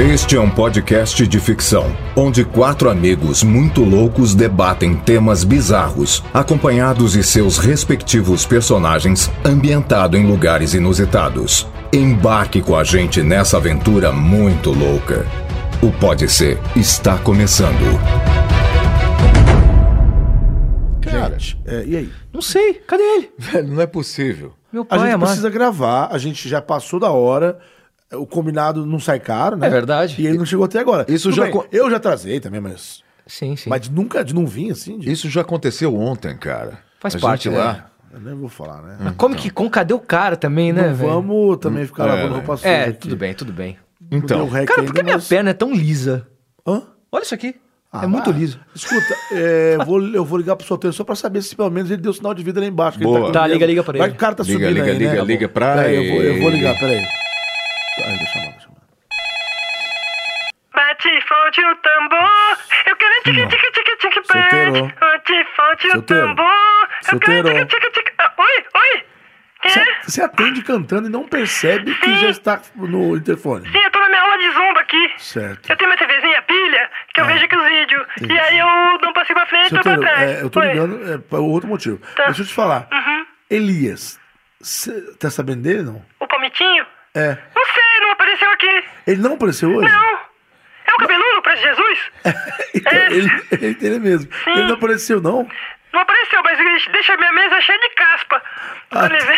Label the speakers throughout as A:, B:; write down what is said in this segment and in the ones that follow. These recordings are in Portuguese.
A: Este é um podcast de ficção, onde quatro amigos muito loucos debatem temas bizarros, acompanhados de seus respectivos personagens, ambientado em lugares inusitados. Embarque com a gente nessa aventura muito louca. O Pode Ser está começando.
B: Cara,
C: É, e aí?
D: Não sei. Cadê ele?
C: Velho, não é possível.
D: Meu
B: a
D: pai é
B: gente
D: amado.
B: precisa gravar, a gente já passou da hora, o combinado não sai caro, né?
D: É verdade.
B: E ele não chegou até agora.
C: Isso
B: Tudo
C: já
B: bem,
C: co-
B: Eu já trazei também, mas.
D: Sim, sim.
B: Mas nunca, de não vim assim. De...
C: Isso já aconteceu ontem, cara.
D: Faz
C: a
D: parte,
C: gente é.
D: né?
C: lá. Então.
B: Eu nem vou falar, né?
D: Mas Como que com? Cadê o cara também, né,
B: não
D: velho?
B: vamos também ficar
C: É,
B: lavando
C: né?
B: roupa suja.
D: É,
B: aqui.
D: tudo bem, tudo bem.
B: Não deu
C: Então,
D: Cara,
B: rec
D: por
B: ainda,
D: que minha
B: mas-
D: perna é tão lisa?
B: Hã?
D: Olha isso aqui.
B: Ah,
D: é muito
B: vai.
D: liso.
B: Escuta, é, vou- eu vou ligar pro solteiro só pra saber se pelo menos ele deu sinal de vida lá embaixo. que ele
C: Boa.
B: com
C: Tá,
B: medo.
D: liga, liga pra
B: Vai
D: ele.
B: que o cara tá
C: Liga,
B: subindo
C: liga,
B: aí, né?
C: liga,
B: Tá bom.
C: liga pra
B: Peraí, eu vou, eu vou
C: ele.
B: ligar, peraí. Ah, deixa eu chamar, deixa eu chamar.
E: Bate forte o tambor, eu quero tique tique tique tique
B: Solteiro.
E: bate. Bate forte o
B: Solteiro.
E: tambor, eu quero
B: Solteiro.
E: tique tique tique. Ah, Oi, oi. É?
B: Você- Você atende cantando e não percebe que já está no interfone.
E: Sim, eu tô na minha aula de zumba aqui.
B: Certo. Ah,
E: Eu tenho minha TVzinha pilha, que eu vejo aqui os vídeos. E aí eu dou um passinho pra frente e outro pra
B: Solteiro,
E: trás.
B: é, eu tô
E: Oi. Tá.
B: ligando é, por outro motivo. Deixa eu te falar.
E: Uhum.
B: Elias, você tá sabendo dele, não?
E: O palmitinho?
B: É.
E: Não sei, não apareceu aqui.
B: Ele não apareceu hoje?
E: Não. É o cabeludo, parece Jesus? É,
B: Então, ele, ele, ele mesmo. Ele não apareceu, não?
E: Não apareceu, mas ele deixa a minha mesa cheia de caspa.
B: Ah,
E: Por exemplo,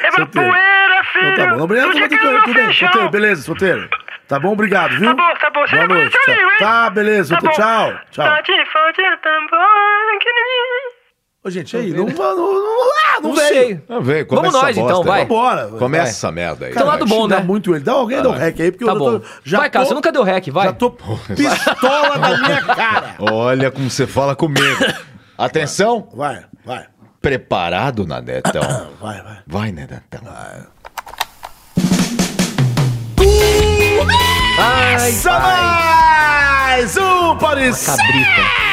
E: é uma
B: solteiro.
E: poeira, filho.
B: Então tá bom. Obrigado,
E: do
B: tudo bem,
E: dia que eu
B: tudo bem.
E: não
B: Solteiro,
E: feijão.
B: beleza, solteiro. Tá bom, obrigado, viu?
E: Tá bom, tá bom. Você
B: Boa
E: não
B: noite.
E: apareceu
B: tchau.
E: nenhum, hein?
B: Tá, beleza,
E: Tá bom.
B: solteiro. Tchau, tchau.
E: Tá de fonte, tambor, que nem-
B: Ô, gente, aí, não, não, não, ah, não
D: Não
B: veio.
D: sei.
C: Ah, velho,
D: Vamos
C: começa
D: nós,
C: essa
D: então,
C: bosta aí.
D: vai.
B: Vambora.
C: Começa
D: Vai.
C: essa merda aí.
D: Então, lá do
C: vai.
D: bom,
B: Dá
D: né?
B: muito ele. Dá alguém, dá um rec aí, porque
D: Tá
B: eu
D: bom.
B: tô.
D: vai, cara, você nunca deu rec, vai.
B: Já tô pistola na minha cara.
C: Olha como você fala comigo. Atenção,
B: Vai, vai,
C: preparado, Nanetão.
B: vai, vai.
C: Vai, Nanetão.
D: Ai,
B: Começa mais um Parecer!
D: cabrita.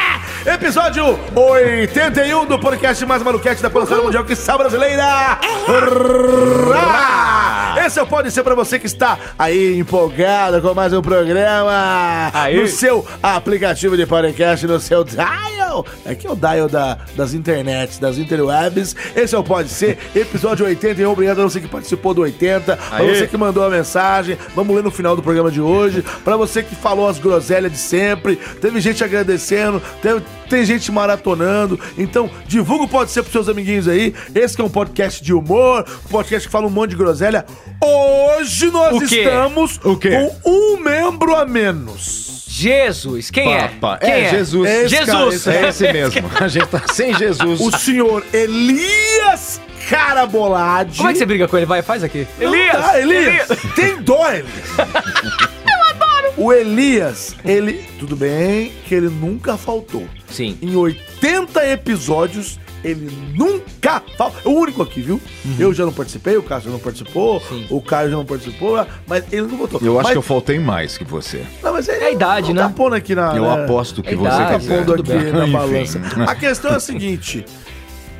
B: Episódio 81 do podcast mais maluquete da produção mundial que está brasileira! Rá! Esse é o Pode Ser pra você que está aí empolgado com mais um programa
D: Aí.
B: no seu aplicativo de podcast, no seu dial. Aqui é o dial da- das internets, das interwebs. Esse é o Pode Ser, episódio 81. Obrigado a você que participou do 80, a
C: Aí.
B: você que mandou a mensagem. Vamos ler no final do programa de hoje. Pra você que falou as groselhas de sempre, teve gente agradecendo, teve- tem gente maratonando. Então, divulga o Pode Ser pros seus amiguinhos aí. Esse que é um podcast de humor, um podcast que fala um monte de groselha. Hoje nós
D: O quê?
B: estamos
C: O quê?
B: com um membro a menos.
D: Jesus, quem é?
C: Papa.
D: Quem
C: é, Jesus.
B: Esse
D: Jesus!
C: cara, esse é esse mesmo. A gente tá sem Jesus.
B: O senhor Elias Carabolade.
D: Como é que você briga com ele? Vai, faz aqui.
B: Não dá, Ah, Elias, tem dó, Elias. Eu adoro. O Elias, ele. Tudo bem que ele nunca faltou.
D: Sim.
B: Em 80 episódios, ele nunca faltou. O único aqui, viu? Eu já não participei, o Cássio já não participou,
D: Uhum. Sim.
B: o Caio já não participou, mas ele não votou.
C: Eu acho
B: Mas-
C: que eu faltei mais que você.
B: Não, mas ele
D: É a idade,
B: não Tá
D: né?
B: pondo aqui na.
C: Eu
B: na-
C: aposto que
D: É
C: você
D: idade,
B: tá
D: quiser.
B: pondo
D: tudo
B: aqui
C: bem.
B: na
C: Enfim.
B: balança. A questão é a seguinte.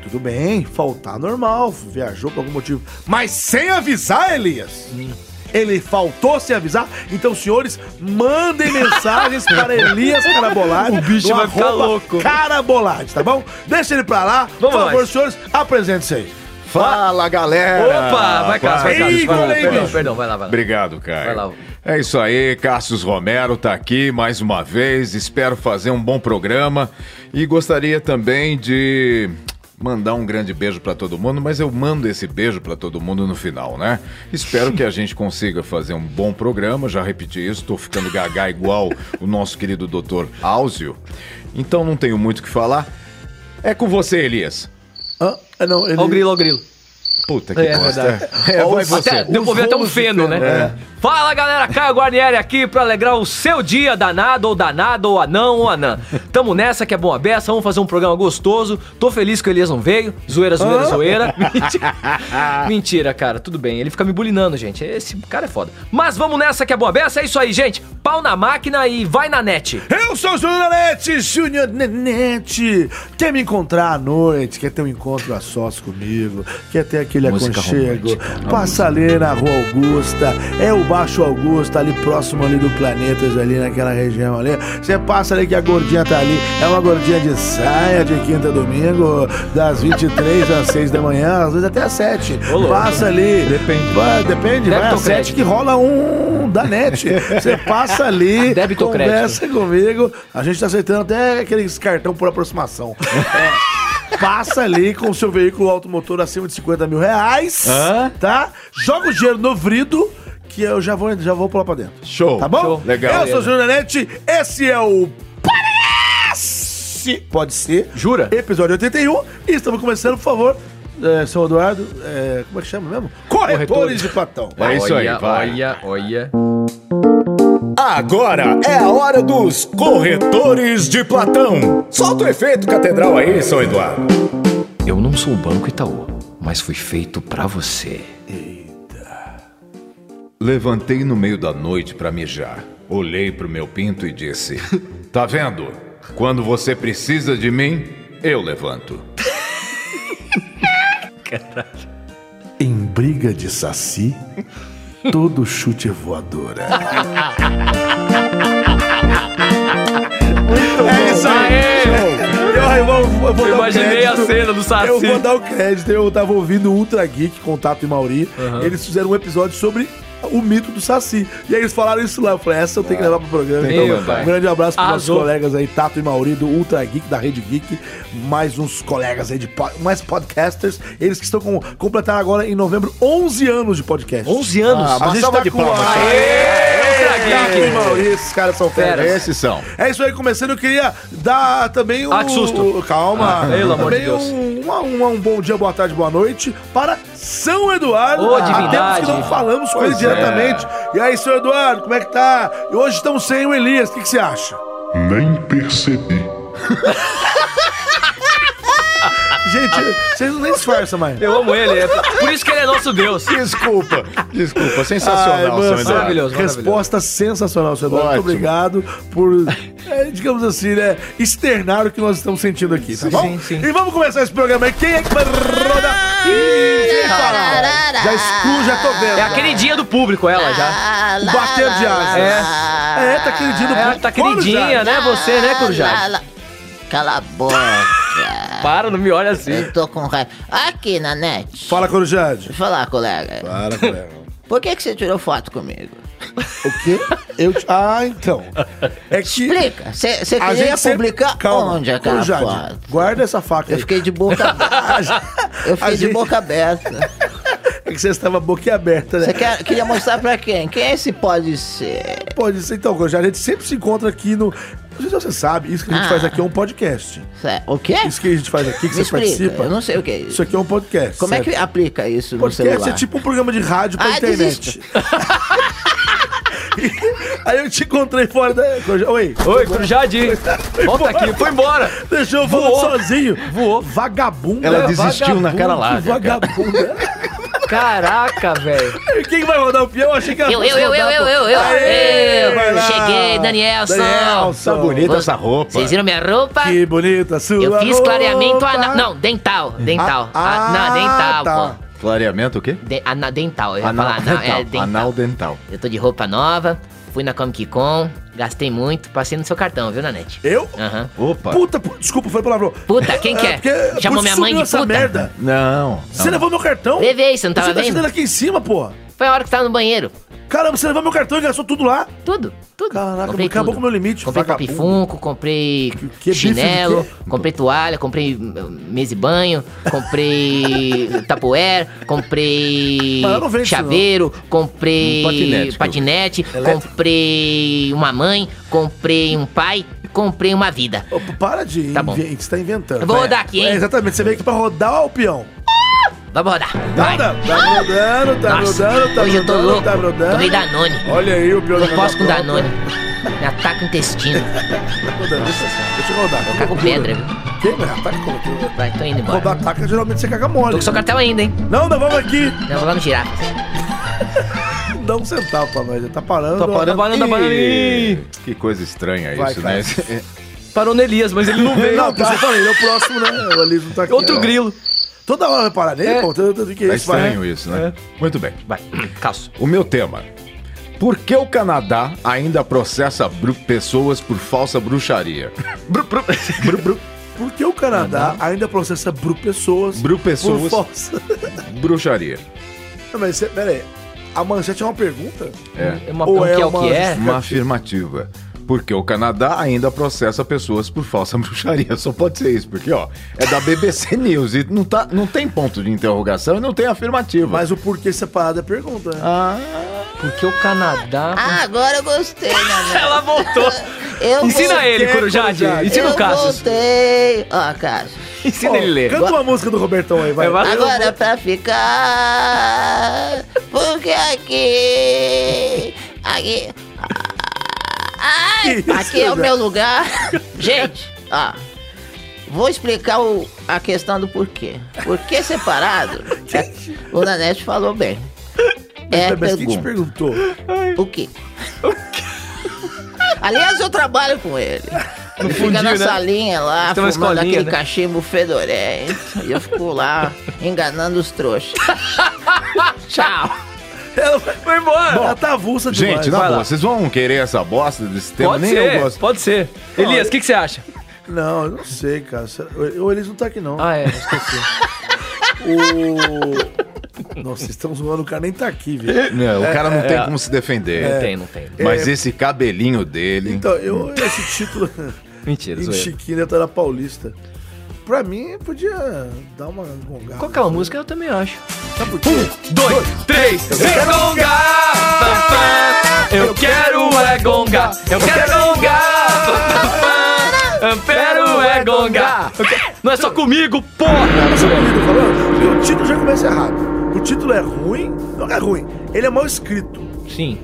B: Tudo bem, faltar normal, viajou por algum motivo. Mas sem avisar, Elias!
D: Hum.
B: Ele faltou sem avisar, então, senhores, mandem mensagens para Elias Carabolade.
D: O bicho
B: no
D: vai ficar
B: arroba
D: louco.
B: Carabolade, tá bom? Deixa ele pra lá.
D: Vamos
B: Por favor,
D: nós.
B: senhores, apresente-se aí.
C: Fala, galera!
D: Opa, vai, Cássio, vai, Cássio. Vai,
B: Igor,
D: lá,
B: hein,
D: perdão,
B: bicho?
D: perdão, vai lá, vai lá.
C: Obrigado,
D: Vai
C: Caio.
D: lá.
C: É isso aí, Cassius Romero tá aqui mais uma vez. Espero fazer um bom programa e gostaria também de mandar um grande beijo pra todo mundo, mas eu mando esse beijo pra todo mundo no final, né? Espero que a gente consiga fazer um bom programa. Já repeti isso, tô ficando gaga igual o nosso querido doutor Áuzio. Então não tenho muito o que falar. É com você, Elias.
B: Hã? Ah, não, ele...
D: Ó o grilo, ó o grilo.
C: Puta que
D: É
C: bosta.
D: verdade.
C: É, vai você.
D: Até, deu pra ouvir até um feno, né?
B: É.
D: Fala galera, Caio Guarnieri aqui pra alegrar o seu dia, danado ou danado, ou anão ou anã. Tamo nessa que é boa beça, vamos fazer um programa gostoso. Tô feliz que o Elias não veio. Zoeira, zoeira, zoeira. Mentira. Mentira, cara, tudo bem. Ele fica me bulinando, gente. Esse cara é foda. Mas vamos nessa que é boa beça, é isso aí, gente.
F: pau na máquina e vai na net.
B: Eu sou o Júnior Nanete, Júnior Nanete. Quer me encontrar à noite, quer ter um encontro a sós comigo, quer ter aquele
C: Música
B: aconchego.
C: romântica.
B: Passa ali na Rua Augusta, é o Baixo Augusta, ali próximo ali do Planetas, ali naquela região ali. Você passa ali que a gordinha tá ali, é uma gordinha de saia de quinta a domingo, das 23 às 6 da manhã, às vezes até às 7.
F: Ô, louco.
B: Passa ali.
C: Depende.
B: Vai, depende, vai
F: Débito ou
B: às 7
F: crédito?
B: que rola um da net. Você passa ali,
F: Débito ou crédito?
B: conversa Passa comigo. A gente tá aceitando até aqueles cartão por aproximação. É, Passa ali com o seu veículo automotor acima de 50 mil reais,
C: Hã?
B: tá? Joga o dinheiro no vrido, que eu já vou, já vou pular pra dentro.
C: Show.
B: Tá bom?
C: Show. Legal.
B: Eu sou o Júnior Nete, esse é o Parece! Pode ser.
F: Jura?
B: Episódio 81. E estamos começando, por favor. É, seu Eduardo, é, como é que chama mesmo? Corretores,
F: Corretores.
B: de Platão.
C: É isso aí,
F: Olha,
C: vai.
F: Olha, olha.
D: Agora é a hora dos corretores de Platão. Solta o efeito catedral aí, São Eduardo.
F: Eu não sou o Banco Itaú, mas fui feito pra você.
C: Levantei no meio da noite para mijar. Olhei pro meu pinto e disse: Tá vendo? Quando você precisa de mim, eu levanto.
B: Em briga de saci, todo chute é voadora. é isso aí. Eu, eu vou, eu vou
F: Eu
B: dar o
F: imaginei a
B: crédito.
F: cena do Saci.
B: Eu vou dar o crédito. Eu tava ouvindo o Ultra Geek, Contato e Mauri. Eles fizeram um episódio sobre o mito do Saci. E aí eles falaram isso lá. Eu falei, essa eu tenho Ah, que levar pro programa.
F: Meu
B: Então,
F: pai.
B: um grande abraço para nossos
F: Arrasou.
B: colegas aí, Tato e Mauri, do Ultra Geek, da Rede Geek. Mais uns colegas aí de po- mais podcasters. Eles que estão com completaram agora em novembro 11 anos de podcast.
F: 11 anos.
B: A gente tá com...
F: Ultra
B: Aê! Tato
F: Geek.
B: e Mauri, esses caras são
F: Feras.
B: feras.
C: É, Esses são.
B: É isso aí, começando, eu queria dar também um.
F: Ah, que susto.
B: Calma.
F: Ah, pelo amor de
B: Também
F: Deus.
B: Um, um, um, um bom dia, boa tarde, boa noite para São Eduardo.
F: Ô,
B: Há tempos
F: divindade.
B: que não falamos com ele
C: Pois é.
B: diretamente. E aí, São Eduardo, como é que tá? E hoje estamos sem o Elias, o que, que você acha?
G: Nem percebi.
B: Gente, vocês não nem disfarçam mais.
F: Eu amo ele. é Por isso que ele é nosso Deus.
C: Desculpa, desculpa.
B: Ai,
C: Sensacional, São
B: mano,
C: Eduardo.
F: maravilhoso.
B: Resposta sensacional, seu Eduardo. Muito
C: Ótimo.
B: obrigado por, é, digamos assim, né, externar o que nós estamos sentindo aqui, tá
F: Sim,
B: bom?
F: sim, sim.
B: E vamos começar esse programa aí. Quem é que vai rodar? Ih, quem fala? Já escuto, já tô vendo.
F: É a queridinha do público, ela já.
B: O bater de asas. É, tá queridinho do
F: É,
B: público.
F: tá
B: Olha,
F: queridinha,
B: já.
F: né? Você, né, Corujá?
H: Cala, cala a boca.
F: Para, não me olha assim.
H: Eu tô com raiva. Aqui, Nanete.
B: Fala, Corujade.
H: Deixa eu falar, colega.
B: Fala, colega.
H: Por que, que você tirou foto comigo?
B: O quê? Eu te- Ah, então. É que.
H: Explica. Você você
B: a
H: queria
B: gente sempre-
H: publicar
B: Calma,
H: onde aquela
B: Corujade,
H: foto?
B: Guarda essa faca aí.
H: Eu fiquei de boca
B: A
H: aberta.
B: gente-
H: Eu
B: a
H: fiquei de
B: gente-
H: boca aberta.
B: É que você estava boquiaberta, né?
H: Você quer- queria mostrar pra quem? Quem esse pode ser?
B: Pode ser, então, Corujá, a gente sempre se encontra aqui no. Não sei se você sabe, isso que a gente
H: Ah.
B: faz aqui é um podcast.
H: Cê- O quê?
B: Isso que a gente faz aqui, que
H: Me
B: você
H: explica.
B: participa.
H: Eu não sei o que é isso.
B: Isso aqui é um podcast.
H: Como é
B: certo?
H: que aplica isso no
B: Podcast
H: celular?
B: é tipo um programa de rádio pra
H: Ah,
B: internet.
H: desisto.
B: Aí eu te encontrei fora da. Corujá, Oi.
F: Oi, Corujade. Volta aqui, foi embora.
B: Deixou eu falando
F: Voou.
B: sozinho.
F: Voou.
B: Vagabunda.
C: Ela desistiu na cara larga.
B: Vagabunda.
F: Caraca, velho.
B: Quem vai rodar o peão? Eu Achei que ela
H: Eu,
B: fosse
H: eu, eu,
B: rodar,
H: eu,
B: pô.
H: eu, eu.
B: Aê,
H: Eu.
B: vai lá.
H: Cheguei, Danielson.
C: Tá bonita essa roupa.
H: Vocês viram minha roupa?
B: Que bonita sua
H: Eu fiz
B: roupa.
H: clareamento anal. Não, dental. Dental.
B: Ah,
H: Ana- dental,
B: tá.
H: pô.
C: Clareamento o quê?
H: De, ana- dental. Eu ia
C: Anal
H: falar anal. É,
C: dental.
H: dental.
C: Anal dental.
H: Eu tô de roupa nova, fui na Comic Con, gastei muito, passei no seu cartão, viu, Nanete?
B: Eu?
H: Aham.
C: Opa.
B: Puta, pu- desculpa, foi palavrão.
H: Puta, quem que
B: É,
H: é?
B: porque-
H: Chamou
B: putz,
H: minha mãe
B: sumiu
H: de
B: essa
H: puta?
B: merda.
C: Não.
B: Você levou meu cartão?
H: Levei, você não tava
B: Você tá
H: vendo?
B: sentando aqui em cima, pô.
H: Foi a hora que tá tava no banheiro.
B: Caramba, você levou meu cartão e gastou tudo lá.
H: Tudo, tudo.
B: Caraca, acabou com o meu limite,
H: Comprei
B: vagabundo.
H: papifunco, comprei
B: que é bife de
H: chinelo,
B: quê?
H: comprei toalha, comprei hum, mesa e banho, comprei tapoer, comprei
B: Mas eu não vejo isso,
H: chaveiro, comprei
C: Um patinete,
H: patinete, comprei uma mãe, comprei um pai, comprei uma vida.
B: Ô, p- para de.
H: Tá bom.
B: inven- Você tá inventando.
H: Eu vou
B: É.
H: rodar aqui, hein?
B: É, exatamente, você veio aqui pra rodar o peão.
H: Vamos rodar. Vai.
B: Nada, tá rodando, tá
H: Nossa,
B: rodando, tá
H: hoje eu tô
B: rodando,
H: louco.
B: tá rodando.
H: Tomei Danone.
B: Olha aí o peão
H: Não
B: da
H: posso com
B: Coca-Cola.
H: Danone. Me ataca o intestino.
B: Tá rodando, Deixa, deixa eu rodar.
H: Tá com pedra.
B: Quem vai? Ataca como que
H: Vai, tô indo embora.
B: Rodar ataca, geralmente você caga mole. né?
H: Tô com seu cartão ainda, hein?
B: Não, não, vamos aqui.
H: Não, vou lá no girafas.
B: Dá um centavo pra nós. Tá parando.
F: Tá parando, tá parando, tá parando. Ih,
C: Que coisa estranha
B: Vai,
C: isso,
B: cara.
C: né?
F: Parou no Elias, mas ele não veio.
B: Não, por isso eu falei, ele é o próximo, né? O Elias não tá aqui.
F: Outro
B: É.
F: grilo.
B: Toda hora vai parar nele,
F: É.
B: pô. Tanto tanto que
C: Tá
B: isso, vai. É.
C: estranho isso, né? Muito bem.
F: Vai, Caço.
C: O meu tema. Por que o Canadá ainda processa bru- pessoas por falsa bruxaria? Bru- bru- bru- bru-
B: Por que o
H: Uhum.
B: Canadá ainda processa bru pessoas
C: Bru pessoas.
B: por falsa?
C: bruxaria.
B: Não, mas você, pera aí. A manchete é uma pergunta?
C: É.
F: É uma
B: Ou
F: o que
B: é
F: é o
B: uma-
F: que é?
C: Uma afirmativa. Porque o Canadá ainda processa pessoas por falsa bruxaria. Só pode ser isso, porque, ó, é da BBC News e não, tá, não tem ponto de interrogação e não tem afirmativa. Ah.
B: Mas o porquê separado é pergunta, né?
F: Porque o Canadá.
I: Ah, agora eu gostei, né?
F: Ela voltou.
I: Eu
F: Ensina
I: voltei,
F: ele, Corujade.
B: Corujade.
F: Ensina o
I: eu
F: Cassius.
I: voltei. Ó, Cassius.
F: Ensina ele a ler.
B: Canta uma música do Robertão aí, vai.
F: É, vai.
I: Agora pra ficar, porque aqui, aqui, ai,
B: Que isso,
I: aqui é o
B: Zé?
I: meu lugar. Gente, ó, vou explicar o- a questão do porquê. Porque separado, é, o Nanete falou bem. É
B: Mas quem te
I: pergunta.
B: perguntou?
I: O quê? Aliás, eu trabalho com ele. Ele fica
F: fundinho,
I: na
F: né?
I: salinha lá,
F: Tem uma
I: fumando
F: escolinha,
I: aquele
F: né?
I: cachimbo fedorento. E eu fico lá, enganando os trouxas. Tchau.
B: Ela vai-
F: Foi embora.
B: ela tá avulsa demais.
C: Gente, na
F: vai
C: boa,
F: lá.
C: vocês vão querer essa bosta desse tema?
F: Pode
C: Nem eu
F: ser,
C: gosto. é.
F: pode ser. Elias, o que, que você acha?
B: Não, eu não sei, cara. Será- O o Elis não tá aqui, não.
F: Ah, é, esqueci.
B: O... Nossa, estamos zoando, o cara nem tá aqui, velho.
C: Não, o
B: É,
C: cara não tem como se defender.
F: Não tem, não tem.
C: Mas esse cabelinho dele.
B: Então, eu, esse título
F: Mentira,
B: em
F: zoeira.
B: Chiquinha deve estar na Paulista. Pra mim, é podia dar uma gongada.
F: Qual que é a música? Eu também acho.
B: Sabe por quê?
F: Um, Dois, três, eu quero gongar. pam, pam. Eu quero é gongar. Eu quero é gongar. pam, pam, pam. Eu quero é gongar. Eu quero- Não é só comigo, porra.
B: Sabe por que eu tô falando? Porque o título já começa errado. O título é ruim. Não é ruim. Ele é mal escrito.
F: Sim.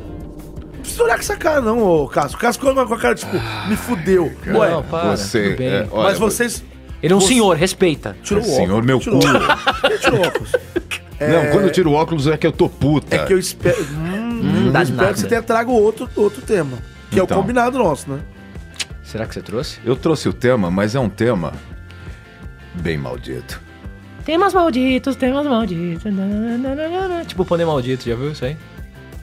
B: Não precisa olhar com essa cara, não, ô Cássio. O Cássio olha com a cara, tipo, me fudeu. Ué,
F: Não, para.
C: você,
F: tudo bem.
C: é, ó-
B: mas
C: olha,
B: vocês...
F: Ele é um
B: você-
F: senhor, respeita.
B: Tirou o óculos.
C: Senhor, meu
B: tirou
C: cu.
B: o óculos. Quem tirou o óculos?
C: Não, quando eu tiro o óculos é que eu tô puta.
B: É que eu espero... Hum, eu
F: danado.
B: espero que você tenha trago outro, outro tema. Que é
C: Então.
B: o combinado nosso, né?
F: Será que você trouxe?
C: eu trouxe o tema, mas é um tema bem maldito.
I: Temas malditos, temas malditos.
F: Tipo o Pone Maldito, já viu isso aí?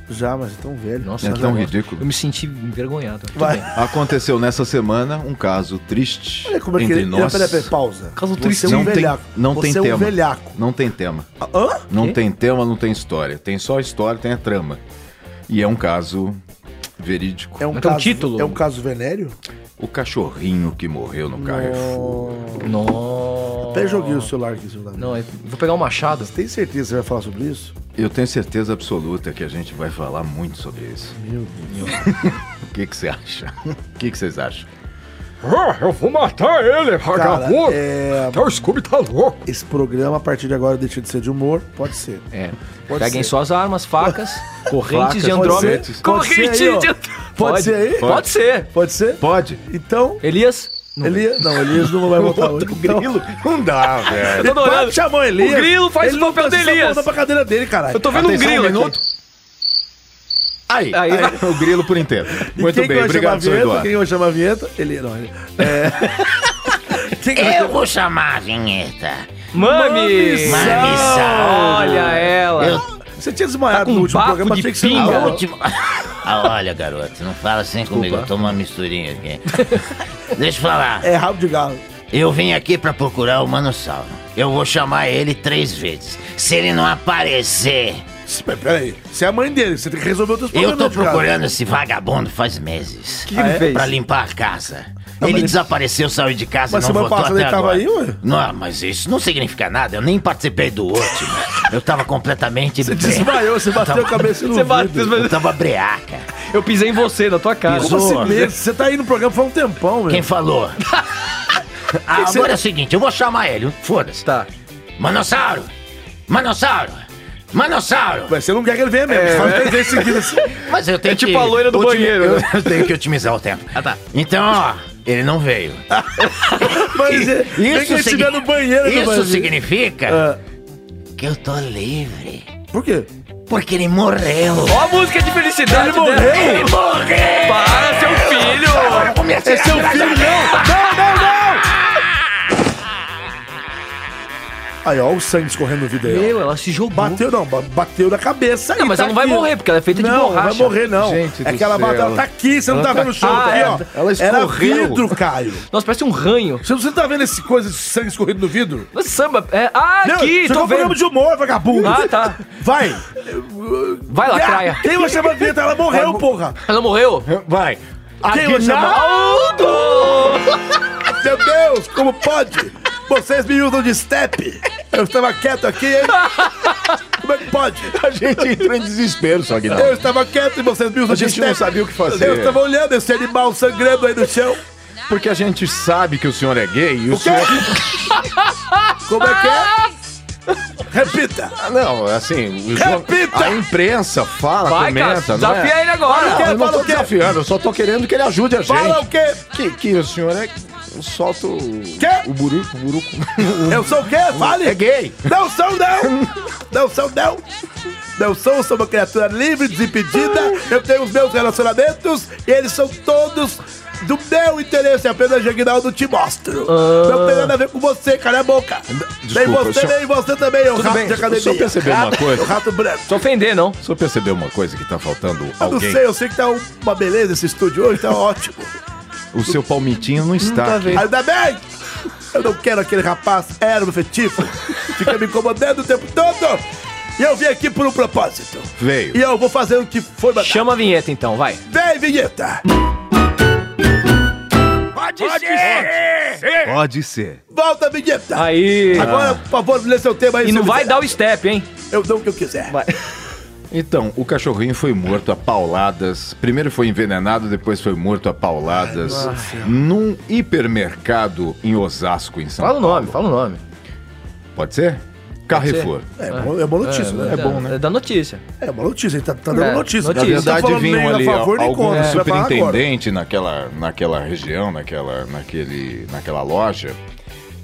B: Já, mas é tão velho.
F: Nossa,
C: É
F: eu
C: tão
F: gosto.
C: ridículo.
F: Eu me senti envergonhado. Tudo
B: Vai.
F: bem.
C: Aconteceu nessa semana um caso triste
B: Olha como é que
C: entre
B: ele.
C: nós.
B: Peraí, peraí, pausa.
F: Caso
B: Você
F: triste.
B: é um
C: Não tem,
B: velhaco.
C: não
B: Você
C: tem
B: é um
C: tema.
B: velhaco. Ah,
C: Não tem tema.
B: Hã?
C: Não
F: Quê?
C: tem tema, não tem história. Tem só história, tem a trama. E é um caso verídico.
B: É um
F: Mas tem um
B: caso,
F: título?
B: É um caso venéreo?
C: O cachorrinho que morreu no Carrefour.
F: Nossa.
B: Até joguei o celular aqui, celular.
F: Não, eu vou pegar um machado.
B: Você tem certeza que você vai falar sobre isso?
C: Eu tenho certeza absoluta que a gente vai falar muito sobre isso.
B: Meu Deus.
C: O que que você acha? O que que vocês acham?
J: Ah, Eu vou matar ele,
B: Cara,
J: vagabundo!
B: é,
J: Até o Scooby tá louco!
B: esse programa, a partir de agora, deixa de ser de humor. Pode ser.
F: É.
B: Pode
F: Peguem
B: ser.
F: suas armas, facas, correntes
C: Facas,
F: de Andrômeda.
C: correntes.
B: Pode ser aí, ó.
F: Andrômeda.
B: Pode ser aí?
F: É, Pode ser.
B: Pode ser?
C: Pode.
B: Então,
F: Elias? Não.
B: Elias. Não, Elias não vai voltar hoje. Então,
C: Não dá, velho.
F: Eu tô
B: para
F: olhando.
B: de chamar o Elias.
F: O grilo faz
B: Ele
F: o papel
B: não
F: do
B: precisa
F: Elias.
B: voltar pra cadeira É dele, caralho.
F: Eu tô vendo um
C: Atenção,
F: grilo
C: um
F: aqui.
C: minuto. Aí,
F: Aí.
C: aí, o grilo por inteiro.
B: E
C: Muito
B: quem que
C: bem,
B: vai chamar a
C: obrigado, senhor
B: vinheta?
C: Eduardo.
B: Quem vai chamar a vinheta? Ele, não. Ele. É... quem que vai
I: Eu vou chamar a vinheta.
F: Mami!
I: Mamisal.
F: Olha ela.
I: Eu-
B: Você tinha desmaiado
F: com
B: no último
F: bafo
B: programa,
F: de
B: achei que você
I: A
F: pinga.
B: não
I: última... Ah, olha, garoto, não fala assim comigo. Eu tomo uma misturinha aqui. Deixa eu falar.
B: É rabo de galo.
I: Eu vim aqui pra procurar o Manossauro. Eu vou chamar ele três vezes. Se ele não aparecer,
B: Mas peraí, você é a mãe dele, você tem que resolver outros problemas.
I: eu tô
B: de casa.
I: procurando esse vagabundo faz meses.
F: que ele fez?
I: Pra limpar a casa. ele desapareceu, saiu de casa
B: Mas
I: e não
B: semana
I: voltou
B: passada
I: até
B: ele tava
I: agora.
B: aí, ué?
I: Não, mas isso não significa nada. Eu nem participei do último. Eu tava completamente...
B: Você desmaiou, você bateu a cabeça no
F: Você
B: vidro.
F: bateu,
I: Eu tava breaca.
F: Eu pisei em você, na tua cara.
B: Como assim mesmo? Você tá aí no programa faz um tempão, meu.
I: Quem falou? Ah, Agora é o seguinte, eu vou chamar ele. Foda-se.
F: Tá.
I: Manossauro! Manossauro! Manossauro!
B: Mas você não quer que ele venha mesmo. Você fala três vezes seguidas assim.
I: É. Mas eu tenho
F: É tipo
I: que...
F: a loira do
I: otimi-
F: banheiro, né?
I: Eu tenho que otimizar o tempo.
F: Ah, tá.
I: Então, ó, ele não veio.
B: Mas é-
I: Isso
B: nem que ele
I: signi-
B: estiver no banheiro, ele
I: Isso
B: vai vir.
I: significa
B: Ah,
I: que eu tô livre.
B: Por quê?
K: Porque ele morreu.
D: Ó a música de felicidade
B: Ele morreu?
D: dela. Ele morreu! Para, seu filho!
B: É seu filho, não! Não, não, não! Aí, ó, o sangue escorrendo no vídeo aí. ó.
D: Meu, ela se jogou.
B: Bateu, não, ba- bateu na cabeça aí.
D: Não, mas
B: tá
D: ela não vai
B: aqui, ó.
D: morrer, porque ela é feita de
B: Não, não vai
D: borracha.
B: morrer, não.
C: Gente
B: é
C: do
B: que ela
C: céu.
B: bateu, ela tá aqui, você não tá, vendo o show
D: Ah,
B: aqui,
D: é.
B: ó.
C: Ela
B: Era
C: escorreu.
B: vidro, Caio.
D: Nossa, parece um ranho.
B: Você você não tá vendo esse coisa de sangue escorrido no vidro?
D: Mas Samba, é... Ah, aqui,
B: isso aqui é
D: tô
B: um programa
D: vendo.
B: de humor, vagabundo.
D: Ah, tá.
B: Vai.
D: Vai, lacraia.
B: Quem vai chamar a vinheta? Ela morreu, porra.
D: Ela morreu?
C: Vai.
B: Quem vai chamar?
D: Aldo!
B: Meu Deus, como pode? Vocês me usam de step. Eu estava quieto aqui, hein? Como é que pode?
C: A gente entrou em desespero, só que não.
B: Eu estava quieto e vocês me usam
C: A
B: de
C: gente
B: step.
C: não sabia o que fazer.
B: Eu estava olhando esse animal sangrando aí no chão.
C: Porque a gente sabe que o senhor é gay e o, senhor.
B: Como é que é? Repita.
C: Ah, Não, assim, o jo-
B: Repita!
C: a imprensa fala,
D: Vai, cara,
C: comenta, não é?
D: desafia ele agora.
B: Quer,
C: Eu não
B: fala
C: tô
B: o quê?
C: desafiando, eu só tô querendo que ele ajude a gente.
B: Fala o quê?
C: Que, que o senhor é. Solta o.
B: Quê?
C: O buruco, o buruco.
B: Eu sou o quê? Fale.
C: É gay.
B: Não sou, não! Não sou, não! Não sou, sou uma criatura livre, desimpedida. Eu tenho os meus relacionamentos e eles são todos do meu interesse. Apenas Jaguinaldo te mostro. Não tem nada a ver com você, cala a boca. nem
C: desculpa,
B: você,
C: o senhor-
B: nem você também, eu rato
C: bem,
B: de academia.
C: o senhor percebeu uma
B: Rato-
C: coisa?
B: Rato branco.
D: Só ofender, não.
C: Só percebeu uma coisa que tá faltando
B: Eu não
C: alguém?
B: sei, eu sei que tá uma beleza esse estúdio hoje, tá ótimo.
C: O seu palmitinho não está
B: tá
C: aqui.
B: Ainda bem! Eu não quero aquele rapaz ervo fetivo. Fica me incomodando o tempo todo. E eu vim aqui por um propósito.
C: Veio.
B: E eu vou fazer o que foi mandado.
D: Chama a vinheta então, vai.
B: Vem, vinheta!
F: Pode, ser!
C: Pode ser.
B: Volta, vinheta!
D: Aí.
B: Agora, por favor, lê seu tema aí.
D: E
B: se
D: não vai
B: quiser.
D: dar o step, hein?
B: Eu dou o que eu quiser.
C: Então, o cachorrinho foi morto a pauladas. Primeiro foi envenenado, depois foi morto a pauladas. num hipermercado em Osasco, em São
D: Fala o
C: Paulo.
D: nome, fala o nome.
C: Pode ser? Carrefour.
B: É, bom, é boa notícia, né?
D: da, É da notícia.
B: É boa notícia, ele tá, tá dando
D: É, notícia.
B: notícia. Você tá
C: Na verdade,
B: falando
C: vinham
B: nem
C: ali
B: a favor, nem
C: algum
B: contra. Você vai falar agora.
C: superintendente naquela, naquela região, naquela, naquele, naquela loja.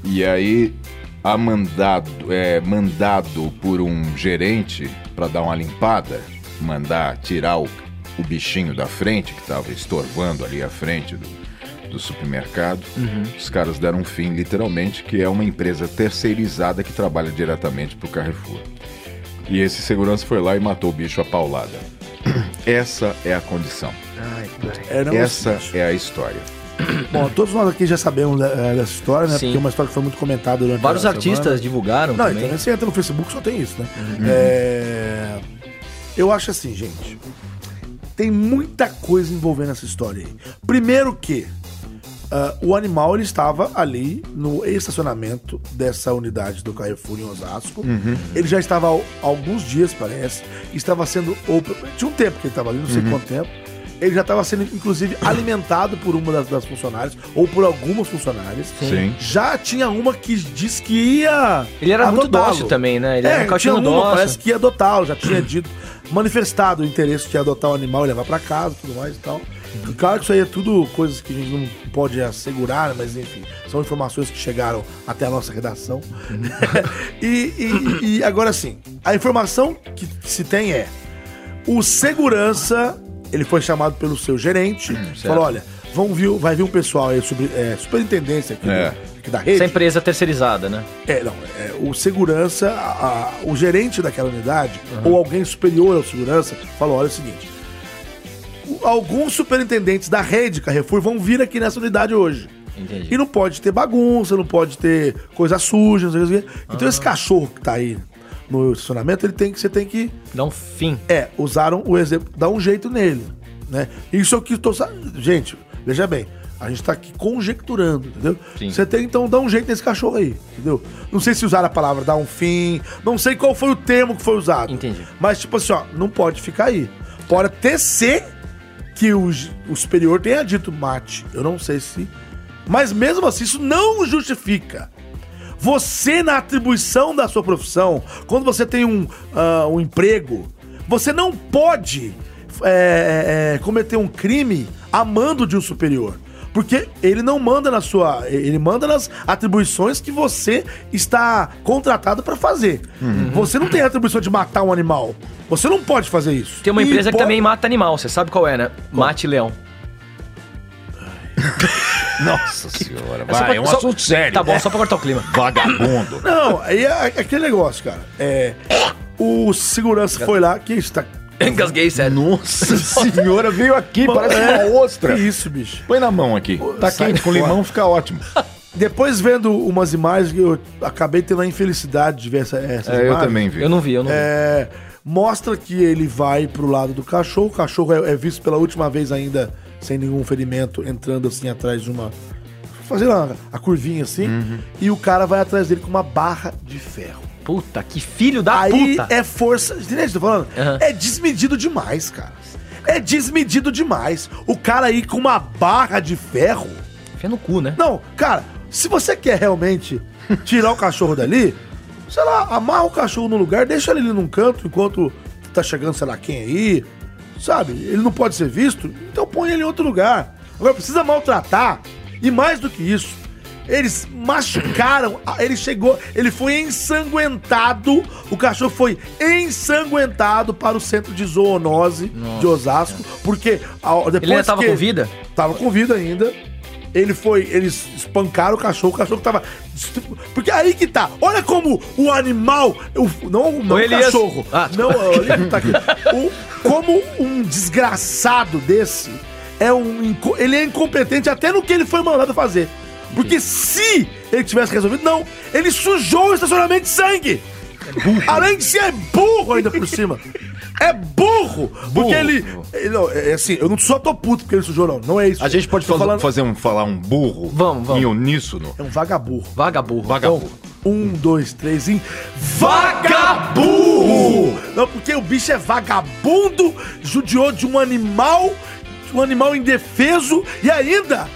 C: E aí, a mandado, é, mandado por um gerente para dar uma limpada, mandar tirar o, o bichinho da frente, que estava estorvando ali a frente do, do supermercado. Os caras deram um fim, literalmente, que é uma empresa terceirizada que trabalha diretamente para o Carrefour. E esse segurança foi lá e matou o bicho a paulada. Essa é a condição.
B: É, não,
C: Essa
B: assim,
C: é a história.
B: Bom, todos nós aqui já sabemos é, dessa história, né?
D: Sim.
B: Porque é uma história que foi muito comentada durante
D: Vários
B: a semana.
D: artistas divulgaram
B: Não,
D: também.
B: então, você entra no Facebook, só tem isso, né? É, Eu acho assim, gente. Tem muita coisa envolvendo essa história aí. Primeiro que ah, o animal ele estava ali no estacionamento dessa unidade do Carrefour em Osasco. Ele já estava há alguns dias, parece. Estava sendo. ou- Tinha um tempo que ele estava ali, não sei quanto tempo. Ele já estava sendo, inclusive, alimentado por uma das, das funcionárias, ou por algumas funcionárias.
C: Sim.
B: Já tinha uma que disse que ia.
D: Ele era muito
B: adotá-lo.
D: dócil também, né? Ele
B: Ah, é,
D: era um
B: tinha
D: cachorro
B: uma,
D: dócil.
B: parece que ia adotá-lo, já tinha dito, manifestado o interesse de adotar o animal e levar pra casa tudo mais e tal. E claro que isso aí é tudo coisas que a gente não pode assegurar, né? mas enfim, são informações que chegaram até a nossa redação. e, e- e agora sim, a informação que se tem é: o segurança, ele foi chamado pelo seu gerente, falou: olha, vão vir, vai vir um pessoal aí, sobre, é, superintendência aqui,
C: É.
B: do- aqui da rede.
D: Essa empresa terceirizada, né?
B: É, não. é, o segurança, a- a- o gerente daquela unidade, ou alguém superior ao segurança, falou: olha é o seguinte. o- Alguns superintendentes da rede Carrefour vão vir aqui nessa unidade hoje.
D: Entendi.
B: E não pode ter bagunça, não pode ter coisa suja, não sei o que. não sei o que. Então esse cachorro que tá aí no estacionamento, ele tem que, você tem que
D: Dá um fim.
B: é, usaram o exemplo, dá um jeito nele, né? Isso é o que eu tô sa- gente, veja bem, a gente tá aqui conjecturando, entendeu?
D: Sim.
B: Você tem então dar um jeito nesse cachorro aí, entendeu? Não sei se usaram a palavra dar um fim, não sei qual foi o termo que foi usado.
D: Entendi.
B: Mas tipo assim, ó, não pode ficar aí. Pode até ser que o, j- o superior tenha dito mate, eu não sei se, mas mesmo assim isso não justifica. Você, na atribuição da sua profissão, quando você tem um, ah, um emprego, você não pode é, é, é, cometer um crime amando de um superior. Porque ele não manda na sua. Ele manda nas atribuições que você está contratado para fazer.
D: Uhum.
B: Você não tem a atribuição de matar um animal. Você não pode fazer isso.
D: Tem uma
B: E
D: empresa que
B: pode-
D: também mata animal, você sabe qual é, né? Mate leão.
C: Nossa senhora,
D: só pra-
C: vai, é um
D: só-
C: assunto sério.
D: Tá bom, só pra cortar o clima.
C: Vagabundo.
B: Não, aí é aquele negócio, cara. É. O segurança foi lá, que está.
D: Engasguei, sério.
C: Nossa senhora, veio aqui, parece
B: É.
C: uma ostra.
B: Que isso, bicho.
C: Põe na mão aqui. Tá
B: Sai
C: quente, com
B: fora.
C: limão fica ótimo.
B: Depois vendo umas imagens, que eu acabei tendo a infelicidade de ver essa, essas
C: É, eu
B: imagens.
C: também vi.
D: Eu não vi, eu não vi.
B: É, mostra que ele vai pro lado do cachorro. O cachorro é, é visto pela última vez ainda sem nenhum ferimento, entrando assim atrás de uma. Fazendo a, a curvinha assim.
C: Uhum.
B: E o cara vai atrás dele com uma barra de ferro.
D: Puta, que filho da
B: Aí
D: puta.
B: é força. Entende o que eu tô falando?
D: Aham.
B: É desmedido demais, cara. É desmedido demais. O cara aí com uma barra de ferro.
D: Fé no cu, né?
B: Não, cara, se você quer realmente tirar o cachorro dali, sei lá, amarra o cachorro no lugar, deixa ele ali num canto enquanto tá chegando sei lá quem aí, sabe? Ele não pode ser visto, então põe ele em outro lugar. Agora precisa maltratar, e mais do que isso, eles machucaram, a- ele chegou, ele foi ensanguentado, o cachorro foi ensanguentado para o centro de zoonose de Osasco, porque ao- depois
D: Ele ainda tava
B: que-
D: com vida?
B: Tava com vida ainda. Ele foi. Eles espancaram o cachorro, o cachorro tava. destru- Porque aí que tá. Olha como o animal. o- não não
D: O
B: o
D: Elias-
B: cachorro.
D: Ah,
B: não, olha que tá aqui. O- como um desgraçado desse é um. inco- Ele é incompetente até no que ele foi mandado fazer. Porque se ele tivesse resolvido, não. Ele sujou o estacionamento de sangue. Além de ser é burro ainda por cima. É burro! Porque ele. ele- não, é assim, eu não só tô puto porque ele sujou, não. Não é isso.
C: A gente pode
B: Tô
C: fazer,
B: falando-
C: fazer um, falar um burro
D: Vamos, vamos.
C: em uníssono?
B: É um vagaburro.
D: Vagaburro.
C: Vagabundo.
B: Um, dois, três e. Vagaburro! Não, porque o bicho é vagabundo, judiou de um animal, de um animal indefeso e ainda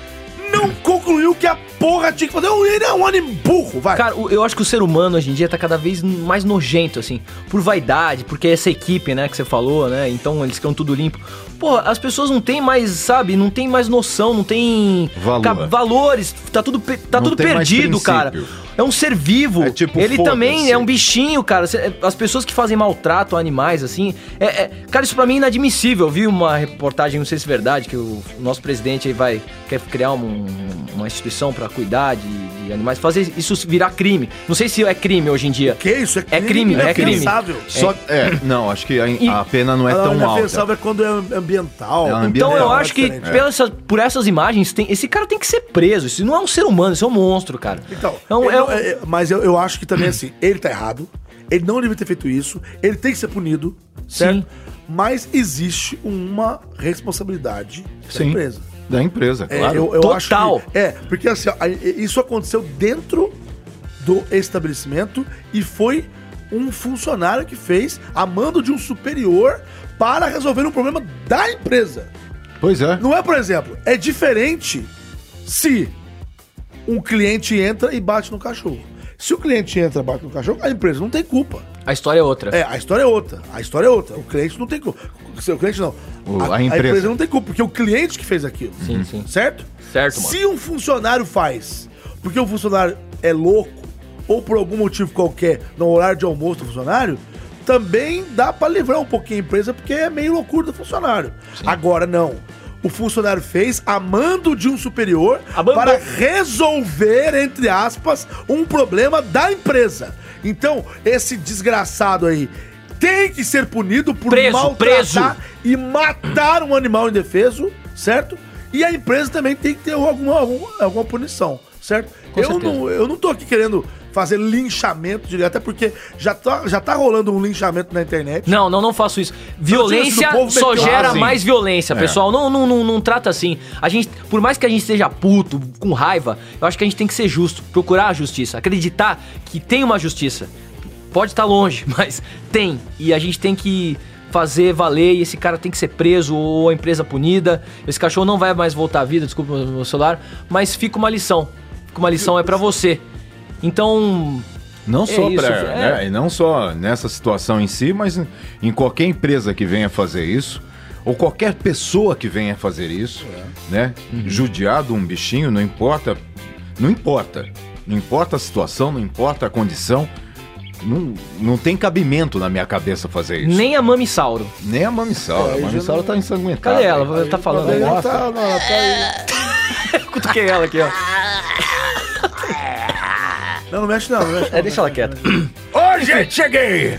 B: não concluiu que a porra tinha que fazer. Ele é um animal burro, vai.
D: Cara, o- eu acho que o ser humano hoje em dia tá cada vez mais nojento, assim, por vaidade, porque essa equipe, né, que você falou, né, então eles ficam tudo limpo. Porra, as pessoas não têm mais, sabe, não tem mais noção, não tem
C: Valor.
D: valores, tá tudo, pe- tá
C: Não
D: tudo
C: tem mais
D: perdido, cara.
C: princípio.
D: É um ser vivo.
C: É tipo,
D: Ele
C: foda-se.
D: também é um bichinho, cara. Cê- As pessoas que fazem maltrato a animais, assim. É, é- cara, isso pra mim é inadmissível. Eu vi uma reportagem, não sei se é verdade, que o nosso presidente aí vai. quer criar um- uma instituição pra cuidar de, de animais. Fazer isso virar crime. Não sei se é crime hoje em dia.
B: que isso?
D: É crime, é crime.
B: Impensável.
C: Só, é, não, acho que a, a pena não é
B: Ela
C: tão alta.
B: Impensável é quando é ambiental. É.
C: É um ambiente-
D: Então eu
C: Não,
D: acho que
B: diferente.
D: pelas- por essas imagens, tem- esse cara tem que ser preso. Isso não é um ser humano, isso é um monstro, cara.
B: Então,
D: é um, é
B: ele não-
D: um-
B: é- é- mas eu, eu acho que também assim, ele tá errado, ele não devia ter feito isso, ele tem que ser punido, certo?
D: Sim.
B: Mas existe uma responsabilidade da
C: Sim.
B: empresa.
C: Da empresa,
B: É,
C: claro.
B: eu, eu acho
D: Total.
B: que- é, porque assim, ó, a- e- isso aconteceu dentro do estabelecimento e foi um funcionário que fez a mando de um superior para resolver um problema da empresa.
C: Pois é.
B: Não é, por exemplo, é diferente se um cliente entra e bate no cachorro. Se o cliente entra e bate no cachorro, a empresa não tem culpa.
D: A história é outra.
B: É, a história é outra. A história é outra. O cliente não tem culpa. O cliente não.
C: O- a empresa.
B: não tem culpa, porque é o cliente que fez aquilo. Uhum.
D: Sim, sim.
B: Certo?
D: Certo, mano.
B: Se um funcionário faz, porque o funcionário é louco, ou por algum motivo qualquer, no horário de almoço do funcionário, também dá pra livrar um pouquinho a empresa, porque é meio loucura do funcionário. Agora, não. O funcionário fez a mando de um superior
D: Amando.
B: para resolver, entre aspas, um problema da empresa. Então, esse desgraçado aí tem que ser punido por
D: Preso,
B: maltratar
D: preso.
B: e matar um animal indefeso, certo? E a empresa também tem que ter alguma, algum- alguma punição, certo?
D: Com
B: Eu
D: certeza.
B: não, eu não tô aqui querendo fazer linchamento direto, até porque já tá, já tá rolando um linchamento na internet.
D: Não, não, não faço isso.
B: Eu
D: Violência
B: tiro isso do
D: só
B: povo meteu-
D: gera
C: Ah, sim.
D: mais
B: É.
D: violência, pessoal. Não, não, não, não trata assim. A gente, por mais que a gente esteja puto, com raiva, eu acho que a gente tem que ser justo, procurar a justiça, acreditar que tem uma justiça. Pode estar longe, mas tem. E a gente tem que fazer valer e esse cara tem que ser preso ou a empresa punida. Esse cachorro não vai mais voltar à vida, desculpa o meu celular, mas fica uma lição. Fica uma lição é pra você. Então,
C: Não só
D: isso,
C: pra,
D: é.
C: né, e não só nessa situação em si, mas em qualquer empresa que venha fazer isso, ou qualquer pessoa que venha fazer isso, né? Judiado um bichinho, não importa, não importa, não importa a situação, não importa a condição, não, não tem cabimento na minha cabeça fazer isso.
D: Nem a Mamisauro.
C: Nem a Mamissaura, a Mamissaura tá ensanguentada.
D: Cadê ela? Ela tá falando aí.
B: Ela tá, não, ela tá aí.
D: Cutuquei ela aqui, ó.
B: Não, não mexe não, não mexe.
D: É, deixa ela quieta.
C: Ô, gente, cheguei!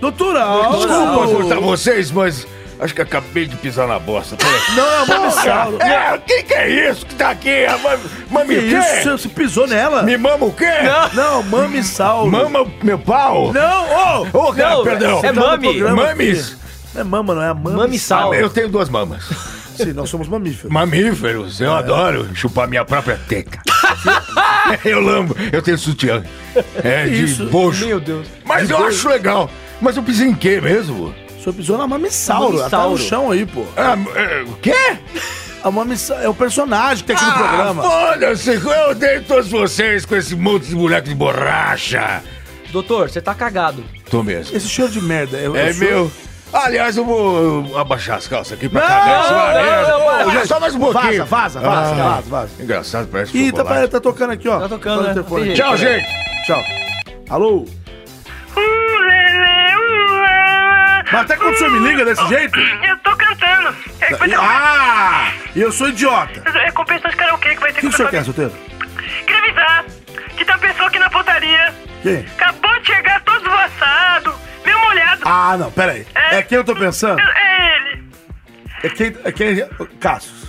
B: Doutoral!
C: Desculpa cortar vocês, mas acho que acabei de pisar na bosta. Peraí.
B: Não, é uma Mamissauro.
C: É, o que, que é isso que tá aqui? A mam-
B: Que
C: Mami o
B: isso?
C: quê?
B: Você- Você pisou nela?
C: Me mama o quê?
B: Não, mamissauro.
C: Mama o meu pau?
B: Não, ô!
C: Ô, cara,
D: Não,
C: perdão.
D: é
B: Tá no
D: mami.
B: programa,
C: Mamis.
B: filho. Não é mama, não, é a
D: Mamissauro.
C: Eu tenho duas mamas.
B: Sim, nós somos mamíferos.
C: Mamíferos,
K: É.
C: eu adoro chupar minha própria teca. eu lambo, eu tenho sutiã. É de
B: Isso.
C: bojo.
D: Meu Deus.
C: Mas eu acho legal. Mas eu pisei em quê mesmo?
B: O senhor pisou na mamissauro. Ela tá no
D: Mamissauro.
B: chão aí, pô.
C: Ah, é, o quê?
B: A mamissauro é o personagem que tem aqui no
C: Ah,
B: programa.
C: foda-se, eu odeio todos vocês com esse monte de boneco de borracha.
D: Doutor, você tá cagado.
C: Tô mesmo.
B: Esse cheiro de merda. eu-
C: É
B: eu sou-
C: meu. Aliás, eu vou eu, abaixar as calças aqui pra
B: Não,
C: cagar essa
D: não,
C: merda.
D: não, não, não,
C: Já Só mais um
B: Vaza,
C: pouquinho.
B: vaza, vaza,
C: Ah.
B: vaza,
I: né?
B: vaza.
C: Engraçado, parece
B: Ih, tá,
C: chocolate.
B: tá tocando aqui, ó.
D: Tá tocando,
B: Tá no
D: né?
B: telefone.
D: Tem
C: Tchau, gente.
B: Tchau. Alô?
E: Ulele, ulá.
B: Mas até quando o senhor me liga desse jeito?
E: Eu tô cantando. É, mas eu-
B: Ah! E eu sou idiota.
E: é compensa de karaokê que vai ter
B: O que o senhor quer, solteiro?
E: Queria avisar que tem uma pessoa aqui na portaria.
B: Quem?
E: Acabou de chegar todo assado, meio molhado.
B: Ah, não, pera aí. É quem eu tô pensando?
E: É, é ele.
B: É quem... É quem... Cassius.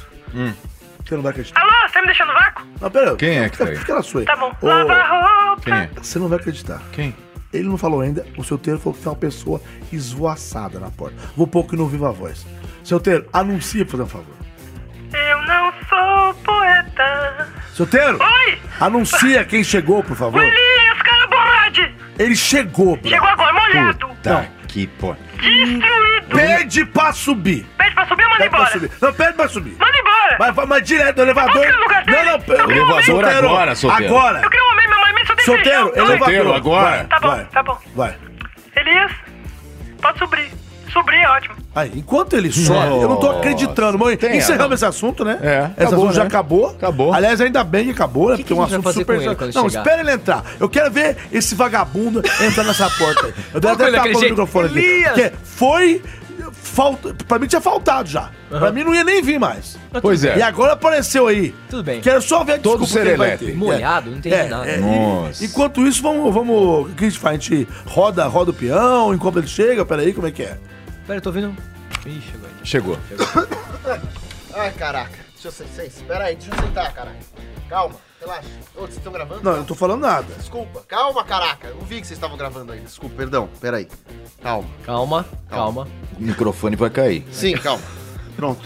B: Você não vai acreditar.
E: Alô, Ah, você me deixou no vácuo?
B: Não, pera aí.
C: Hum. Quem é que tá aí?
B: Por que ela sua aí?
E: Tá bom.
B: Ô,
E: Lava a roupa.
C: Quem é?
B: Você não vai acreditar.
C: Quem?
B: Ele não falou ainda, o solteiro falou que tem uma pessoa esvoaçada na porta. Vou pôr que não viva a voz. Solteiro, anuncia, por um favor.
E: Eu não sou poeta.
B: Solteiro,
E: Oi!
B: anuncia quem chegou, por favor.
E: Elias Caraborrade!
B: Ele chegou, bro.
E: Chegou agora, molhado!
C: Tá que pô.
E: Destruído!
B: Pede pra subir.
E: Pede pra subir ou manda
B: Pede pra
E: embora?
B: subir. Não, pede pra subir.
E: Manda embora!
B: Mas, vai- mas direto do elevador.
E: Onde que é o lugar dele?
B: Não, não, pera.
E: Eu
C: Elevador agora, solteiro.
B: Agora.
E: Eu queria um homem, minha mãe me só tem
B: Solteiro,
E: feijão.
B: elevador.
C: Solteiro, agora.
B: Vai,
E: é Tá bom,
B: vai,
E: tá bom.
B: Vai.
E: Elias, pode subir. Subir é ótimo.
B: Aí, enquanto ele sobe, eu não tô acreditando, mãe.
C: Tem
B: Encerramos esse assunto, né?
C: É,
B: Esse
C: acabou,
B: assunto já
C: né?
B: acabou.
C: Acabou.
B: Aliás, ainda bem que acabou, né? Porque
D: que
B: é
D: a
B: um
D: gente vai
B: assunto
D: fazer
B: super.
D: com ele quando
B: não,
D: chegar?
B: espera ele entrar. Eu quero ver esse vagabundo entrar nessa porta aí. Eu devo
D: Olha
B: até tapar
D: aquele
B: o
D: jeito.
B: microfone aqui.
D: Elias!
B: Porque foi. Falta, pra mim tinha faltado já. Pra mim não ia nem vir mais.
C: Pois é.
B: E agora apareceu aí.
D: Tudo bem.
B: Quero só ver a
C: Todo
B: desculpa que ele vai
C: serelepe.
B: ter. É,
D: Molhado, não entendi nada.
B: e-
C: Nossa.
B: Enquanto isso, vamos. vamos o que a gente faz? A gente roda, roda o peão, enquanto ele chega, peraí, como é que é?
D: Pera, eu tô ouvindo. Ih, chegou aí.
C: Chegou.
K: Ai, caraca. Deixa eu sentar. Espera aí, deixa eu sentar, caraca. Calma, relaxa. Ô, vocês estão gravando?
B: Não, eu não tô falando nada.
K: Desculpa, calma, caraca. Eu vi que vocês estavam gravando aí. Desculpa, perdão. Pera aí. Calma.
D: Calma, calma.
C: O microfone vai cair.
K: Sim, calma. Pronto.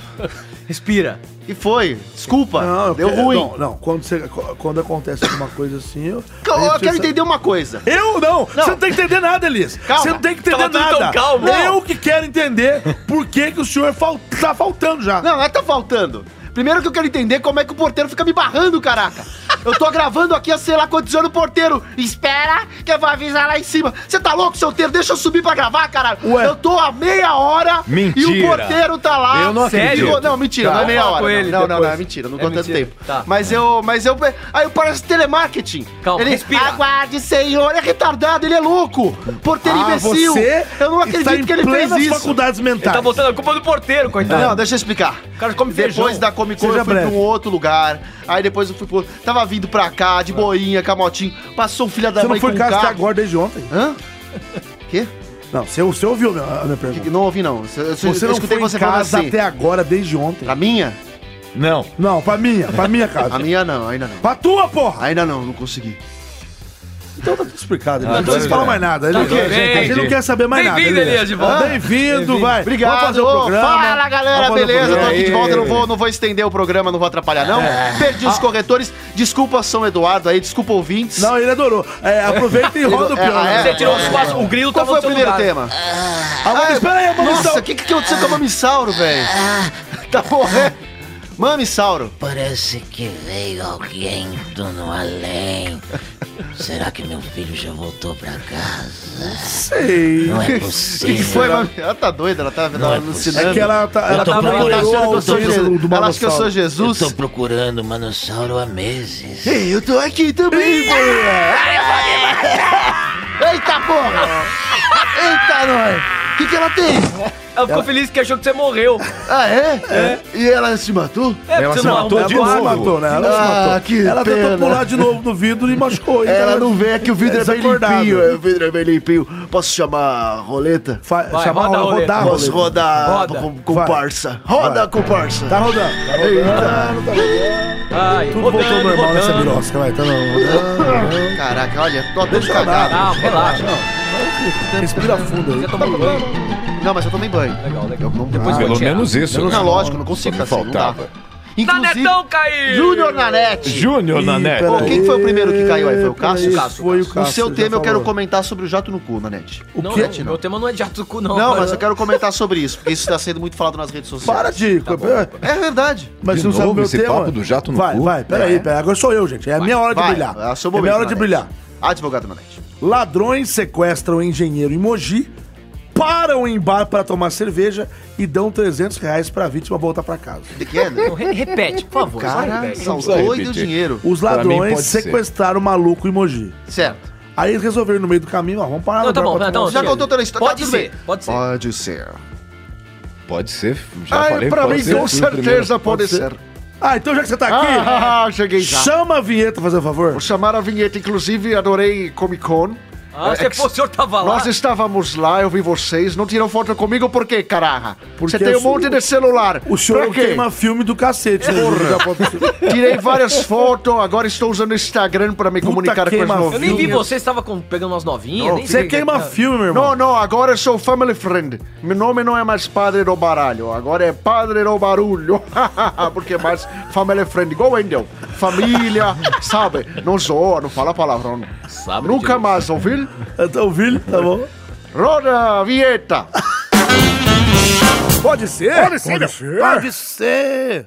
D: Respira.
K: E foi. Desculpa.
B: Não, eu
K: Deu
B: quero-
K: ruim.
B: Não, não, quando, você, quando acontece alguma coisa assim, eu.
K: Cal-
B: a
K: Eu,
B: gente
K: quero
B: precisa-
K: entender uma coisa.
B: Eu não, Você não tem que entender nada, Elias.
K: Calma. então,
B: Você não tem que entender
D: Tava tudo tão
B: nada.
D: calmo.
B: Eu que quero entender por que, que o senhor fal- tá faltando já.
K: Não, não é que tá faltando. Primeiro que eu quero entender como é que o porteiro fica me barrando, caraca. Eu tô gravando aqui há sei lá quantos anos o porteiro. Espera que eu vou avisar lá em cima. Você tá louco, solteiro? Deixa eu subir pra gravar, caralho.
B: Ué.
K: Eu tô há meia hora e o
C: Mentira.
K: porteiro tá lá.
C: Eu não
K: Sério?
C: acredito.
K: Não, mentira,
D: Tá,
K: não é meia
D: fala
K: hora.
D: com
K: Não,
D: ele
K: não, não,
D: depois.
K: não, é mentira. Não
D: É
K: deu tanto
D: mentira.
K: tempo.
D: Tá.
K: Mas eu. Mas eu. Aí eu pareço telemarketing.
D: Calma,
K: ele,
D: respira.
K: Aguarde, senhor. É retardado, ele é louco.
D: Ah,
K: Porteiro imbecil.
B: Ah, você
K: eu não
B: está em
K: acredito que ele fez
B: plenas
K: isso.
B: faculdades
D: Ele
B: mentais.
D: tá botando a culpa do porteiro, coitado.
K: Não, deixa eu explicar.
D: O cara come
K: Depois
D: feijão.
K: da Comic Con
B: Seja
K: eu fui
B: breve.
K: pra um outro lugar. Aí depois eu fui pro. Tava vindo pra cá, de boinha, com a motinha. Passou um filho da
B: Tá. Você
K: mãe
B: não foi
K: com um
B: caso
K: carro.
B: até agora desde ontem?
K: Hã? Quê?
B: Não, você, você ouviu a minha, a minha
K: Que-
B: pergunta.
K: Não ouvi, não. Eu, eu-
B: Você
K: eu
B: não foi
K: escutei
B: em
K: você falando
B: casa
K: assim.
B: até agora desde ontem.
K: A minha?
C: Não.
B: Não, pra minha, pra minha casa.
K: A minha não, ainda não.
B: Pra tua, porra!
K: Ainda não, não consegui.
B: Então tá tudo explicado. Elias.
C: Ah,
B: Então não
C: tá
B: fala
C: bem.
B: mais nada.
D: Tá
B: Elias.
D: ok,
B: a gente não
C: entendi.
B: quer saber mais nada. é.
D: Bem-vindo, Elias, de volta.
B: Bem-vindo, vai.
K: Obrigado,
B: Vamos fazer o
K: ô,
B: programa.
K: Fala galera,
B: Vamos fazer o
K: beleza? Tô
B: programa. É.
K: aqui de
C: Aê.
K: volta, não vou, não vou estender o programa, não vou atrapalhar, não. Perdi os corretores, desculpa São Eduardo aí, desculpa ouvintes.
B: Ah. Não, ele adorou. É, aproveita e roda o
K: É,
B: piano.
K: ah, é?
D: Você tirou os passos, o grilo tá
K: Qual
D: tava
K: foi o
D: no seu
K: primeiro
D: lugar.
K: tema?
B: Ah, mas
K: Ah,
B: espera aí, a
K: Nossa,
B: mamissauro.
D: Ah.
K: o que, que aconteceu com o Mamissauro, velho? Tá morrendo. Mamisauro.
I: Parece que veio alguém do no além. Será que meu filho já voltou pra casa? Não
K: sei.
I: Não
K: O
I: é
K: que
I: possível.
K: que foi, mami? Ela tá doida, ela tá, ela
I: Não
K: tá
I: é
K: alucinando.
I: possível. É que ela tá- ela
K: ela
I: tá
K: tá
I: procurando
K: ela acha que eu sou
I: o
K: Jesus.
I: dono do
K: Ela acha que eu sou
I: Manossauro.
K: Jesus.
I: Eu tô procurando o Manossauro há meses.
K: Ei, eu tô aqui também, pô! Eita porra! Eita, nós! O que, que ela tem?
D: Ela ficou feliz que achou que você morreu.
K: Ah, é? E ela se matou?
D: É, porque
B: Ela
D: você
B: se
D: não
B: matou
D: arrumou
B: de
D: a guarda.
B: novo. Matou, né? Ela se
K: Ah,
B: matou.
K: que
B: ela tentou
K: pena.
B: pular de novo no vidro e machucou. então
K: Ela não vê, é que o vidro é bem
B: desacordada.
K: limpinho. é, O vidro é bem limpinho. Posso chamar a roleta?
B: Fa-
D: Vai,
B: chamar
D: roda a
B: roda,
D: roleta.
B: rodar,
K: Posso rodar
D: Roda.
K: com comparsa? Roda, comparsa!
B: Tá rodando. Tá rodando.
K: Eita!
D: Ai,
B: Tudo voltou ao normal nessa birosca, vai. Tá não, rodando.
K: Caraca, olha, tô até
B: Deixa rodar.
D: Calma,
K: cagado.
D: relaxa.
B: Respira fundo aí.
D: Já tomou banho.
K: Não, mas eu tomei banho.
D: Legal, legal.
K: Não,
D: Depois
C: Pelo
D: vou tirar.
C: menos isso,
K: não,
C: né?
K: não, lógico, não consigo
C: Só
K: tá
C: me
K: assim, não dá.
C: faltava.
B: Tá, né?
D: Nanetão caiu!
K: Júnior Nanete!
C: Júnior
B: Ih,
C: Nanete.
K: Pô,
B: peraí.
K: quem que foi o primeiro que caiu aí? Foi o Cássio?
B: Peraí,
K: Cássio,
B: foi o
K: No
B: Cássio,
K: seu
B: já
K: tema eu
B: falou.
K: quero comentar sobre o jato no cu, Nanete.
B: O
D: Não,
B: quê?
D: não, meu tema não é de Atucu, não.
K: Não,
D: cara.
K: mas eu quero comentar sobre isso, porque isso tá sendo muito falado nas redes sociais.
B: Para de.
K: É verdade.
B: Mas
C: De
B: não sabe o
C: novo
B: meu
C: esse
B: tema?
C: papo do jato no
B: vai,
C: cu?
B: Vai, peraí, peraí. Agora sou eu, gente. É a minha hora de
K: Vai,
B: brilhar.
K: É o seu
B: é
K: momento,
B: minha hora de
K: Nanete.
B: brilhar.
K: Advogado Nanete.
B: Ladrões sequestram engenheiro em Mogi, param em bar para tomar cerveja e dão 300 reais para a vítima voltar para casa.
K: De que é, né?
D: Não, re- repete, por favor. só
K: Cara,
D: repete.
K: são
C: precisa
K: doido o
C: repetir.
K: dinheiro.
B: Os
C: Pra mim,
B: ladrões
C: pode ser.
B: sequestraram o maluco em Mogi.
K: Certo.
B: Aí eles resolveram no meio do caminho, ó, vamos parar
D: Não,
B: no
D: tá
B: bar
D: bom,
B: pra
D: tá
B: tomar
D: bom.
B: um-
K: Já
D: chega.
K: contou toda a história, tá
D: Pode
K: tudo
D: ser,
K: bem.
D: pode ser.
K: Pode ser.
C: Pode ser, já
K: Ah,
C: falei.
K: pra
C: pode
K: mim,
C: ser,
K: com
C: fui o primeiro.
K: certeza pode
B: ser.
K: ser.
B: Ah,
L: é
B: então já que você tá aqui,
K: Ah, cheguei já.
B: chama a vinheta, fazer favor.
K: Vou chamar a vinheta, inclusive adorei Comic Con.
D: Ah, se
K: É que-
D: fosse o senhor tava lá.
K: Nós estávamos lá, eu vi vocês, não tiram foto comigo, por quê, caraca?
B: Porque
K: Você tem
B: eu
K: um
B: sou-
K: monte de celular.
B: O senhor
K: Pra quê? É
B: queima filme do cacete. né?
K: Tirei várias fotos, agora estou usando o Instagram para me
B: Puta
K: comunicar com as
B: queima-
D: Eu nem
K: novinhas.
D: vi você, você tava com- pegando umas novinhas. nem
B: Você
D: sei. é Tá
B: queima filme, meu irmão.
K: Não, não, agora eu sou family friend. Meu nome não é mais Padre do Baralho, agora é Padre do Barulho. Porque é mais family friend, igual o Wendel. Família, sabe? Não zoa, não fala palavrão.
D: Sabe
K: Nunca
D: de-
K: mais, ouviu?
B: Eu tô ouvindo, tá bom?
K: Roda a vinheta.
B: Pode
I: É,
B: ser? Pode ser. Pode ser.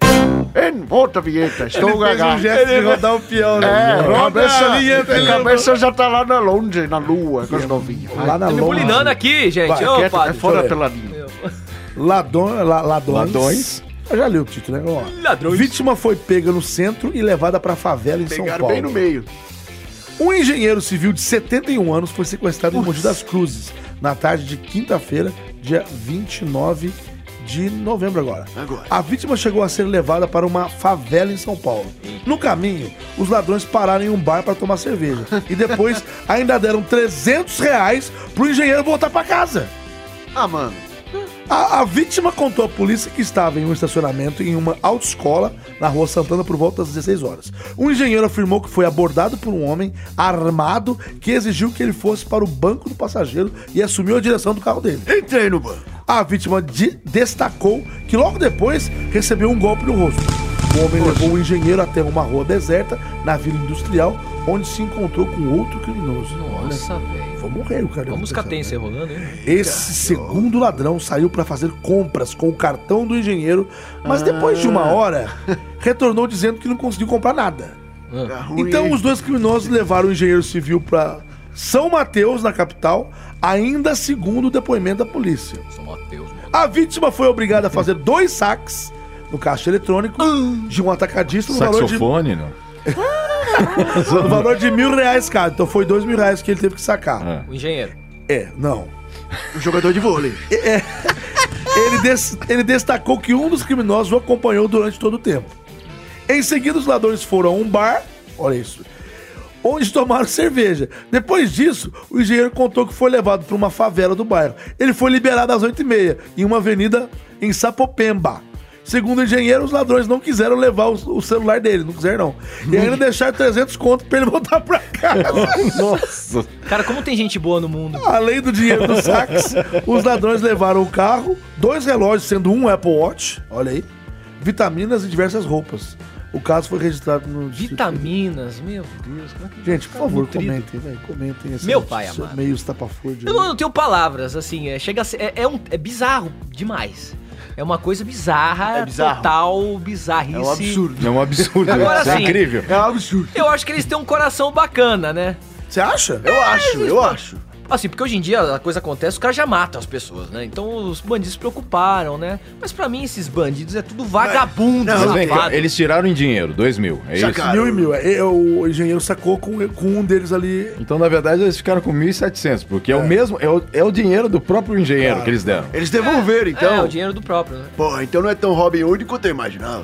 K: Em volta a vinheta, estou
L: um
K: gaga.
B: um de rodar o peão.
K: É,
B: né?
K: cabeça,
B: a vinheta, ele
K: a cabeça já tá lá na longe, na lua, com as novinhas.
B: Lá na
D: Tá me
B: longe.
D: bulinando aqui, gente.
K: Vai,
D: Ô,
K: quieto, é
D: padre.
K: fora
B: Deixa eu
K: pela linha.
B: Ladon, la, ladões.
C: Ladões.
B: Eu já li o título, né? Ó.
D: Ladrões.
B: Vítima foi pega no centro e levada pra favela em São
K: Pegaram
B: Paulo.
K: bem no meio.
B: Um engenheiro civil de 71 anos foi sequestrado em Mogi das Cruzes na tarde de quinta-feira, dia 29 de novembro agora.
K: Agora.
B: A vítima chegou a ser levada para uma favela em São Paulo. No caminho, os ladrões pararam em um bar para tomar cerveja e depois ainda deram 300 reais pro engenheiro voltar pra casa.
K: Ah, mano.
B: A, a vítima contou à polícia que estava em um estacionamento em uma autoescola na rua Santana por volta das 16 horas. Um engenheiro afirmou que foi abordado por um homem armado que exigiu que ele fosse para o banco do passageiro e assumiu a direção do carro dele.
K: Entrei no banco.
B: A vítima de- destacou que logo depois recebeu um golpe no rosto. O homem levou o engenheiro até uma rua deserta na Vila Industrial, onde se encontrou com outro criminoso.
D: Nossa, velho.
B: Vou morrer, o cara.
D: A música
B: Pensando,
D: tensa aí rolando, hein?
B: esse segundo ladrão saiu para fazer compras com o cartão do engenheiro, mas depois de uma hora, retornou dizendo que não conseguiu comprar nada.
I: É
B: Então, os dois criminosos levaram o engenheiro civil para São Mateus, na capital, ainda segundo o depoimento da polícia.
D: São Mateus, mano.
B: A vítima foi obrigada a fazer dois saques no caixa eletrônico de um atacadista no valor de,
C: Saxofone, não?
B: no valor de mil reais cada. Então, foi dois mil reais que ele teve que sacar.
D: O engenheiro.
B: É, não. É.
K: Um jogador de vôlei.
B: Ele, des- ele destacou que um dos criminosos o acompanhou durante todo o tempo. Em seguida, os ladrões foram a um bar, olha isso, onde tomaram cerveja. Depois disso, o engenheiro contou que foi levado para uma favela do bairro. Ele foi liberado às 8h30, em uma avenida em Sapopemba. Segundo o engenheiro, os ladrões não quiseram levar o, o celular dele, não quiseram não.
K: Hum.
B: E ainda deixaram 300 conto pra ele voltar pra casa.
C: Nossa.
D: Cara, como tem gente boa no mundo?
B: Além do dinheiro dos saques, os ladrões levaram o carro, dois relógios, sendo um Apple Watch, olha aí, vitaminas e diversas roupas. O caso foi registrado no. Distrito
D: Vitaminas, meu Deus. Como é que...
B: Gente, por favor,
D: Nutrido.
B: comentem, velho. Comentem esse
D: Meu pai amado.
B: meio estapafúrdio.
D: Eu não, eu não tenho palavras, assim. É, chega a ser, é, é um, é bizarro demais. É uma coisa bizarra,
K: É bizarro.
D: total bizarrice.
K: É um absurdo.
C: É um absurdo.
D: Agora
C: isso é
D: sim.
C: incrível.
K: É um absurdo.
D: Eu acho que eles têm um coração bacana, né?
B: Você acha?
K: Eu acho, eu acho.
D: Assim, porque hoje em dia a coisa acontece, os caras já matam as pessoas, né? Então os bandidos se preocuparam, né? Mas pra mim esses bandidos é tudo vagabundo,
C: Mas vem cá,
D: safado.
C: eles tiraram em dinheiro, dois mil. É isso?
B: Sacaram. Mil e mil. é, é, o engenheiro sacou com, com um deles ali.
C: Então, na verdade, eles ficaram com 1.700, porque é, o mesmo, é o, é o dinheiro do próprio engenheiro que eles deram.
L: Eles devolveram,
D: É,
L: então.
D: o dinheiro do próprio, né?
L: Porra, então não é tão Robin Hood quanto eu imaginava.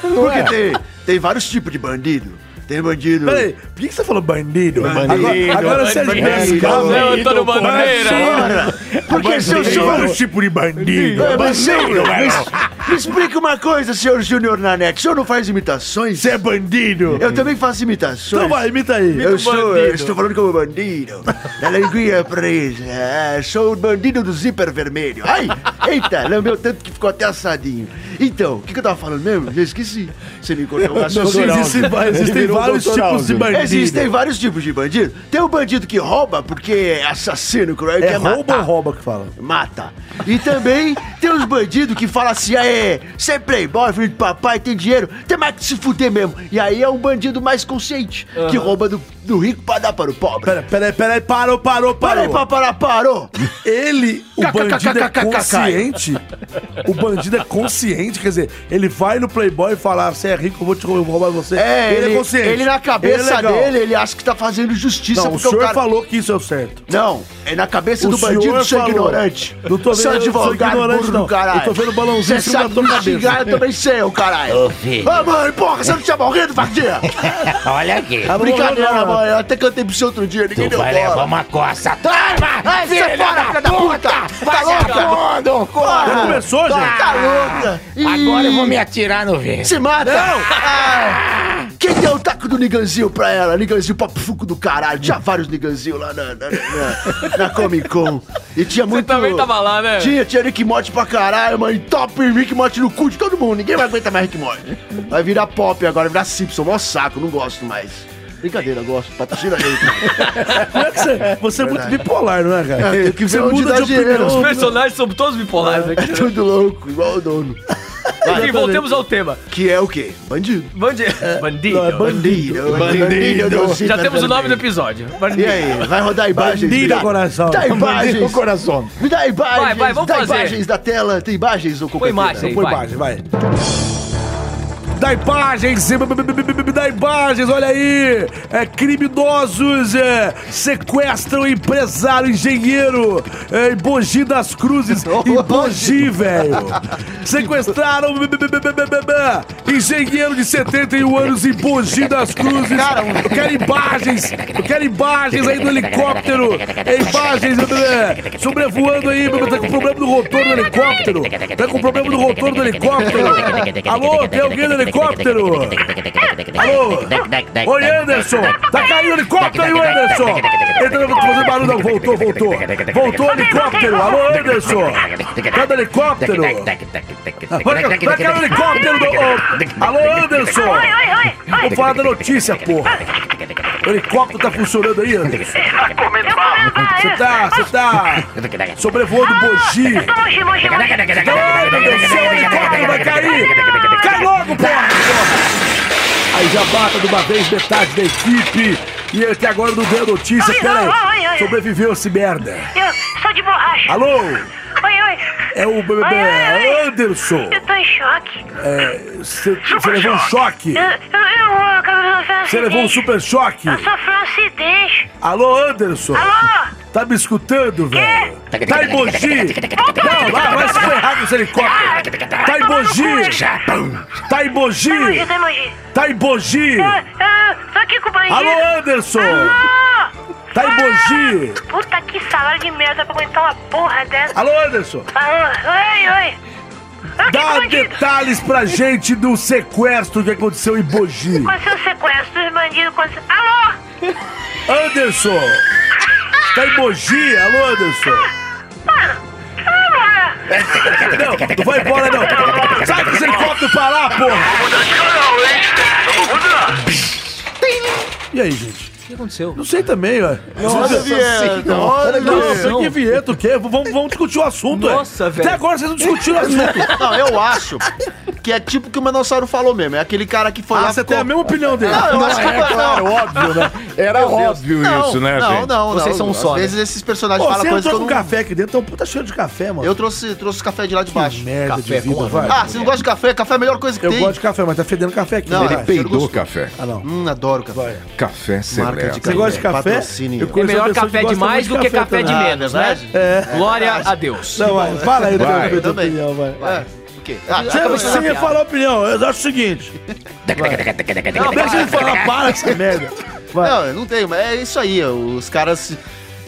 L: Porque
C: é.
L: tem, tem vários tipos de bandido. Tem bandido.
B: Peraí, por que, que você falou bandido?
L: Bandido,
B: Agora, agora você
L: bandido,
B: descalma.
L: bandido,
D: Antônio
L: Ora, Porque, seu senhor.
B: Vários tipos de bandido.
L: É, mas, senhor, me, me explica uma coisa, senhor Júnior Nanete. O senhor não faz imitações?
B: Você é bandido.
L: Eu também faço imitações.
B: Então vai, imita aí.
L: Eu sou, eu estou falando como bandido. Da linguinha presa. Ah, Sou o bandido do zíper vermelho. Ai, eita, lambeu tanto que ficou até assadinho. Então, o que, que eu tava falando mesmo? Já esqueci. Você me contou um assunto.
B: Existem- existem
C: Virou
B: vários
C: doutor
B: tipos de
C: Aldo.
B: bandido.
L: Existem vários tipos de bandido. Tem o bandido que rouba porque é assassino cruel e
B: É
L: quer
B: rouba ou
L: matar.
B: rouba que fala?
L: Mata. E também tem os bandidos que falam assim: aê, você é playboy, filho de papai, tem dinheiro, tem mais que se fuder mesmo. E aí é um bandido mais consciente, que rouba do, do rico pra dar para o pobre.
B: Pera, peraí, peraí, parou, parou,
L: Para aí,
B: parou.
L: papará, parou!
B: Ele, o bandido é
L: KKKKKK.
B: consciente. O bandido é consciente, quer dizer, ele vai no Playboy e fala: você é rico, eu vou te rou- roubar você.
L: É, ele, ele,
B: consciente.
L: na cabeça
B: Ele é legal.
L: dele, ele acha que tá fazendo justiça
B: Não, o
L: porque o,
B: senhor
L: cara...
B: falou que isso é o certo.
L: Não, é na cabeça
B: O
L: do bandido
B: senhor
L: ser
B: falou.
L: ignorante.
B: Não tô
L: Seu
B: vendo- eu sou
L: advogado
B: ignorante,
L: burro
B: não.
L: do caralho.
B: Eu tô vendo o balãozinho em
L: Você
B: cima da
L: sabe
B: tua
L: me
B: cabeça.
L: xingar, eu também sei, ô caralho.
I: Ô, filho.
L: Ah, mãe, porra, você não tinha morrido, Fardinha?
I: Olha aqui.
L: Tá
B: Ah,
L: Brincadeira,
B: não, não.
L: mãe, eu até cantei pro seu outro dia, ninguém
I: Tu
L: deu
I: vai levar
L: bola.
I: uma coça.
B: Ah,
I: Toma!
L: Ai, sai fora, filha da puta! Tá louca?
I: Vagabundo!
L: Porra,
B: Já começou, gente?
L: Tá louca? Ih,
I: Agora eu vou me atirar no vento.
L: Se mata! Ah, quem deu o taco do Niganzinho pra ela? Niganzinho papo fuco do caralho. Tinha vários Niganzinho lá na, na, na- na- na Comic Con. E tinha muito.
D: também tava lá, né?
L: Tinha, tinha Rick Morty pra caralho, mano. E Top Rick Morty no cu de todo mundo. Ninguém vai aguentar mais Rick Morty. Vai virar pop agora, vai virar Simpson. Mó saco, não gosto mais. Brincadeira, eu gosto. Patrocina aí.
B: Como é que você, você é muito bipolar, não é, cara?
L: É, tem que
B: você
L: ver onde
B: muda
L: dá
B: de
L: dinheiro.
D: Os
B: opinião.
D: personagens são todos bipolares aqui. né?
L: Tudo louco, igual o dono.
D: Enfim, voltemos ao tema.
L: Que é o quê? Bandido.
D: Bandi- Bandido.
B: Não, é bandido.
L: Bandido. Bandido. do
D: Já temos o nome do
L: vermelho.
D: episódio.
L: E
D: Bandido.
L: aí, vai rodar imagens?
B: Bandido,
L: Dá-
B: coração.
L: Dá
C: Bandido no
L: imagens.
C: coração.
L: Me dá imagens.
D: Vai, vai, vamos
L: dá
D: fazer.
L: imagens da tela. Tem imagens ou
D: Põe imagem aí,
B: Põe
D: vai.
B: imagem, vai. Dá imagens, b- b- b- b- b- dá imagens, olha aí! É, criminosos é, sequestram empresário, engenheiro é, em Bogi das Cruzes, em Bogi, velho! Sequestraram b- b- b- b- b- b- b- engenheiro de 71 anos em Bogi das Cruzes! Eu quero imagens! Eu quero imagens aí do helicóptero! É, Imagens b- b- b- sobrevoando aí, b- b- tá com problema no rotor do helicóptero! Tá com problema no rotor do helicóptero! Alô, tem alguém no helicóptero? Alô? Oi, Anderson! Tá caindo o helicóptero aí, o Anderson! Entra, vou fazer barulho, não. Voltou, voltou! Voltou o helicóptero! Alô, Anderson! Cadê o helicóptero? Ah, Vai, vai cair o helicóptero do... ô, Alô, Anderson! Vou falar da notícia, porra! O helicóptero tá funcionando aí, Anderson? Você tá, você tá sobrevoando
E: Ah,
B: Bogi! Ai, meu Deus do céu, o helicóptero vai cair! Cai logo, porra! Aí já bata de uma vez metade da equipe. E até agora não deu notícia,
E: Ai,
B: peraí.
E: ai, ai, ai.
B: Sobreviveu esse merda.
E: Eu sou de borracha.
B: Alô?
E: Oi, oi.
B: É o bebê
E: Ai, ai,
B: é
E: ai.
B: Anderson.
E: Eu tô em choque.
B: Você levou um choque.
E: Eu, eu, eu acabei de sofrer um acidente.
B: Você levou um super choque.
E: Eu sofri um acidente.
B: Alô, Anderson.
E: Alô?
B: Tá me escutando, velho? Tá em Bogi. Não, lá vai se ferrar com esse helicóptero. Tá em Bogi. Tá em
E: Emoji,
B: Bogi.
E: tá emoji.
B: Tá em Bogi.
E: Eu, eu tô aqui com o bandido.
B: Alô, Anderson.
E: Alô?
B: Tá em Bogi.
E: Puta que salário de merda pra aguentar uma porra dessa.
B: Alô, Anderson.
E: Alô? Oi, oi. Ah! Eu tô com o
B: Dá
E: bandido.
B: detalhes pra gente do sequestro que aconteceu em Bogi.
E: Aconteceu é o sequestro é dos bandidos. Aconteceu... Alô?
B: Anderson! Tá em Bogi? Alô, Anderson!
E: Vai embora.
B: Não, não vai embora não! Sai com esse helicóptero pra lá, porra! E aí, gente?
D: que aconteceu?
B: Não sei também, ué.
D: Nossa, Vieto, olha,
B: Nossa,
D: Vieto.
B: que Vieto, o quê? Vamos, vamos discutir o assunto, ué.
K: Nossa, velho.
B: é, Até agora vocês não discutiram o assunto.
K: Não, eu acho que é tipo o que o Manossauro falou mesmo. É aquele cara que foi
B: Ah,
K: lá...
B: você
K: ficou-
B: tem a mesma opinião dele.
K: Não, eu acho que
B: É, claro, óbvio, né? Era
K: Meu Deus.
B: óbvio
K: Não,
B: isso, né,
K: Não,
B: gente?
K: não, não.
B: Vocês são um
K: Às
B: só, né?
K: vezes esses personagens
B: Pô,
K: falam
B: você
K: coisas
B: entrou
K: que
B: com
K: eu não...
B: café aqui dentro, tá um puta cheiro de café, mano.
K: Eu trouxe, trouxe café de lá de baixo.
B: merda de vida, vai.
K: Ah, você não gosta de café? Café é a melhor coisa que
B: Eu
K: tem.
B: gosto de café, mas tá fedendo café aqui.
K: Não, é,
B: né?
K: ele
B: Vai.
K: peidou
B: Cheiro gostoso.
C: café.
B: Ah, não.
K: Hum, adoro café.
C: Café
K: Marca
C: seleto.
K: de
B: Você gosta de café?
K: Patrocínio.
B: Eu
D: É
B: conheço uma
D: melhor
B: pessoa
D: café
B: gosta
D: de mais do
B: muito
D: que
B: de
D: café de
B: também.
D: menos, né?
B: verdade? É.
D: Glória a Deus.
B: Não, vai, fala aí,
D: Vai.
B: Daniel,
D: Eu
B: tua
D: também.
B: opinião, vai.
K: É, o quê? Ah,
B: Você,
K: acabou de fazer
B: você ia
K: piada.
B: falar a opinião, eu acho o seguinte. Não, deixa ele falar, para essa merda.
K: Não, eu não tenho, mas é isso aí. ó, Os caras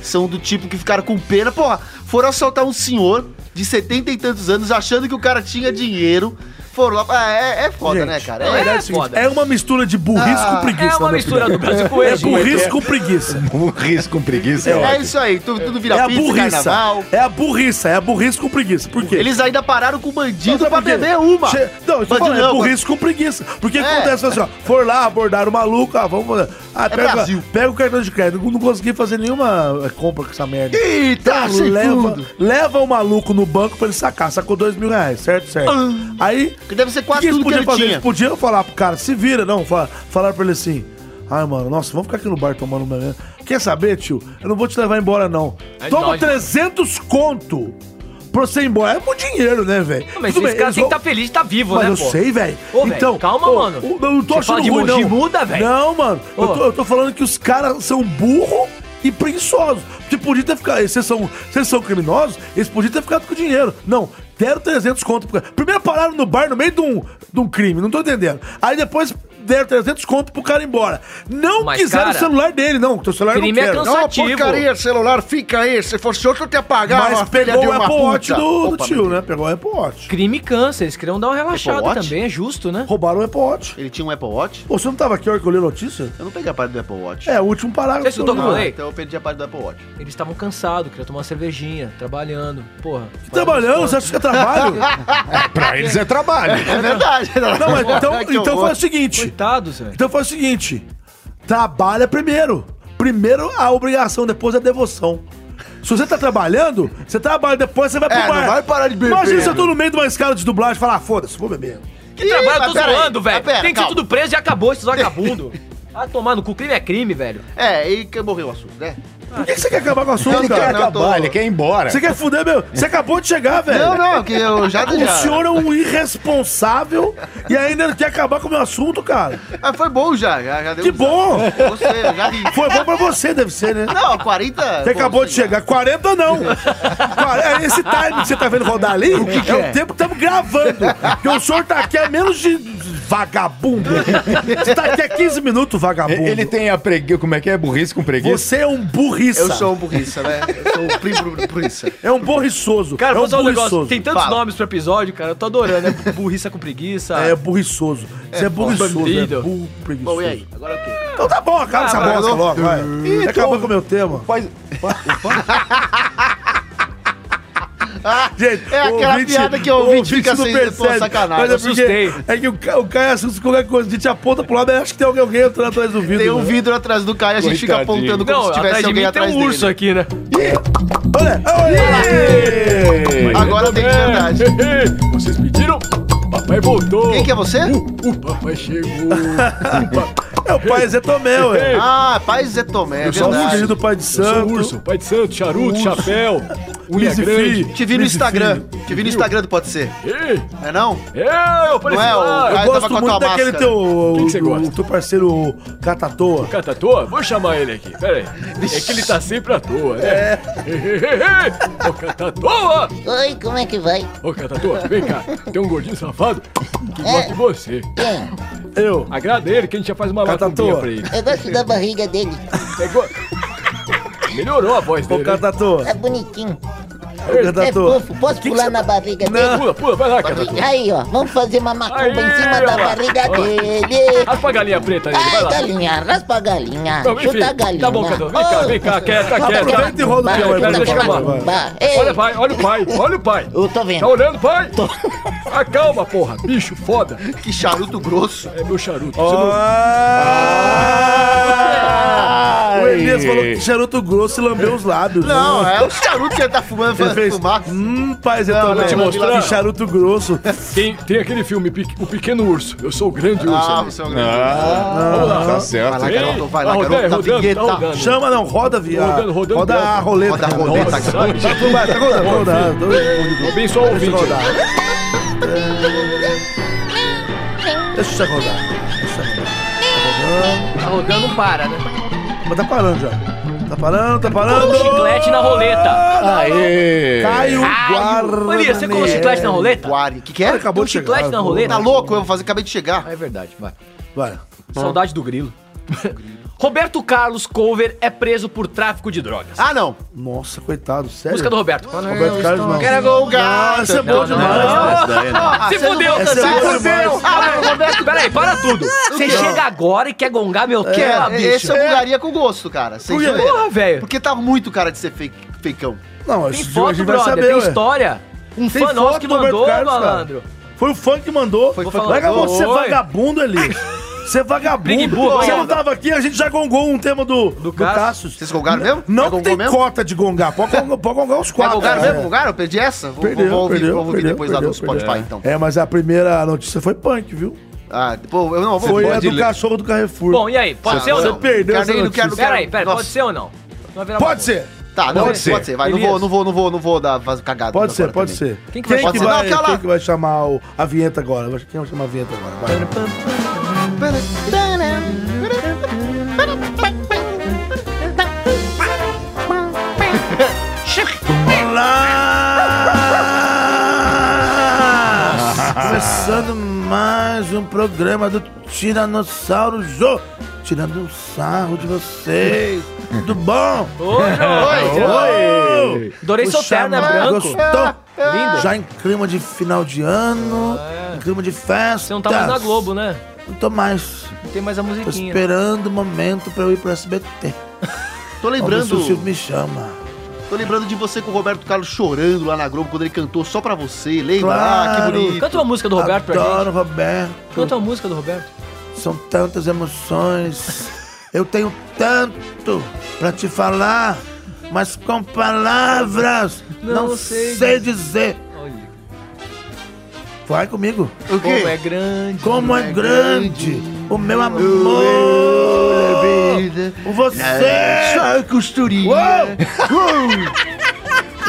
K: são do tipo que ficaram com pena. Porra, foram assaltar um senhor de setenta e tantos anos achando que o cara tinha dinheiro. Foram lá. Ah, é, é foda,
B: Gente,
K: né, cara?
B: na verdade é o seguinte, é uma mistura de burrice
K: Ah,
B: com preguiça.
K: é uma
B: na minha
K: mistura
B: opinião.
K: do Brasil com
B: É
K: ele.
B: burrice com preguiça.
C: Burrice com preguiça
K: É, isso aí, tudo, tudo vira
B: é a
K: pizza,
B: burriça.
K: carnaval.
B: É a burriça, é a burrice com preguiça. Por quê?
K: Eles ainda pararam com o
B: Não,
K: bandido
B: sabe
K: pra
B: por quê?
K: beber uma.
B: Che- Não, isso
K: Bandido
B: fala, é
K: não,
B: burrice com preguiça. Porque o que
K: É.
B: acontece assim, ó, for lá, abordar o maluco, ah, vamos... Ah, pega,
K: Brasil.
B: pega o cartão de crédito, não consegui fazer nenhuma eh, compra com essa merda. Então,
K: Eita, sem
B: leva,
K: fundo.
B: leva o maluco no banco pra ele sacar, sacou dois mil reais, certo, certo.
K: Ah.
B: Aí,
K: Que deve ser
B: o que,
K: quase
B: que eles
K: tudo que
B: podiam
K: ele
B: fazer?
K: tinha.
B: Eles podiam falar pro cara, se vira, não, fa- falar pra ele assim. Ai, mano, nossa, vamos ficar aqui no bar tomando uma... Quer saber, tio? Eu não vou te levar embora, não.
D: É
B: Toma
D: nóis.
B: 300 conto pra você ir embora. É muito dinheiro, né, velho?
D: Não, Mas
B: Tudo
D: esse cara
B: bem, eles
D: tem que
B: vão-
D: estar feliz de estar vivo,
B: mas
D: né,
B: eu
D: pô?
B: sei, velho.
D: Ô, velho,
B: Então,
D: calma,
B: ô,
D: mano.
B: ô, Eu não tô
D: Você fala
B: achando
D: de
B: ruim,
D: Mogi
B: não.
D: muda, velho.
B: Não, mano. Eu
D: Ô.
B: tô, eu tô falando que os caras são burro e preguiçosos. Porque podia ter ficado... Vocês são, vocês são criminosos, eles podiam ter ficado com o dinheiro. Não, deram 300 conto. pro cara. Primeiro pararam no bar no meio de um, de um crime, não tô entendendo. Aí depois... Deram 300 conto pro cara ir embora. Não
D: Mas,
B: quiseram
D: cara,
B: o celular dele, não. Teu celular eu não
D: crime é
B: quero.
D: cansa-
L: Não,
D: Cansativo.
L: porcaria, celular, fica aí. Se fosse outro, eu te apagava.
B: Mas
L: filha
B: pegou
L: de
B: o
L: uma
B: Apple Watch
L: puta.
B: do, do
L: Opa,
B: tio, né? Pegou o Apple Watch.
D: Crime cansa, eles queriam dar uma relaxada
K: Watch?
D: também, é justo, né?
B: Roubaram o Apple Watch.
K: Ele tinha um Apple Watch?
B: Pô, você não tava aqui a hora que eu li a notícia?
K: Eu não peguei a parte do Apple Watch.
B: É, o último parágrafo.
D: Você escutou o que eu
B: li.
D: falei?
K: Então eu perdi a parte do Apple Watch.
D: Eles estavam cansados, queriam tomar uma cervejinha, trabalhando. Porra.
B: Trabalhando, você acha que é trabalho?
C: Pra eles é trabalho.
K: É verdade.
B: Não, mas então,
K: Que
B: então
K: horror.
B: faz o seguinte.
D: Coitados, velho.
B: Então faz o seguinte. Trabalha primeiro. Primeiro a obrigação, depois a devoção. Se você tá trabalhando, você trabalha, depois você vai pro
L: É,
B: bar.
L: não vai parar de beber.
B: Imagina se eu tô no meio de uma escala de dublagem e falar, ah, foda-se, vou beber.
D: Que trabalho, eu
K: mas
D: tô
K: pera aí,
D: zoando,
K: mas
D: velho.
K: pera,
D: Tem que ser
K: calma.
D: tudo preso e é acabou esses vagabundos. Ah, tomar no cu, crime é crime, velho.
K: É, e que morreu o assunto, né?
B: Por que, que você quer acabar com o assunto,
K: Ele
B: cara?
K: quer acabar,
C: Olha, quer ir embora.
B: Você quer fuder, meu? Você acabou de chegar, velho.
K: Não, não, que eu já...
B: O
K: já...
B: senhor é um irresponsável e ainda quer acabar com o meu assunto, cara.
K: Ah, foi bom já, já, já deu
B: Que
K: um-
B: bom!
K: Você, eu já ri.
B: Foi bom pra você, deve ser, né?
K: Não, é 40.
B: Você
K: pô,
B: acabou
K: sei
B: de
K: lá.
B: chegar. 40 não. Quare- Esse time que você tá vendo rodar ali é o tempo que estamos gravando. Porque o senhor tá aqui há menos de vagabundo. Você tá aqui há 15 minutos, vagabundo.
C: Ele tem a preguiça. Como é que é? Burrice com preguiça?
B: Você é um burriça.
K: Eu sou um burriça, né? Eu sou um primo burriça.
B: É um burriçoso.
D: Cara,
B: é
D: vou
B: um
D: usar um negócio. Tem tantos
K: Fala.
D: nomes pro episódio, cara. Eu tô adorando. É burriça com preguiça.
B: É burriçoso. Você é burriçoso. É
D: bandido.
B: burro, preguiçoso.
K: Bom, e aí? Agora o quê?
B: Então tá bom, acaba
D: Ah,
B: essa
D: vai,
B: bosta
D: não.
B: logo, vai. Você acabou com o meu tema.
C: Faz-
B: Gente,
K: É
B: o
K: aquela piada que o ouvinte fica
B: não
K: sem- pô, sacanagem.
B: Mas é porque
D: Assustei.
B: é que o, ca- o Caio assusta com qualquer coisa. A gente aponta pro lado, mas acho que tem alguém, alguém entrando atrás do vidro.
K: Tem um
B: né?
K: vidro atrás do cara e a gente fica
C: Coitadinho.
K: apontando como
D: Não,
K: se tivesse
D: atrás de
K: alguém
D: mim tem
K: atrás
D: um urso
K: dele.
D: aqui, né?
B: Olha, olha lá.
F: É.
C: Mas-
K: Agora tem de verdade.
F: Vocês pediram? Papai voltou.
K: Quem que é você?
F: O, o papai chegou.
B: É o pai Zé Tomé, ué.
K: Ah, pai Zé Tomé, é
B: Eu sou um
K: verdade.
B: filho do pai de
F: Sou
B: santo.
F: urso, pai de santo, charuto,
B: Urso.
F: chapéu, unha
B: Lizzy
F: grande.
B: Fi.
K: Te vi no
B: Lizzy
K: Instagram.
B: Fi.
K: Te vi no Instagram do Pode Ser.
F: Ei,
K: Não É não?
F: eu, assim, "Ah, apareci
K: Não é o-
F: lá.
B: Eu
K: Aí
B: gosto
K: tava com a
B: muito
K: tua
B: daquele
K: máscara.
B: teu.
F: Quem que você
B: o-
F: gosta?
B: O teu parceiro o Catatoa.
F: Cata tá à toa? Vou chamar ele aqui, pera aí. É que ele tá sempre à toa, né? É.
K: É.
F: Ô, Cata à toa!
I: Oi, como é que vai?
F: Ô, Cata à toa, vem cá. Tem um gordinho safado que gosta de você.
K: É.
B: Eu.
F: Agrada ele que a gente já faz uma
K: tá
B: Cata à
F: lacumbinha
B: toa.
F: pra ele.
I: Eu gosto da barriga dele.
F: Pegou? Melhorou a voz
B: Ô,
F: dele. né?
B: Catatoa.
I: Tá bonitinho.
B: Ô,
I: É
B: Catatoa.
I: fofo. Posso
B: Que que
I: pular
B: você-
I: na barriga dele?
F: Pula, pula, vai lá, Cata à toa.
I: Aí, ó. Vamos fazer uma macumba em
F: Aí,
I: cima da
F: ó.
I: barriga
F: Ó.
I: dele.
F: Raspa a galinha preta nele, vai
I: Ai,
F: lá.
M: tá
I: galinha. Raspa a galinha.
F: Não, enfim,
I: Chuta a galinha.
F: Tá bom, Cadu. Vem cá,
I: Ô,
F: vem cá, quieta,
B: Aproveita e
F: quieta.
B: roda o teu
F: Vai,
B: aí, pra
F: deixa eu
B: gente.
F: acabar.
B: Vai, vai.
I: Bah, ei,
F: Olha, pai, olha o pai, olha o pai.
I: Eu tô
F: Tá
I: vendo.
F: olhando, pai? Acalma, porra. Bicho, foda.
K: Que charuto grosso.
F: É meu charuto. Você não-
B: Ah! Elias falou que charuto grosso e lambeu os lábios. né?
K: Não, é o charuto que ele tá fumando,
B: Ele
K: fazendo
B: fez,
K: fumar.
B: hum, paz, eu
K: Não,
B: tô
K: não,
B: te
K: não,
B: mostrando
K: não.
B: que charuto grosso.
F: Tem, tem aquele filme, Pe- O Pequeno Urso. Eu sou o grande urso.
K: Ah,
F: né?
K: você é o
C: Ah, tá certo.
K: Vai lá, garoto, vai lá,
F: Tá
K: garoto,
F: rodando,
K: da
F: rodando,
K: vinheta.
F: tá rodando.
B: Chama não, roda, viado.
F: Rodando, rodando.
B: Roda a roleta.
K: Roda a roleta.
B: Tá tudo bem, tá rodando, rodando.
F: Tô bem só ouvinte.
B: rodar. Deixa eu rodar. Deixa eu rodar.
D: Tá rodando, não para, né?
B: Mas tá parando já. Tá parando, tá parando.
D: Colocou chiclete na roleta.
C: Aê!
B: Caio Guarda.
D: Olha, você colocou chiclete na roleta?
K: Guari. O que, que é?
D: Deu
B: Acabou de
D: chiclete
B: chegar.
D: na roleta?
K: Tá louco? Eu vou fazer, acabei de chegar.
D: É verdade, vai.
B: Vai.
D: Saudade do grilo. Roberto Carlos Cover é preso por tráfico de drogas.
K: Ah, não.
B: Nossa, coitado, sério.
D: Música do Roberto.
B: Roberto Carlos não.
K: Quero golgar.
B: Nossa, é boa
D: Não, não,
B: demais.
D: não,
B: né?
D: não.
C: Essa daí, né?
K: Ah,
D: Se
K: você não-
D: fudeu,
K: você
D: se
B: é boa
D: fudeu.
B: demais.
D: Ah, mas Roberto, peraí, para tudo. Você chega agora e quer gongar meu que?
K: É,
D: bicho?
K: esse eu bugaria com gosto, cara. Sem
B: Por quê?
K: zoeira.
D: Porra, velho.
K: Porque tá muito cara de ser fake, feicão.
B: Não,
D: Tem
B: esse dia a
D: foto,
B: gente vai
D: brother,
B: saber,
D: tem
B: ué.
D: história. Um
B: Tem
D: fã nosso
B: foto
D: que
B: do Roberto
D: mandou,
B: Carlos, cara.
D: malandro.
B: Foi o fã que mandou.
D: Foi o fã que
B: Vai,
D: mandou.
B: Gabão, você é
D: Oi.
B: vagabundo, Elias. Você é
D: Big
B: vagabundo.
D: Bull,
B: Você não
D: manda.
B: tava aqui, a gente já gongou um tema do, do,
D: Cassius.
B: Cassius.
K: Vocês golgaram mesmo? Já
B: Não que
K: gongou
B: tem
K: mesmo?
B: cota de gongar. Pode gongar, pode gongar os
K: Já
B: quatro.
K: golgaram
B: cara.
K: mesmo? Golgaram? Eu perdi essa? Vou,
B: Perdeu,
K: vou ouvir,
B: perdeu,
K: vou ouvir
B: perdeu,
K: depois lá no
B: perdeu,
K: Spotify,
B: perdeu.
K: então.
B: É, mas a primeira notícia foi punk, viu?
K: Ah, pô, eu não vou
B: Foi a
C: pode
B: do
C: ler.
B: cachorro do Carrefour.
D: Bom, e aí, pode ser ou
K: não,
D: não?
B: Você perdeu
K: Quero
B: essa
K: nem- não quero-
B: notícia.
D: Peraí, peraí,
K: Nossa.
D: pode ser ou não? Não haverá
B: Pode
D: mais.
B: ser.
K: Tá, não, pode ser, pode ser. Vai, não
D: Elias.
K: vou, não vou, não vou, não vou dar fazer cagada.
B: Pode ser,
K: agora
B: pode
K: também.
B: ser.
D: Quem que vai
B: quem que
K: chamar?
B: vai,
K: Não, aquela-
B: quem que vai chamar o- a vinheta agora? Quem vai chamar a vinheta agora? Vai.
K: né?
B: Olá! Começando mais um programa do Tiranossauro Jô. Tirando um sarro de vocês. Tudo bom? Oi!
D: Adorei seu terno, né,
B: chamado
D: branco?
B: Gostou? É.
D: Lindo. É.
B: Já em clima de final de ano, em clima de festa.
D: Você não tá mais na Globo, né?
B: Não tô mais.
D: Não tem mais a
B: Tô
D: musiquinha.
B: esperando o momento pra eu ir pro SBT.
K: Tô
B: Vamos ver se o Silvio
K: lembrando,
B: me chama.
K: tô lembrando de você com o Roberto Carlos chorando lá na Globo quando ele cantou só pra você. Lembra? Ah, que
B: Claro.
K: bonito.
D: Canta uma música do Roberto pra
B: Adoro,
D: gente.
B: Roberto.
D: Canta uma música do Roberto.
B: São tantas emoções. Eu tenho tanto pra te falar, mas com palavras
D: Não
B: não,
D: sei
B: sei, dizer.
D: Olha,
B: Vai comigo.
K: O
D: como
K: quê?
D: é grande.
B: Como é grande o meu amor. Você.
K: Só costurinha.
B: Uou! um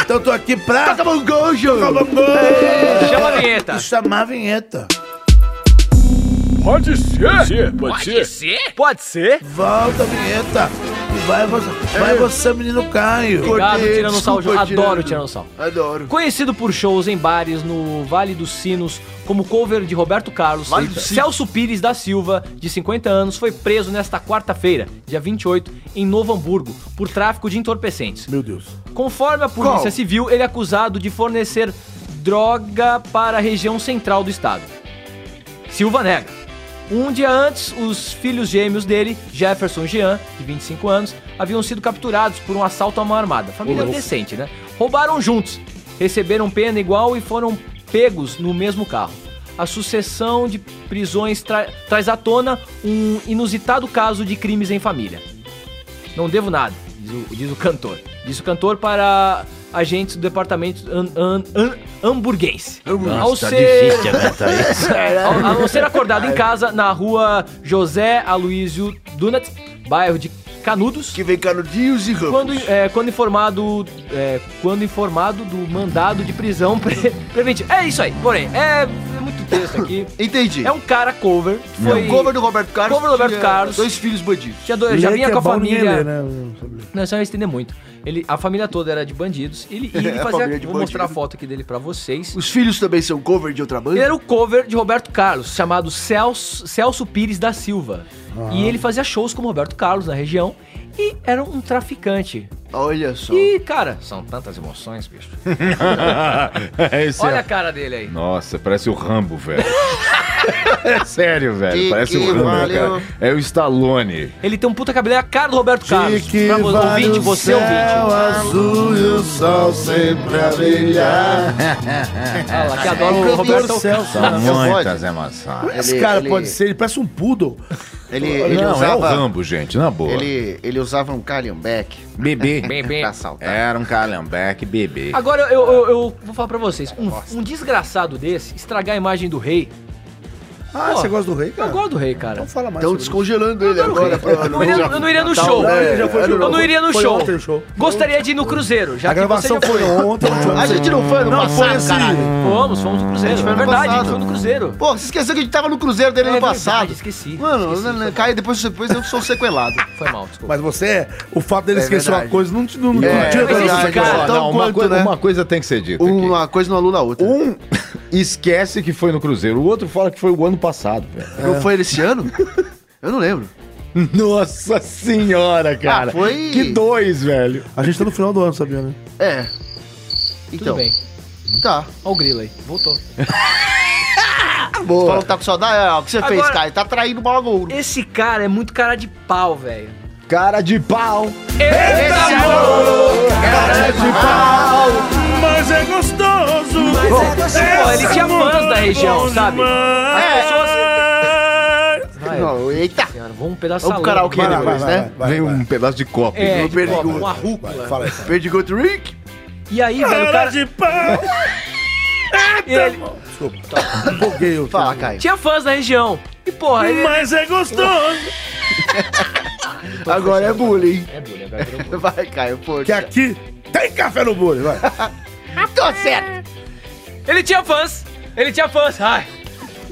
B: Então eu tô aqui pra
K: Toca mongojo.
D: É. Chama a vinheta.
B: chamar a vinheta.
F: Pode ser. Pode ser.
D: ser? Pode ser.
B: Volta a vinheta. E vai você, vai você menino Caio.
D: Obrigado,
K: Cortei,
D: Tiranossauro. Jô.
K: desculpa,
D: Adoro o
K: Tirano.
D: Tiranossauro.
K: Adoro.
D: Conhecido por shows em bares no Vale dos Sinos, como cover de Roberto Carlos,
K: Vale dos Sinos.
D: Celso Pires da Silva, de 50 anos, foi preso nesta quarta-feira, dia 28, em Novo Hamburgo, por tráfico de entorpecentes.
B: Meu Deus.
D: Conforme a Polícia
K: Qual?
D: Civil, ele é acusado de fornecer droga para a região central do estado. Silva nega. Um dia antes, os filhos gêmeos dele, Jefferson e Jean, de 25 anos, haviam sido capturados por um assalto à mão armada. Família decente, né? Roubaram juntos, receberam pena igual e foram pegos no mesmo carro. A sucessão de prisões tra- traz à tona um inusitado caso de crimes em família. Não devo nada, diz o, diz o cantor. Diz o cantor para agentes do departamento an, an, an- hamburguense. Ao
K: tá
D: ser, ao, a não ser acordado em casa, na rua José Aloysio Dunat, bairro de Canudos.
L: Que vem canudinhos e ramos.
D: Quando, é, quando informado é, quando informado do mandado de prisão pre preventivo. É isso aí, porém, é, é muito texto aqui.
K: Entendi.
D: É um cara cover. que Foi
K: um cover do Roberto Carlos.
D: Cover do Roberto
K: tinha
D: Carlos.
K: Dois filhos bandidos.
D: Tinha dois- já
B: Ler
D: vinha
B: que
D: com
B: é
D: a
B: bom, ninguém
D: família.
B: lê, né? Não sabe ler.
D: Não, isso eu ia estender muito. Ele, a família toda era de bandidos. Ele, e ele
K: É, a
D: fazia.
K: família de
D: Vou mostrar a
K: bandido.
D: foto aqui dele pra vocês.
K: Os filhos também são cover de outra
D: Ele
K: banda?
D: era o cover de Roberto Carlos, chamado Celso, Celso Pires da Silva.
K: Ah.
D: E ele fazia shows como Roberto Carlos na região. E era um traficante.
K: Olha só.
D: E, cara, são tantas emoções, bicho.
C: Esse é-
K: é
D: Olha a cara dele aí.
C: Nossa, parece o Rambo, velho. É sério, velho.
D: Que que
C: Parece o Rambo,
D: valeu.
C: cara. É o Stallone.
D: Ele tem um puta cabelo, é a cara do Roberto Carlos. Pra vo- ouvinte, você é ouvinte.
B: azul e o sol sempre a brilhar.
K: É,
D: Olha lá, que adora o Roberto
B: É Celso.
C: São muitas
B: pode.
C: emoções.
B: é Esse cara pode ser, ele parece um poodle.
K: Ele,
C: Não,
K: ele
C: é o
K: usava.
C: Rambo, gente, na boa.
K: ele, ele usava um Kaliumbeck.
C: Bebê.
D: Bebê.
K: pra saltar.
C: Era um calhambeque bebê.
D: Agora eu, eu- eu vou falar pra vocês: um, um desgraçado desse estragar a imagem do rei.
B: Ah, você gosta do rei, cara?
D: Eu gosto do rei, cara.
B: Não fala mais.
L: Estão descongelando ele agora.
D: Eu não iria, eu não iria no
B: Tá,
D: show.
L: é,
B: né? Ele já foi
D: Eu
B: de
D: não
B: novo.
D: iria no
B: Foi
D: show.
B: ontem o show.
D: Gostaria de ir no Cruzeiro. Já
B: A
D: que
B: gravação
D: você já
B: foi ontem.
K: A gente não foi no
B: Não, foi
K: passado,
B: esse-
K: caralho.
D: Fomos, fomos no Cruzeiro.
K: foi
D: É
K: ano
D: verdade, a gente
K: passado.
D: foi no Cruzeiro.
K: Pô, você esqueceu que a gente tava no Cruzeiro dele
D: É
K: ano
D: verdade,
K: passado.
D: esqueci,
K: Mano,
D: esqueci,
K: né, Caio, depois, depois eu sou sequelado.
D: Foi mal, desculpa.
B: Mas você, o fato dele
K: É
B: esquecer
K: verdade.
B: uma coisa, não te não, não
C: É,
B: tira
D: mas
B: da
D: esse
B: imagem.
D: cara-
C: Ó,
K: tão
C: não, uma,
K: quanto,
C: coi-
K: né?
C: uma coisa tem que ser dita aqui.
K: Uma coisa não anula a outra.
C: Um esquece que foi no Cruzeiro, o outro fala que foi o ano passado, velho.
K: Não foi ele esse ano? Eu não lembro.
C: Nossa
L: Ah,
C: senhora, cara.
K: foi-
C: Que dois, velho.
B: A gente tá no final do ano, sabia, né?
K: É.
D: Tudo
K: Então,
D: bem.
K: tá.
D: Olha o grilo aí. Voltou.
B: Ah,
K: Falou que tá com saudade. Ah, o que você fez,
D: Agora-
K: Caio? Tá traindo o bagulho.
D: Esse cara é muito cara de pau, velho.
C: Cara de pau.
D: Esse é
B: Mas é gostoso!
D: assim, Pô, é ele tinha fãs
B: é
D: da região, sabe? As pessoas. Vai,
K: Não, É. eita.
D: cara, vamos um pedaço
K: Vamos pro karaokê
B: Vai lá, vai,
K: depois,
B: vai,
K: né?
B: vai,
C: Vem
B: vai.
C: um pedaço de copo.
D: É,
C: viu?
D: de copo, uma rúcula.
B: Fala isso.
K: Perdigoto Rick.
D: E aí, velho, o cara. Ele
B: Desculpa. tá. Empolguei eu.
K: Fala, Caio.
D: tinha fãs da região. E porra, ele.
B: Mas é gostoso!
K: Agora é bullying.
D: É bullying, agora virou bullying.
K: Vai, Caio, pô. É,
B: Que aqui tem café no bolo, vai.
K: Ah, Tô certo.
D: Ele tinha fãs. Ele tinha fãs. Ai.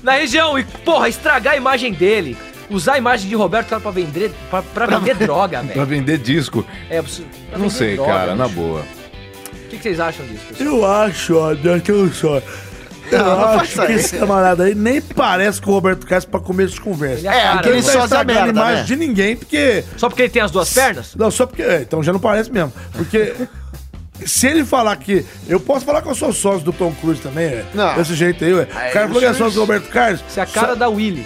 D: Na região. E, porra, estragar a imagem dele. Usar a imagem de Roberto Carlos pra vender, pra, pra vender droga,
C: Pra
D: velho.
C: vender disco.
D: É absurdo. Pra
C: Não
D: vender
C: sei,
D: droga,
C: cara, na
D: bicho.
C: boa.
D: O que, que vocês acham disso, pessoal?
B: Eu acho, ó, Deus, que eu sou. Eu
K: Não, não
B: acho
K: faça
B: que
K: isso.
B: esse camarada aí nem parece com o Roberto Castro pra começo de conversa.
D: Ele é,
K: É,
D: cara,
K: aquele
D: né?
B: Ele não tá
K: só da
B: estragando a
K: merda,
B: imagem
K: né?
B: de ninguém, porque
D: Só porque ele tem as duas pernas?
B: Não, só porque. é, Então já não parece mesmo. Porque. Se ele falar que. Eu posso falar que eu sou sócio do Tom Cruise também, é.
K: Não.
B: Desse jeito aí, ué. O cara falou que é sócio do Roberto Carlos.
D: Isso é a cara da Willy.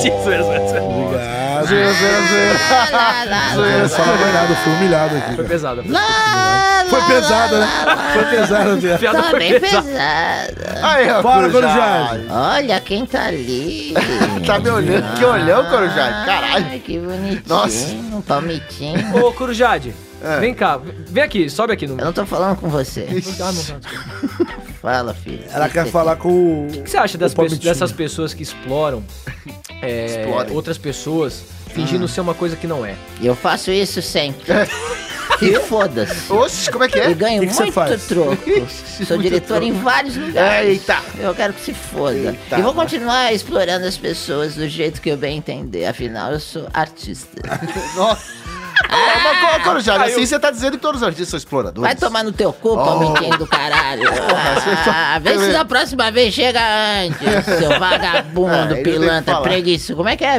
D: Tipo,
B: Ah, zoeira, zoeira, zoeira. Zoeira, só na verdade, eu fui humilhado aqui.
D: Foi
B: cara.
D: pesada.
B: Foi pesada, né? Foi pesada,
D: A
B: né?
D: piada
M: Tá
D: foi
M: bem
D: pesada.
M: pesada.
K: Aí, ó,
B: Fala,
K: Corujade.
B: Corujade.
M: Olha quem tá ali.
K: Tá me olhando. Que olhão, Corujade. Caralho.
M: Ai, Ah, que bonitinho.
K: Nossa.
M: Um palmitinho.
D: Ô, Corujade,
K: É.
D: vem cá. Vem aqui, sobe aqui no.
M: Eu não tô falando com você.
D: Ah, não, não.
M: Fala, filho.
B: Ela quer falar com o.
D: O que você acha das
B: Opa,
D: pe-
B: mentira.
D: dessas pessoas que exploram é,
K: Explodem.
D: outras pessoas fingindo ser uma coisa que não é?
M: Eu faço isso sempre. E foda-se.
K: Oxe, como é que
M: Eu
K: é?
M: ganho
B: Que que você
M: muito
B: faz?
M: troco. Sou
K: Muito
M: diretor em vários lugares.
K: Eita.
M: Eu quero que se foda.
K: Eita.
M: e vou continuar explorando as pessoas do jeito que eu bem entender. Afinal, eu sou artista.
K: Nossa. Ah, mas, co- Corujade, assim você tá dizendo que todos os artistas são exploradores.
M: Vai tomar Tá no teu cu,
K: Oh.
M: palmitinho do caralho. Ah, vê se da próxima vez chega antes,
K: Ah,
M: seu
K: ele
M: vagabundo,
K: tem que
M: pilantra,
K: falar.
M: preguiçoso. Como é que é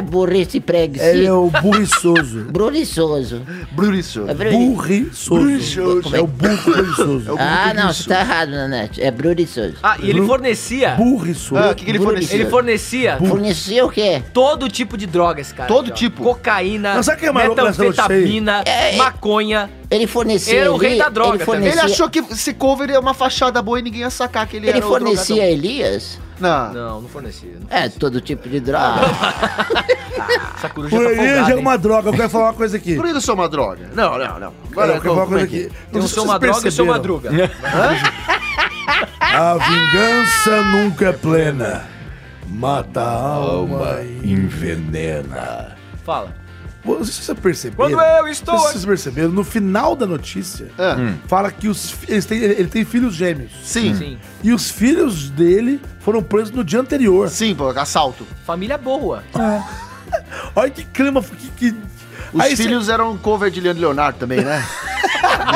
B: Ele
M: burrice e
B: é
M: preguiçoso?
B: o burriçoso.
M: Bruriçoso.
K: Bruriço.
M: É bruri-
B: Burriçoso. É o
K: tá
B: burro burriçoso.
M: Ah, não, você tá errado, Nanete. É bruriçoso.
D: Ah, e ele fornecia.
B: Burriçoso.
K: Ah, o que, que ele fornecia?
D: Ele fornecia
M: Fornecia o quê?
D: todo tipo de drogas, cara.
K: Todo
D: Aqui, ó.
K: tipo?
D: Cocaína,
B: Mas sabe o que é mais louco nessa notícia aí?
D: metanfetamina,
M: É, é-
D: maconha.
M: Ele fornecia.
D: Era o rei
M: Eli-
D: da droga
M: Ele
D: também.
M: fornecia,
K: Ele achou que esse cover é uma fachada boa e ninguém ia sacar que ele,
M: ele
K: era o
M: fornecia Elias?
K: drogadão. Não.
D: Não, não fornecia. Ah, Não.
M: É, todo tipo de droga.
D: Essa coruja
B: Por
D: tá
B: aí
D: folgada,
B: já é
D: hein?
B: uma droga. Eu quero falar uma coisa aqui.
K: Por que eu sou uma droga? Não, não, não.
B: Olha,
K: Agora,
B: eu quero falar
K: como,
B: uma
K: como
B: coisa
K: é que
B: aqui.
K: é?
D: Tem o
B: sei se
D: seu
B: vocês
D: Madroga e o seu
B: perceberam.
D: Madruga.
B: A vingança nunca é plena. Mata a alma e envenena.
D: Fala.
B: Vocês se perceberam?
D: Quando eu estou
B: Vocês se perceberam? No final da notícia, Hum.
K: Ah,
B: fala que os, fi- eles têm, ele ele tem filhos gêmeos.
K: Sim, sim,
D: Sim.
B: E os filhos dele foram presos no dia anterior. É.
K: pô, assalto.
D: Família boa.
B: Olha que clima. Que, que...
K: Os
B: Aí cê-
K: filhos eram um cover de Leandro Leonardo também, né?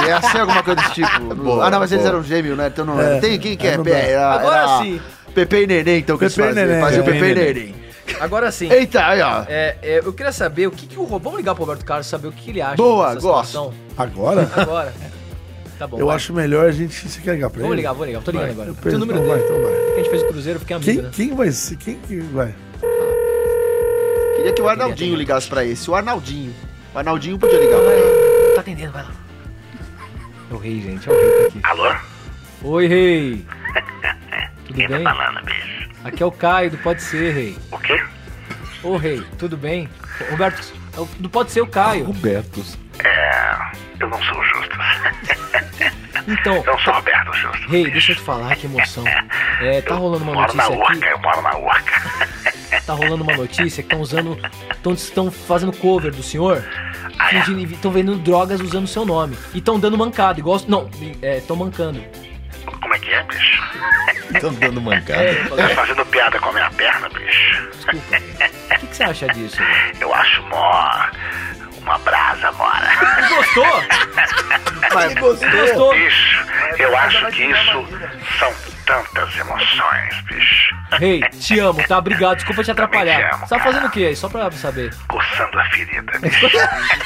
K: Ia ser alguma coisa desse tipo. ah, não, mas eles eram gêmeos, né? Então não
B: É.
K: Tem, quem que
B: Ah,
K: é?
B: não
K: Pe-
B: dá.
K: era-
D: Agora
K: era
D: sim.
K: Pepe e Neném, então, que eles
B: Pepe e
K: faziam.
B: Neném,
K: Fazia o
B: Pepe
K: Pepe
C: e
K: e Neném.
D: Agora sim.
K: Eita, aí, ó.
D: É, é, eu queria saber o que, que o Roberto. Vamos ligar pro Roberto Carlos saber o que ele acha.
K: Boa,
D: dessa
K: gosto.
D: situação.
B: Agora?
D: Agora. Tá bom.
B: Eu
D: vai.
B: acho melhor a gente se ligar pra ele.
D: Vamos ligar, vou ligar. Tô ligando agora.
B: Eu
D: Tem o
B: perdi,
D: número
B: então vai,
D: dele.
B: então vai.
D: A gente fez o Cruzeiro, eu fiquei amigo,
B: Quem,
D: né?
B: quem vai ser? Quem que vai?
K: Queria que o Arnaldinho ligasse pra esse. O Arnaldinho. O Arnaldinho podia ligar pra ele.
D: Tá atendendo, vai lá. É o rei, gente, é o rei tá aqui. Alô? Oi, rei. Tudo Quem bem? Tá falando, bicho? Aqui é o Caio, do Pode Ser, rei. O quê? Ô, rei, tudo bem? Roberto, é o- do Pode Ser o Caio. Roberto.
L: É. Eu não sou justo.
D: Então,
L: Não sou Roberto Justo.
D: rei, deixa eu te falar, que emoção. É, tá rolando uma
L: Moro na
D: notícia aqui.
L: Urca, eu moro na Urca.
D: tá rolando uma notícia que estão usando. Estão fazendo cover do senhor.
L: Ah, é?
D: Estão vendendo drogas usando o seu nome. E estão dando mancada, igual. Não, estão mancando.
L: Como é que é, bicho?
C: Estão dando mancada.
L: Tá fazendo piada com a minha perna, bicho.
D: É. Desculpa. O que, que você acha disso?
L: Eu acho mó. Uma brasa, mora.
D: Gostou?
L: Mas
D: gostou. Gostou.
L: Bicho, eu acho que isso são tantas emoções, bicho.
D: Rei, te amo, tá? Obrigado, desculpa te atrapalhar.
L: te amo,
D: você tá fazendo o que aí? Só pra saber.
L: Coçando a ferida.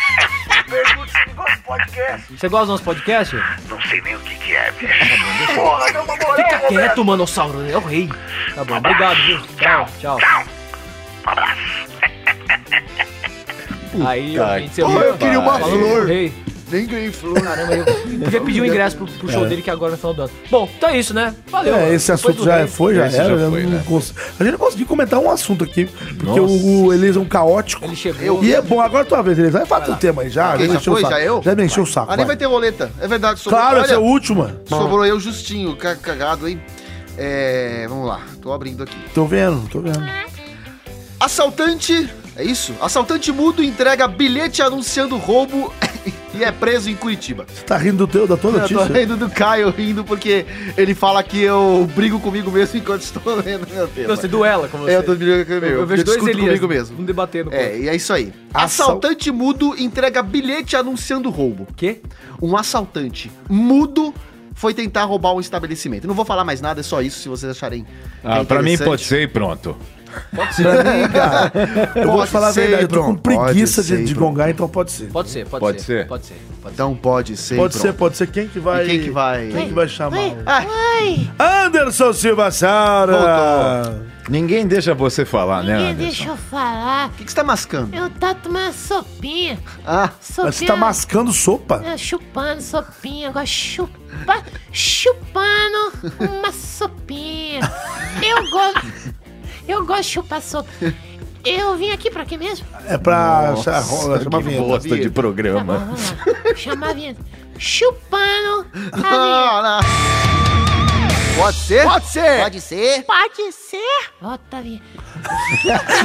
D: Pergunta se gosta do podcast. Você gosta do nosso podcast?
L: Não sei nem o que que é, bicho. Porra, deu uma moral,
D: Fica
L: Roberto.
D: quieto, manossauro. É o rei. Tá bom, obrigado, viu? Tchau, tchau. Aí,
F: Puta
D: ó, gente, você
F: que
D: viu?
F: eu queria uma
D: Falando
F: flor.
D: do Rei.
F: Nem ganhei flor.
D: Caramba, eu podia pedir o ingresso pro, pro show
B: É.
D: dele que é agora no final do ano. Bom, então é isso, né? Valeu.
B: É, esse
D: Foi
B: assunto
D: do
B: já
D: rei.
B: foi, já
D: Esse
B: era.
D: já
B: eu
D: foi,
B: não
D: né?
B: cons- A gente não conseguiu comentar um assunto aqui, porque
D: Nossa.
B: o, o Elias é um caótico. Ele
K: chegou.
B: E é bom, agora é tua vez, Elias. Vai falar
K: Vai
B: o
K: lá.
B: tema aí já.
K: Quem
B: me
K: já
B: encheu o
K: foi?
B: saco.
K: Já eu?
B: Já me encheu o um saco.
K: Ah, nem vai
B: vai.
K: ter roleta. É verdade,
B: Claro, essa é a
K: Olha,
B: última.
K: Sobrou eu, Justinho, ca- cagado, hein? É, vamos lá, tô abrindo aqui.
B: Tô vendo, tô vendo.
K: Assaltante, é isso? Assaltante mudo entrega bilhete anunciando roubo e é preso em Curitiba.
B: Você tá rindo do teu, da tua
K: Eu tô
B: notícia?
K: rindo do Caio rindo porque ele fala que eu brigo comigo mesmo enquanto estou lendo meu tema.
D: Não, você duela com você.
K: Eu tô brigando comigo.
D: Eu- eu vejo dois
K: discuto
D: Elias
K: comigo mesmo.
D: Um debatendo. com
K: É,
D: outro.
K: e é isso aí.
D: Assal-
K: Assaltante mudo entrega bilhete anunciando roubo.
D: Quê?
K: Um assaltante mudo foi tentar roubar um estabelecimento. Não vou falar mais nada, é só isso, se vocês acharem. que
C: Ah,
K: é
C: pra mim
K: interessante.
C: pode ser e pronto.
D: Pode
B: ser. Pra mim, cara, eu vou te falar a
K: ser,
B: verdade, eu tô com
K: Bron,
B: preguiça
K: pode ser,
B: de, de
K: Bron.
B: gongar, então pode ser.
D: Pode ser, pode,
K: Pode
D: ser.
K: ser?
D: Pode ser.
K: Então pode ser.
B: Pode
K: e
B: ser,
K: pronto.
B: pode ser. Quem que vai.
K: E quem que vai-
B: Quem que vai chamar? o-
E: Ah, Ai,
B: Anderson Silva Saura!
C: Ninguém deixa você falar, né,
E: ninguém
C: Anderson?
E: deixa eu falar. O
K: que, você tá mascando?
E: Eu tá tomando sopinha.
K: Ah,
E: Sopinha.
B: mas você tá mascando sopa?
E: É, chupando sopinha. Agora chupa, chupando uma sopinha. Eu gosto. Eu gosto de chupar sopa. Eu vim aqui pra quê mesmo?
B: É pra cha- rola-
C: Nossa,
B: chamar
C: que
B: vinheta.
C: bosta de programa.
E: Chamar a vinheta. Chupando a
K: Não, não. Pode ser? Pode ser. Pode ser.
E: Pode ser? Volta a vinheta.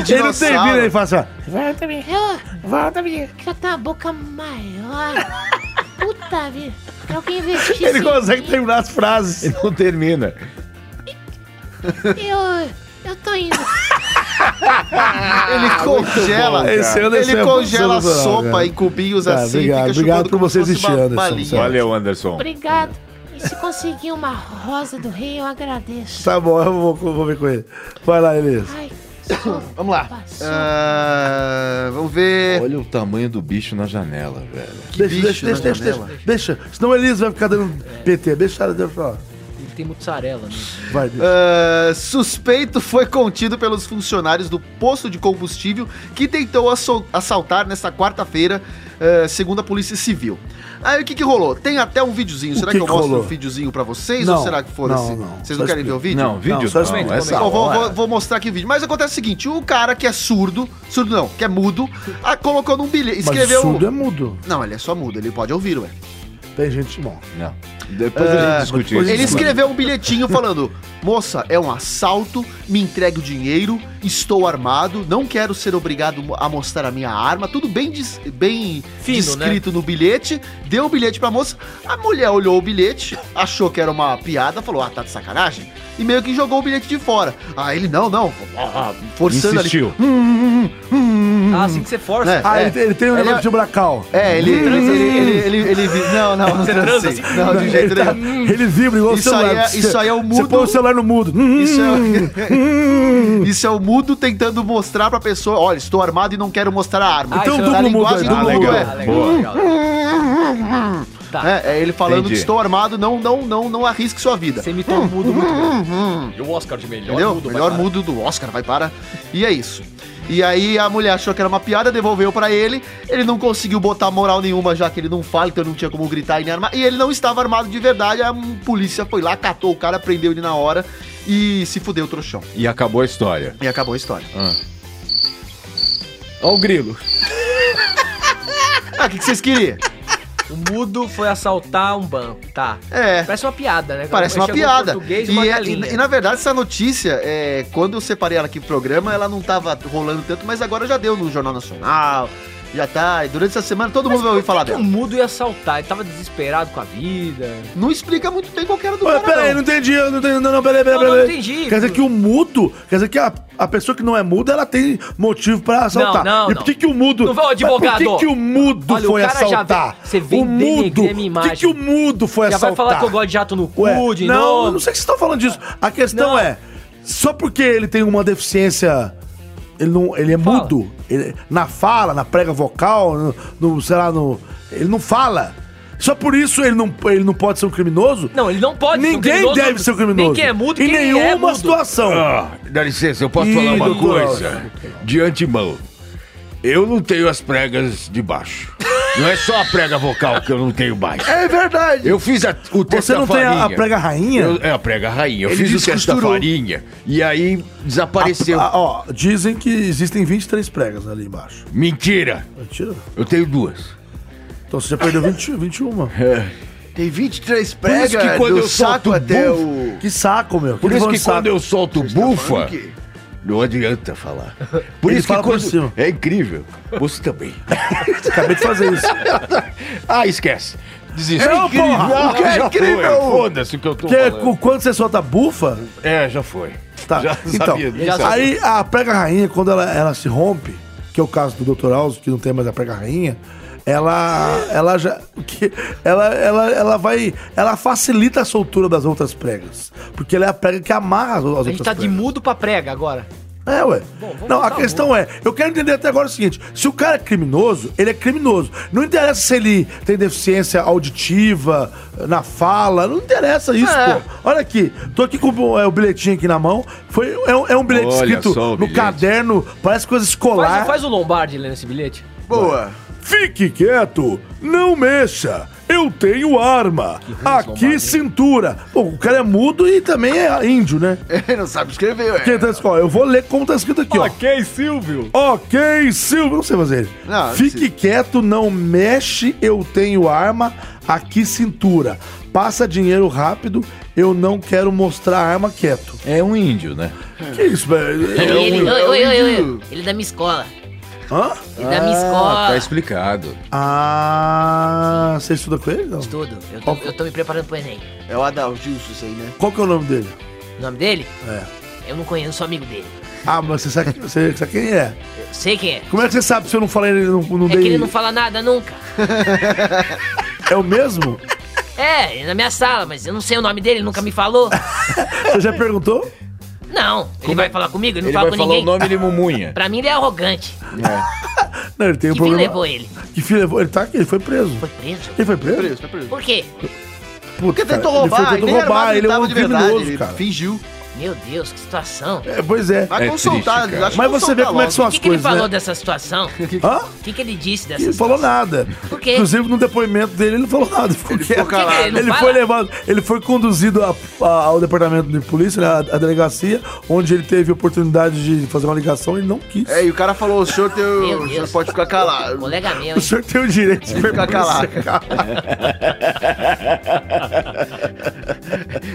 B: Ele não termina, ele fala assim, ó.
E: Volta, minha. Eu... Volta, minha. Que eu tenho uma boca maior. Puta vida. Eu que investi.
B: Ele
E: esse-
B: consegue terminar as frases. Ele
C: não termina.
E: Eu. Eu tô indo.
K: Ele congela.
B: Esse Anderson
K: ele
B: é
K: congela a
B: sensacional,
K: sopa
B: cara.
K: em cubinhos
B: Tá,
K: assim.
B: obrigado,
K: fica
B: obrigado
K: chupando
B: por
K: como
B: você
K: se fosse
B: existir,
K: uma
B: Anderson,
K: balinha.
B: sabe?
C: Valeu, Anderson.
E: Obrigado. E se conseguir uma rosa do rei, eu agradeço.
B: Tá bom, eu vou, vou ver com ele. Vai lá, Elias.
E: Ai,
K: Vamos lá. Ah, vamos ver.
C: Olha o tamanho do bicho na janela, velho.
B: Deixa,
K: bicho na
B: deixa, deixa, deixa,
K: janela.
B: deixa, deixa. Senão o Elias vai ficar dando PT. Deixa ela deixa eu falar.
D: Ele tem mussarela, né?
B: Vai, deixa.
K: Ah, suspeito foi contido pelos funcionários do posto de combustível que tentou assol- assaltar nesta quarta-feira, ah, segundo a Polícia Civil. Aí o que, que rolou? Tem até um videozinho.
B: O
K: Será
B: que
K: que, eu
B: que
K: mostro
B: rolou?
K: um videozinho pra vocês?
B: Não,
K: ou será que for
B: não,
K: assim?
B: não.
K: Vocês
B: Só
K: não querem ver o
B: explica.
K: vídeo?
C: Não, vídeo Não, só não,
B: é
C: explica, essa
K: Então, vou,
C: hora.
K: vou- vou mostrar aqui o vídeo. Mas acontece o seguinte: o cara que é surdo, surdo não, que é mudo, ah, colocou num bilhete. Escreveu.
B: Mas o surdo é mudo.
K: Não, ele é só mudo, ele pode ouvir, ué.
B: Tem gente bom.
C: Não. Depois a
K: Ah,
C: gente discute isso.
K: Ele escreveu um bilhetinho falando: Moça, é um assalto, me entregue o dinheiro, estou armado, não quero ser obrigado a mostrar a minha arma. Tudo bem, des- bem
D: Fino, né?
K: descrito no bilhete. Deu o bilhete pra moça. A mulher olhou o bilhete, achou que era uma piada, falou: Ah, tá de sacanagem. E meio que jogou o bilhete de fora. Ah, ele não, não. ah, Forçando
C: Insistiu.
K: ali. Hum, hum, hum, hum,
D: Ah, assim que você força.
L: Né?
K: É,
B: Ah,
K: é.
B: ele, ele tem um
K: Ele-
B: negócio de bracal.
K: É, ele.
B: Hum.
K: Ele, ele, ele, ele vi- Não, não, não.
B: Você transa
K: transei.
B: assim?
K: Não, de jeito
B: ele, tá-
K: nenhum.
B: ele vibra igual
K: Isso
B: o celular.
K: aí é- isso aí é o
B: Você
K: mudo-
B: põe o celular no mudo.
K: Isso é,
B: Hum.
K: isso é o mudo tentando mostrar pra pessoa: olha, estou armado e não quero mostrar a arma.
B: Então
K: Na
B: duplo mudo aí,
K: linguagem
B: duplo
K: do
B: mudo
K: mudo
B: aí.
K: é.
B: Boa.
K: Né? Hum. É ele falando
C: Entendi.
K: que estou armado, não, não, não, não arrisque sua vida. Hum. Você
D: um
K: imitou
F: mudo muito
K: bem.
F: E o Oscar de melhor
K: Entendeu?
F: mudo vai
K: Melhor
F: para-
K: mudo do Oscar, vai para. E é isso. E aí a mulher achou que era uma piada, devolveu pra ele. Ele não conseguiu botar moral nenhuma, já que ele não fala, então não tinha como gritar e nem armar. E ele não estava armado de verdade. A polícia foi lá, catou o cara, prendeu ele na hora e se fudeu o trouxão.
C: E acabou a história.
K: E acabou a história.
C: Ah.
F: Ó o grilo.
K: ah, o que, que vocês queriam?
D: O mudo foi assaltar um banco. Tá.
K: É.
D: Parece uma piada, né?
K: Parece uma
D: Chegou um
K: piada.
D: Português,
K: e,
D: uma
K: é-
D: galinha.
K: e- e na verdade, essa notícia, é, quando eu separei ela aqui pro programa, ela não tava rolando tanto, mas agora já deu no Jornal Nacional. Já tá. E durante essa semana todo mundo vai ouvir falar
D: que o
K: dela.
D: mudo ia assaltar, ele tava desesperado com a vida.
K: Não explica muito bem qual que era do
B: Pô,
K: cara.
B: peraí, não entendi, eu não entendi. Não, não, peraí, peraí,
D: Não, não
B: peraí.
D: entendi.
B: Quer dizer que o mudo, quer dizer que a, a pessoa que não é muda, ela tem motivo pra assaltar.
D: Não, não,
B: e por que
D: não.
B: que o mudo...
D: Não vai o
B: Mas Por
D: advogado.
B: que que o mudo
D: Olha, o
B: foi
D: cara já
B: assaltar?
D: vem- você vem
B: o mudo,
D: denegrir a minha
B: Por que
D: imagem.
B: que o mudo foi
D: Já vai
B: assaltar?
D: falar que eu gosto de jato no cu
B: Ué,
D: de
B: não,
D: novo.
B: eu não sei o que vocês estão falando disso. A questão é, só porque ele tem uma deficiência... Ele, não, ele é mudo. ele- na fala, na prega vocal, no, no, sei lá, no. Ele não fala. Só por isso ele não, ele não pode ser um criminoso?
D: Não, ele não pode
B: Ninguém
D: criminoso.
B: deve ser um criminoso.
D: Nem quem é mudo,
B: Em
D: quem
B: nenhuma
D: é mudo.
B: situação.
C: Ah, dá licença, eu posso
B: Ih,
C: falar uma
B: doutor
C: coisa de antemão. Eu não tenho as pregas de baixo. Não é só a prega vocal que eu não tenho baixo.
B: É verdade.
C: Eu fiz a, o testa
B: Você não tem a- a prega rainha?
C: Eu- é, a prega rainha. Eu
B: Ele
C: fiz o testa
B: descosturou.
C: farinha e aí desapareceu.
B: A- a- Ah, ó, dizem que existem 23 pregas ali embaixo.
C: Mentira!
B: Mentira?
C: Eu tenho duas. É.
B: Então você já perdeu 20, 21.
L: Ah, Tem 23
B: Por isso
L: pregas
B: que quando
L: do
B: eu
L: saco
B: solto
L: até
B: bufa-
L: o...
B: Que saco, meu.
C: Por isso que
B: saco.
C: quando eu solto bufa,
L: falando que-
C: não adianta falar. Por
B: Ele
C: isso que
B: fala por
C: quando...
B: cima.
C: É incrível. Você também.
B: Acabei de fazer isso.
C: ah, esquece. Desiste.
B: Não, porra!
C: O que é
B: Já foi.
C: incrível? Foda-se o que eu tô
B: Porque
C: falando.
B: é cu- quando você solta bufa.
C: É, já foi.
B: Tá.
C: Já
B: então,
C: sabia, já sabia.
B: aí a prega rainha, quando ela, ela se rompe, que é o caso do Dr. Alzo, que não tem mais a prega rainha, ela. Ela já. que- ela, ela, ela vai. Ela facilita a soltura das outras pregas. Porque ela é a prega que amarra as, as
D: A
B: outras
D: gente tá de
B: pregas.
D: mudo pra prega agora.
B: É, ué.
D: vamos
B: não, a
D: voltar
B: questão é, eu quero entender até agora o seguinte: se o cara é criminoso, ele é criminoso. Não interessa se ele tem deficiência auditiva, na fala, não interessa isso,
D: É.
B: pô. Olha aqui, tô aqui com o, é, o bilhetinho aqui na mão. Foi, é, um- é um bilhete
C: Olha
B: escrito
C: só o
B: no
C: bilhete.
B: caderno, parece coisa escolar.
D: Faz, faz o Lombardi lendo esse bilhete.
L: Boa.
B: Fique quieto, não mexa. Eu tenho arma. Aqui cintura. Pô, o cara é mudo e também é índio, né?
L: Ele não sabe escrever,
D: É.
L: ué.
B: Quem tá escrito? Ó, Eu vou ler como tá escrito aqui, ó.
F: Ok, Silvio.
B: Ok, Silvio. Não sei fazer.
L: Não, não
B: Fique
L: precisa.
B: quieto, não mexe. Eu tenho arma. Aqui cintura. Passa dinheiro rápido. Eu não quero mostrar a arma quieto.
C: É um índio, né?
B: Que isso, velho?
H: Ele, ele,
L: é
H: oi,
L: um
H: oi, oi, oi,
L: índio.
H: ele é da minha escola.
B: Hã?
H: Ele é da minha escola.
C: Tá explicado.
B: Ah, você estuda com ele? Não?
H: Tudo. Eu tô, eu tô me preparando pro Enem.
L: É o Adalgilson isso aí, né?
B: Qual que é o nome dele?
H: O nome dele?
B: É.
H: Eu não conheço, sou amigo dele.
B: Ah, mas você sabe, você sabe quem é?
H: Eu sei quem é.
B: Como é que você sabe se eu não falei ele não, não
H: É
B: dei?
H: que ele não fala nada nunca.
B: É o mesmo?
H: É, ele é na minha sala, mas eu não sei o nome dele, ele nunca me falou.
B: Você já perguntou?
H: Não, ele vai falar comigo, ele não
C: é? Ele
H: fala
C: vai
H: com
C: falar
H: ninguém.
C: o nome de Mumunha. É.
H: Pra mim ele é arrogante.
B: Não, ele tem um
H: Que fim
B: problema.
H: levou ele?
B: Que filho levou? Ele tá aqui, ele foi preso.
H: Foi preso?
B: Ele foi preso?
L: Preso, tá preso.
H: Por quê?
B: Puta,
L: Porque tentou
B: cara,
L: roubar,
B: ele, foi,
L: nem
B: tentou
L: era
B: roubar,
L: mais
B: ele é um
L: tava de verdade,
B: criminoso,
L: ele
B: cara.
L: Fingiu.
H: Meu Deus, que situação.
B: É, pois é.
L: Vai
C: É
L: consultar,
C: triste, cara.
L: acho que
B: Mas você vê
L: consultar
B: como é que são
H: O
B: as
H: que, que ele
B: coisas,
H: falou
B: né?
H: dessa situação? O
B: Hã?
H: que, que ele disse dessa
B: Ele não falou nada.
H: Por quê?
B: Inclusive, no depoimento dele, ele não falou nada. Ficou quieto.
H: calado. Por que que ele não
B: Ele
H: fala?
B: foi levado, ele foi conduzido a- a- ao departamento de polícia, né, a, a delegacia, onde ele teve oportunidade de fazer uma ligação e ele não quis.
L: É, e o cara falou, o senhor, tem o-
H: Meu
L: o senhor
H: Deus.
L: pode ficar calado.
H: Colega
B: O
H: meu, hein?
B: senhor tem o direito de
L: Ficar calado.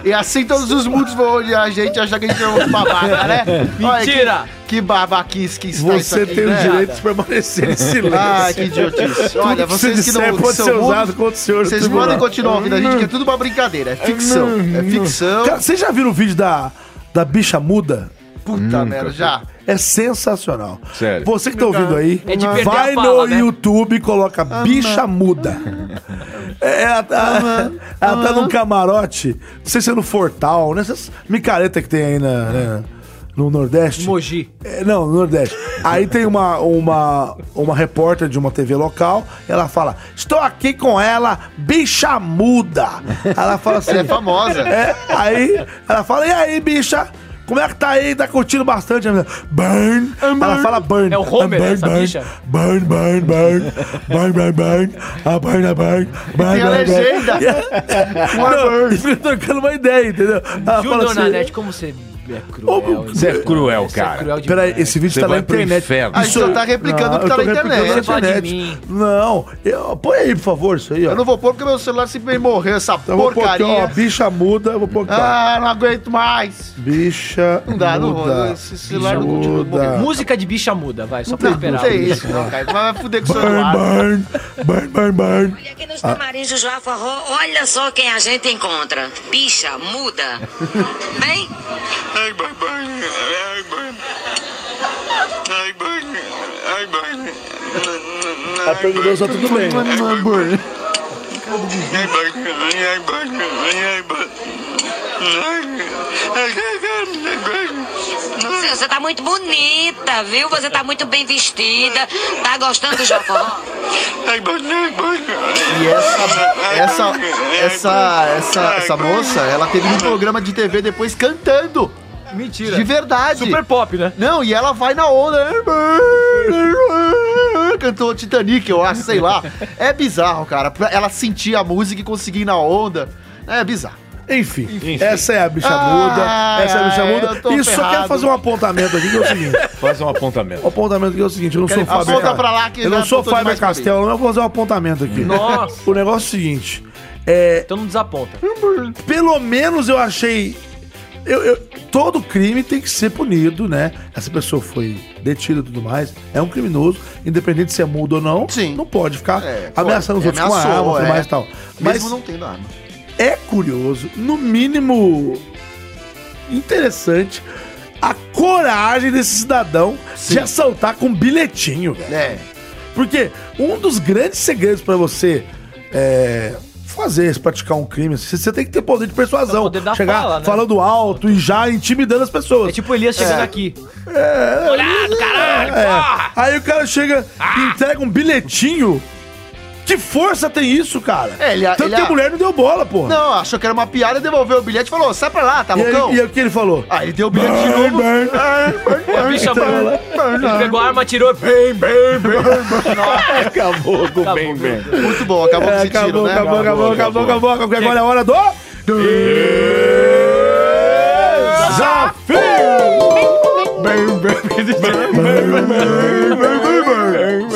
L: E assim todos os mundos vão odiar a gente e achar que a gente é um babaca, né? Olha que-
D: Mentira!
L: que babaquice que está isso
B: Você
L: aqui,
B: tem
L: né?
B: o direito de permanecer em silêncio.
L: Ah, que idiotice.
B: Tudo
L: Olha,
B: que você
L: vocês que
B: disser
L: não
B: pode
L: que
B: ser
L: são
B: usado
L: mundos,
B: contra o senhor. no
L: vocês
B: tribunal.
L: podem continuar ouvindo a gente, que é tudo uma brincadeira. É ficção. É ficção.
B: Cara, vocês já viram o vídeo da, da bicha muda?
L: Puta merda, já.
B: É sensacional.
C: Sério.
B: Você que tá ouvindo aí,
D: É de perder
B: vai
D: a fala,
B: no
D: né?
B: YouTube e coloca bicha muda. É, ela tá, ela tá num camarote, não sei se é no Fortal, nessas micareta que tem aí na, né, no Nordeste.
D: Mogi.
B: É, não, no Nordeste. Aí tem uma, uma, uma repórter de uma TV local, ela fala: Estou aqui com ela, bicha muda. Aí Ela fala assim.
K: Ela é famosa.
B: É, aí ela fala: E aí, bicha? Como é que tá aí? Tá curtindo bastante. Ela, Burn. Ela fala burn. É o
D: Homer,
B: burn,
D: essa
B: burn,
D: bicha?
B: Burn, burn, burn. Burn, burn, burn. A burn, a burn. burn
D: tem a
B: burn, burn.
D: legenda.
B: Não, eu tô trocando uma ideia, entendeu? Ela
D: Viu,
B: fala
D: dona
B: assim,
D: Anete, como você é cruel.
C: Você é cruel, cara.
B: Peraí, esse vídeo
C: Você
B: tá na
C: vai pro
B: internet.
C: inferno.
K: A gente só tá replicando o que
B: eu
K: tá na
B: tô replicando
K: internet.
B: na
K: Você fala de
B: internet. Não, eu, põe aí, por favor, isso aí, ó.
K: Eu não vou pôr porque meu celular simplesmente morreu, essa
B: Então eu vou pôr aqui,
K: porcaria.
B: ó, bicha muda, eu vou pôr aqui, ó.
K: ah, não aguento mais.
B: Bicha
K: Não dá, não
B: muda.
K: rola. Esse celular não continua
B: muda.
D: Música de bicha muda, vai, só pra
K: Não,
D: esperar.
K: não tem isso, não, cara. Vai fuder com o
B: Burn,
K: celular.
B: burn, burn, burn, burn.
N: Aqui nos Tamarins do Joá Forró, olha só quem a gente encontra. Bicha, muda. Vem. Ai, babai. Ai, babai. Ai, babai. Ai, babai.
B: Aprendeu, só tudo bem. Burn.
N: Ai, babai. Ai, babai. Ai, babai. Você tá muito bonita, viu? Você tá muito bem vestida. Tá gostando do Jofó? Ai, babai.
K: E essa, essa, essa, essa, essa moça, ela teve um programa de TV depois cantando.
D: Mentira.
K: De verdade.
D: Super pop, né?
K: Não, e ela vai na onda. Cantou Titanic, eu acho, sei lá. É bizarro, cara. Pra Ela sentir a música e conseguir ir na onda. É bizarro.
B: Enfim, essa é a bicha muda,
K: Ah,
B: essa é a bicha
K: eu tô
B: muda. E só
K: ferrado.
B: quero fazer um apontamento aqui, que é o seguinte.
C: Faz um apontamento.
B: O apontamento aqui é o seguinte, eu não sou
K: Quero-
B: Fábio.
K: aponta
B: Ca-
K: pra lá que
B: eu não
K: já
B: sou
K: apontou
B: Fábio
K: demais pra mim.
B: Castelo, não, eu vou fazer um apontamento aqui.
D: Nossa.
B: O negócio é o seguinte. É,
D: Então não desaponta.
B: pelo menos eu achei. eu- eu- todo crime tem que ser punido, né? Essa pessoa foi detida e tudo mais. É um criminoso, independente se é mudo ou não. Sim. Não pode ficar
K: É, pô,
B: ameaçando os
K: é,
B: outros com a
K: ameaçou,
B: arma e tudo
K: é.
B: mais e tal. Mas
K: Mesmo não tendo arma.
B: é curioso, no mínimo interessante, a coragem desse cidadão de assaltar com bilhetinho, velho.
K: É.
B: Porque um dos grandes segredos pra você é, fazer, se praticar um crime, você você tem que ter poder de persuasão.
D: poder da
B: chegar
D: fala, né?
B: falando alto e já intimidando as pessoas. É
D: tipo Elias chegando aqui.
B: É.
D: Olhado, caralho,
B: É.
D: porra!
B: Aí o cara chega
D: Ah!
B: e entrega um bilhetinho. Que força tem isso, cara?
K: É, ele-
B: Tanto
K: ele-
B: que a mulher não deu bola, porra.
K: Não, achou que era uma piada, devolveu o bilhete e falou: sai pra lá, tá
B: E aí-
K: loucão?
B: e aí o que ele falou?
K: Ah, ele deu o bilhete de novo.
L: Ah,
D: A bicha muda. Ele pegou a arma, tirou.
B: Bem, bem, bem.
C: Acabou com o bem, bem.
K: Muito bom, acabou com
B: É,
K: esse tiro,
B: acabou,
K: né?
B: acabou, acabou, acabou, acabou, acabou. Porque agora é a hora do. Desafio!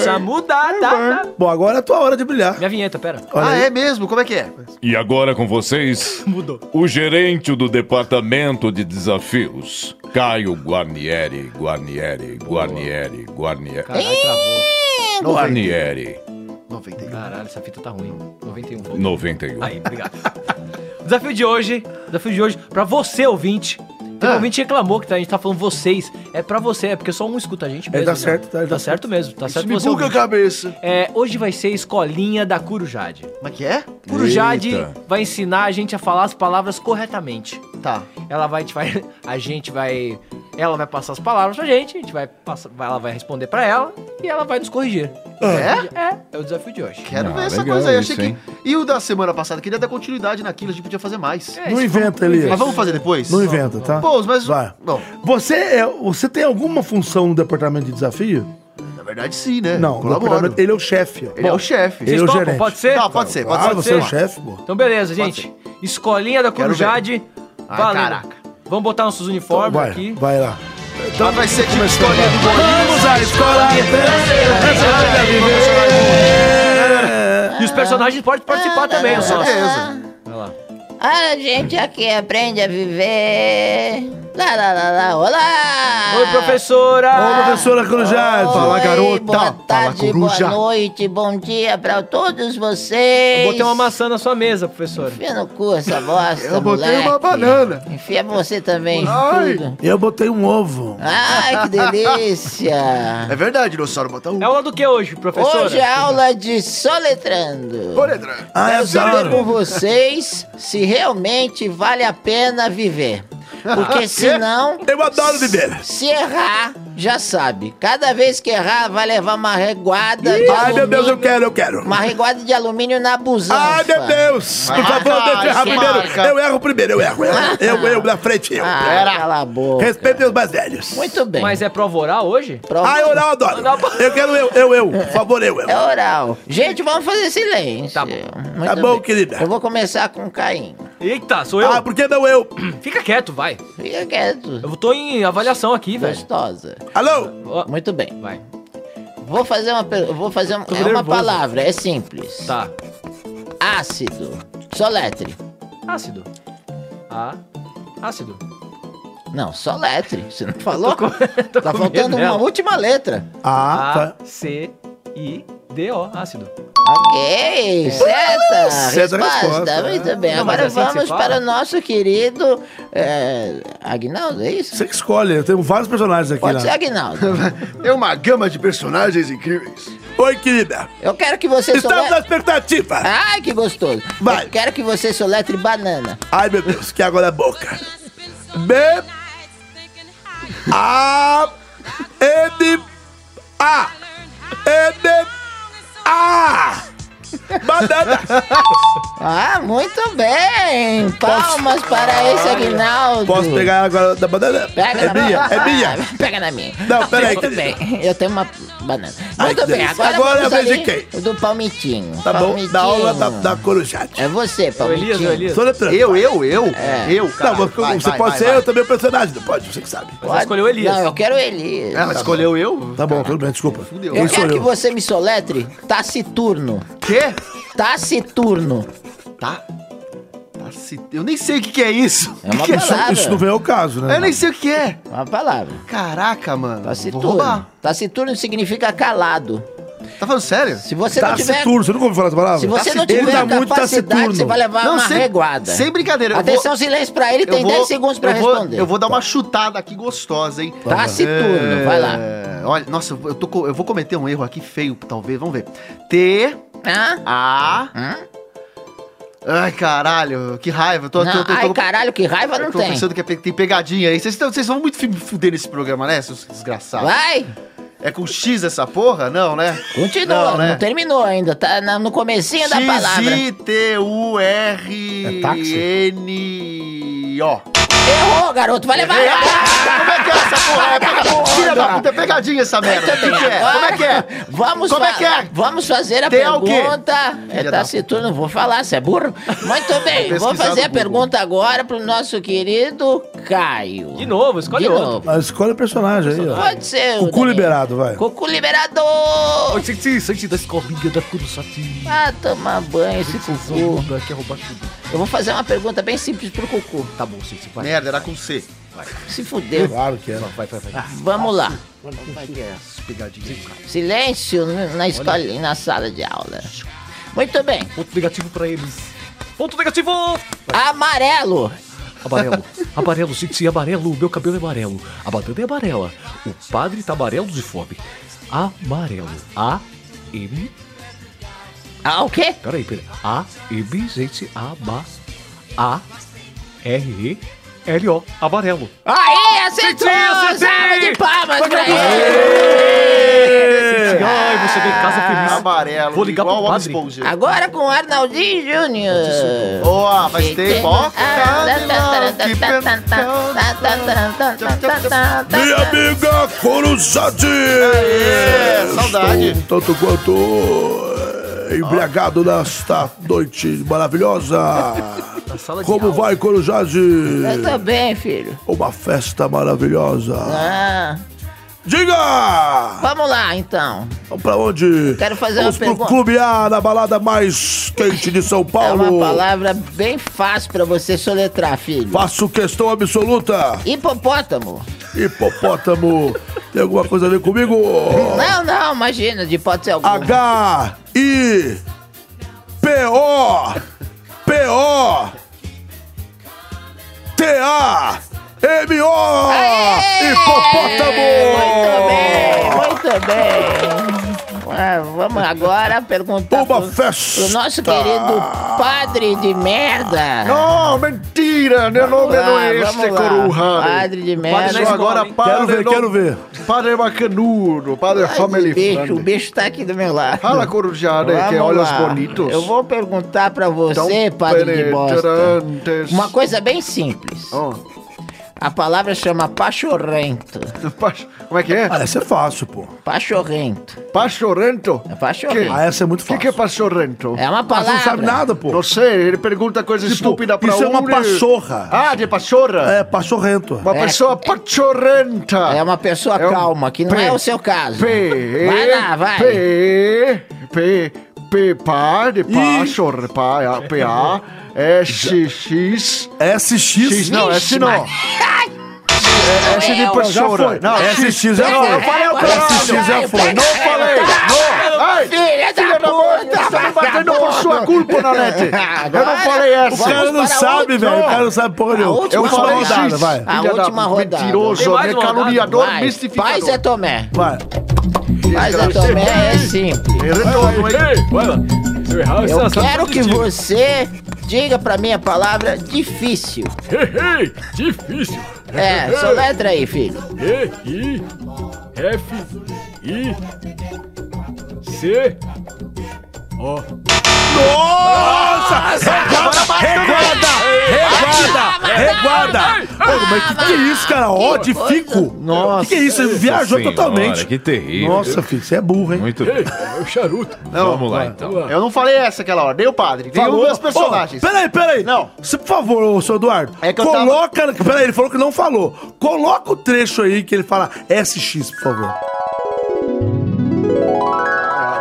D: Samudada.
B: Bom, agora é a tua hora de brilhar.
D: Minha vinheta, pera.
K: Ah, é mesmo? Como é que é?
C: E agora com vocês, o gerente do departamento de desafios, Caio Guarnieri, Guarnieri, Guarnieri, Guarnieri.
D: Caralho, travou.
C: Guarnieri,
K: 91.
D: Caralho, essa fita tá ruim. 91 volts.
C: 91.
D: Aí, obrigado. O desafio de hoje, o desafio de hoje, pra você, ouvinte. Teve ouvinte que reclamou que tá- a gente tá falando vocês. É pra você, é porque só um escuta a gente mesmo.
B: tá
D: né?
B: certo, tá-
D: tá,
B: tá
D: certo mesmo. Tá certo
B: me
D: você,
B: buga a
D: ouvinte.
B: cabeça.
D: É, hoje vai ser Escolinha da Curujade.
K: Como é que é?
D: Curujade
C: Eita.
D: vai ensinar a gente a falar as palavras corretamente.
K: Tá.
D: Ela vai, te vai, a gente vai, ela vai passar as palavras pra gente, a gente vai, passar, vai- ela vai responder pra ela e ela vai nos corrigir.
K: É?
D: É, é o desafio de hoje.
K: Quero
C: Ah,
K: ver essa
C: legal
K: coisa aí.
C: isso,
K: Achei que.
C: hein?
K: E o da semana passada? Queria dar continuidade naquilo, a gente podia fazer mais.
D: É,
B: Não
D: isso,
B: inventa,
D: vamos-
B: Elias.
K: Mas vamos fazer depois?
B: Não inventa, tá?
K: Pô, mas.
B: Vai.
K: Bom,
B: Você, é, você tem alguma função no departamento de desafio?
K: na verdade, sim, né?
B: Não, no
K: colabora.
B: departamento- ele é o chefe. ó.
K: Ele é o chefe.
B: Ele é
D: Vocês
B: o
D: topam?
B: gerente.
D: Pode ser?
K: Tá, pode ser, pode
B: Ah,
K: ser.
B: você é o
K: Vamos lá.
B: chefe, pô.
D: Então beleza,
K: Pode
D: gente. Escolinha da
K: Quero ver.
D: Corujade.
K: Ai,
D: Valeu.
K: caraca.
D: Vamos botar nossos uniformes
B: vai,
D: aqui.
B: vai lá.
K: Então vai ser tipo escolinha do
B: Vamos à escola inteira, essa é a minha vida.
D: E os personagens podem participar também, os sócios.
K: É, Beleza.
D: Vai lá.
M: Olha, gente, aqui aprende a viver. Lá, lá, lá, lá, olá!
D: Oi, professora!
B: Ô, professora Crujade.
M: Fala,
K: garota.
M: Boa
K: Fala,
M: tarde,
K: tá, coruja.
M: boa noite, bom dia pra todos vocês.
D: Botei uma maçã na sua mesa, professora.
M: Enfia no cu essa bosta,
K: Eu botei
M: moleque.
K: uma banana.
M: Enfia você também,
K: Ai.
M: tudo.
B: Eu botei um ovo.
M: Ai, que delícia.
K: É verdade, dinossauro, bota um.
D: É aula do que hoje, professora?
M: Hoje é aula de soletrando.
K: Ô, Leandro.
B: Ah, é
M: Quero saber
B: adoro.
M: com vocês se realmente vale a pena viver.
K: É.
M: Porque senão.
B: Ah, Eu adoro beber.
M: Se errar, já sabe. Cada vez que errar, vai levar uma reguada de
B: Ai,
M: alumínio.
B: meu Deus, eu quero, eu quero.
M: Uma reguada de alumínio na busanfa.
B: Ai, meu Deus! Por favor, deixa eu errar primeiro. Eu erro primeiro, eu erro. Eu, erro. eu, eu na frente, eu.
M: Ah, cala a boca.
B: Respeitem os mais velhos.
M: Muito bem.
D: Mas é prova oral hoje?
B: Ai, oral, eu adoro. Eu quero eu, eu, eu. Por favor, eu, eu.
M: É oral. Gente, vamos fazer silêncio. Tá bom.
B: Tá bom, querida.
M: Eu vou começar com o Caim.
D: Eita, sou eu.
B: Ah, por que não eu?
D: Fica quieto, vai.
M: Fica quieto.
D: Eu tô em avaliação aqui, velho.
M: Gostosa.
B: Alô?
M: Muito bem. Vai. Vou fazer uma. per- Vou fazer uma,
D: Tô
M: é uma
D: nervoso.
M: palavra, é simples.
D: Tá.
M: Ácido. Soletre.
D: Ácido. Ah, ácido.
M: Não, soletre. Você não falou? tá
D: com
M: faltando
D: medo
M: uma
D: dela.
M: última letra.
B: Ah,
D: A, C, I, D, O, ácido.
M: Ok,
B: Uh,
M: certa,
D: Certa
M: resposta.
D: resposta.
M: Muito bem,
D: Não, mas
M: agora
D: é assim que
M: vamos
D: se fala?
M: para o nosso querido é, Agnaldo, é isso?
B: Você que escolhe, eu tenho vários personagens aqui.
M: Pode
B: lá.
M: ser Agnaldo.
L: Tem uma gama de personagens incríveis.
B: Oi, querida.
M: Eu quero que você
B: Estamos
M: soletre...
B: na expectativa.
M: Ai, que gostoso.
B: Vai.
M: Eu quero que você soletre banana.
B: Ai, meu Deus, que água na boca. B. Ah! A. N. A. N. A. Banana.
M: Ah, muito bem. Palmas para
B: Ah,
M: esse Agnaldo.
B: Posso pegar agora da banana?
M: Pega
B: é
M: na
B: minha,
M: mão.
B: é minha.
M: Ah, Pega na minha.
B: Não, peraí,
M: Muito
B: querida.
M: bem, eu tenho uma banana.
B: Ai,
M: Muito
B: que
M: bem,
B: delícia.
M: agora,
B: Agora
M: vamos
B: é a vez de
M: ali Do palmitinho.
B: Tá bom,
M: Palmitinho.
B: da aula da, da Corujade.
M: É você, palmitinho. É.
D: Elias, o Elias.
B: Sou letrando.
K: Eu, eu, eu? Eu?
B: Não,
K: Caralho,
B: você
K: vai, vai,
B: pode
K: vai,
B: ser
K: vai.
B: eu também o personagem, não pode, você que sabe.
D: Você escolheu Elias.
M: Não, eu quero Elias.
K: Ela escolheu eu?
B: Tá bom, tudo bem, desculpa.
K: Fudeu.
M: Eu
B: Quem
M: quero
B: sou
M: que
B: eu?
M: você me soletre taciturno.
K: Quê?
M: Taciturno.
K: Tá. Tá se- Eu nem sei o que, que é isso.
M: É uma
K: Que que
B: Isso,
M: palavra.
B: isso não vem ao caso, né?
K: Eu nem sei o que é.
M: Uma palavra.
K: Caraca, mano. Vou
M: Taciturno.
K: roubar.
M: Taciturno significa calado.
K: Tá falando sério?
M: Se você não tiver...
B: Taciturno, você nunca ouviu falar essa palavra?
M: Se você não
B: Ele
M: tiver
B: tá
M: a
B: muito
M: capacidade, você
B: taciturno.
M: vai levar
K: Não,
M: uma
K: sem-
M: reguada.
K: sem brincadeira, eu
M: Atenção,
K: vou-
M: silêncio pra ele, tem
K: Eu vou-
M: 10 segundos pra
K: eu vou-
M: responder. Tá.
K: eu vou dar uma chutada aqui gostosa, hein?
M: Taciturno, vai lá.
K: É, Olha, nossa, eu, tô co- eu vou cometer um erro aqui feio, talvez. Vamos ver. T.
M: Hã?
K: A.
M: Hã?
K: Ai, caralho, que raiva. Eu Tô,
M: Não,
K: tô- tô-
M: ai,
K: tô-
M: caralho, que raiva não
K: tô
M: tem.
K: pensando que é pe- tem pegadinha aí. Vocês tão- vocês vão muito me fuder nesse programa, né, seus desgraçados?
M: Vai,
K: É com X essa porra? Não, né?
M: continua, não,
K: Não, né?
M: terminou ainda, tá na- no comecinho da palavra.
K: X-I-T-U-R-N-O.
M: Errou, garoto, vai levar Ah! reguada.
K: Como é que é essa porra? É pega- Filha da puta, é pegadinha essa merda. O que, que é? Como é que é?
M: Vamos
K: Como é
M: fa-
K: que é?
M: Vamos fazer a
K: Tem o quê?
M: pergunta. É,
K: Filha
M: tá
K: da
M: se tu não vou falar, você é burro. Muito bem,
K: Vou
M: vou
K: pesquisar
M: fazer a
K: no Google.
M: pergunta agora pro nosso querido Caio.
D: De novo, escolhe
M: De
D: outro.
M: novo.
B: Mas escolhe o personagem aí, ó.
M: Pode ser.
B: O cu
M: Danilo.
B: liberado, vai.
M: Cucu liberado! Ah, tomar banho esse cucu. Eu vou fazer uma pergunta bem simples pro cucu. Tá bom, sim, vai.
K: Merda, era com C.
M: Se fudeu.
B: Claro que é.
M: Vamos lá.
K: Como é que é essas pegadinhas?
M: Silêncio na escola, na sala de aula. Muito bem.
D: Ponto negativo pra eles. Ponto negativo!
M: Amarelo.
D: Amarelo. Amarelo, sim, sim, amarelo. O meu cabelo é amarelo. A banana é amarela. O padre tá amarelo de fome. Amarelo. A, M...
M: Ah, o quê?
D: Peraí, peraí. A, M, gente. A, ma, A, R, E, L, O. Amarelo.
M: Aí, acertou!
D: acertei!
M: Salva de palmas pra ele.
D: Ai, você vem em casa feliz.
K: Ah, Amarelo.
D: Vou ligar
K: igual
D: pro
K: o Bob
D: padre.
K: Esponja.
M: Agora com Arnaldinho Júnior. ah, tá,
K: Boa, mas tem foca.
M: tá,
B: Minha amiga Corujade!
K: É, saudade.
B: Estou É, um tanto quanto eh, embriagado nesta noite maravilhosa.
D: sala de
B: Como
D: aula.
B: vai, Corujade?
M: Eu tô bem, filho.
B: Uma festa maravilhosa.
M: Ah,
B: Diga!
M: vamos lá, então.
B: Vamos pra onde?
M: Quero fazer
B: Vamos
M: uma
B: pro
M: pergunta.
B: Clube A, na balada mais quente de São
M: É
B: Paulo.
M: uma palavra bem fácil pra você soletrar, filho.
B: Faço questão absoluta.
M: Hipopótamo.
B: Hipopótamo. Tem alguma coisa a ver comigo?
M: Não, não, imagina, de hipótese alguma.
B: H I P O P O T A M O
M: Aê!
B: Hipopótamo!
M: Muito bem, muito bem. Ah, vamos agora perguntar pro, pro nosso querido padre de merda.
L: Não, mentira! Meu nome
M: lá,
L: não é
M: vamos
L: este,
M: lá.
L: Coruja.
M: Padre de merda.
L: Padre, agora, padre, não- Padre Bacanudo, Padre
M: Ai, bicho, o
L: Famelifante.
M: bicho tá aqui do meu
B: é.
M: lado.
L: Fala, corujada,
M: Vamos
L: que olhos
M: lá.
L: bonitos.
M: Eu vou perguntar pra você,
L: Tão
M: padre de bosta,
L: penetrantes. Oh.
M: uma coisa bem simples. A palavra chama pachorrento.
L: Como é que é?
B: Ah, essa é fácil, pô.
M: Pachorrento.
L: Pachorrento?
M: É pachorrento.
B: Ah, essa é muito fácil.
L: O que, que é pachorrento?
M: É uma
B: Ah, você não sabe
M: palavra.
B: nada, pô.
L: Não sei, ele pergunta coisa estúpida pra
B: isso é uma
L: um e-
B: pachorra.
L: Ah, de pachorra?
B: É, pachorrento.
L: Uma pessoa pachorrenta. um
M: É uma pessoa
K: um
M: calma, que não é o seu caso.
L: P.
M: Vai lá, vai.
L: P. P. P. Pá, de pachor. Pá, é, P. A. S. É X.
B: S.
L: X. Não, é S não. É, S de
B: Já
L: pachorra. É,
B: foi.
L: Não,
B: SX já foi.
L: Eu falei o é caralho.
B: SX já foi.
L: Não falei. Não. Ai,
M: Filha da
L: puta, você tá me batendo por sua culpa, Nanete. Eu não falei
B: é. O
L: essa.
B: cara não
L: Vamos para
B: sabe,
L: outra.
M: Oh.
B: velho. O cara não sabe porra nenhuma.
L: última
B: Eu falo
L: rodada.
B: rodada, vai.
M: A
L: Filha da
M: última rodada.
L: mentiroso,
M: Tem
L: né?
M: mais uma rodada?
L: Caluniador,
M: Vai.
L: mistificador.
M: Vai, Zé Tomé.
B: Vai.
M: Vai, Zé Tomé, é
I: assim.
M: simples.
F: Vai lá. Se eu errar,
M: Eu
F: você sabe
M: quero
F: tudo
M: que
F: de ti.
M: você diga pra mim a palavra difícil.
F: Ei, ei, difícil.
M: É,
F: Ei,
M: só letra aí, filho.
F: E, I, F, I, C, O.
B: Nossa! Reguada! Reguada! Reguada! Ô, Mas que que é isso, cara? Ó, de fico! Nossa! Que que é isso? Ele viajou
C: Senhora,
B: totalmente.
C: que terrível.
B: Nossa, filho, você é burro, hein?
C: Muito
F: Ei, é o charuto.
L: Não,
C: Vamos lá,
L: vai.
C: então.
L: Eu não falei essa aquela hora, nem o padre, nem um
B: Falou.
L: dos personagens.
B: Ô, peraí, peraí. Não. Você, por favor, ô, seu Eduardo,
L: É que eu
B: coloca... Peraí, ele falou que não falou. Coloca o trecho aí que ele fala SX, por favor.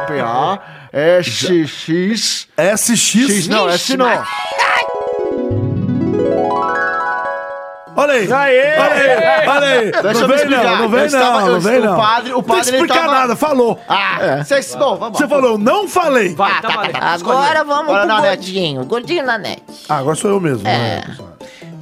L: é PA, SX.
B: SX?
L: é X, não, S não.
B: Olha aí. Olha aí. Olha aí.
L: Deixa eu me
B: não vem não,
L: explicar.
B: não vem
L: Eu estava-
B: não, não
L: eu-
B: vem
L: o
B: não.
L: padre- o padre,
B: não
L: ele
B: tem que explicar
L: tava-
B: nada, falou. É.
L: Ah, vocês. Bom, vamos
B: Você
L: lá.
B: falou, não falei.
M: Ah,
L: Vai, tá, tá, tá.
M: Agora vamos
L: Bora
M: pro
L: na net.
M: gordinho. Gordinho na net.
B: Ah, agora sou eu mesmo.
M: É.
B: né?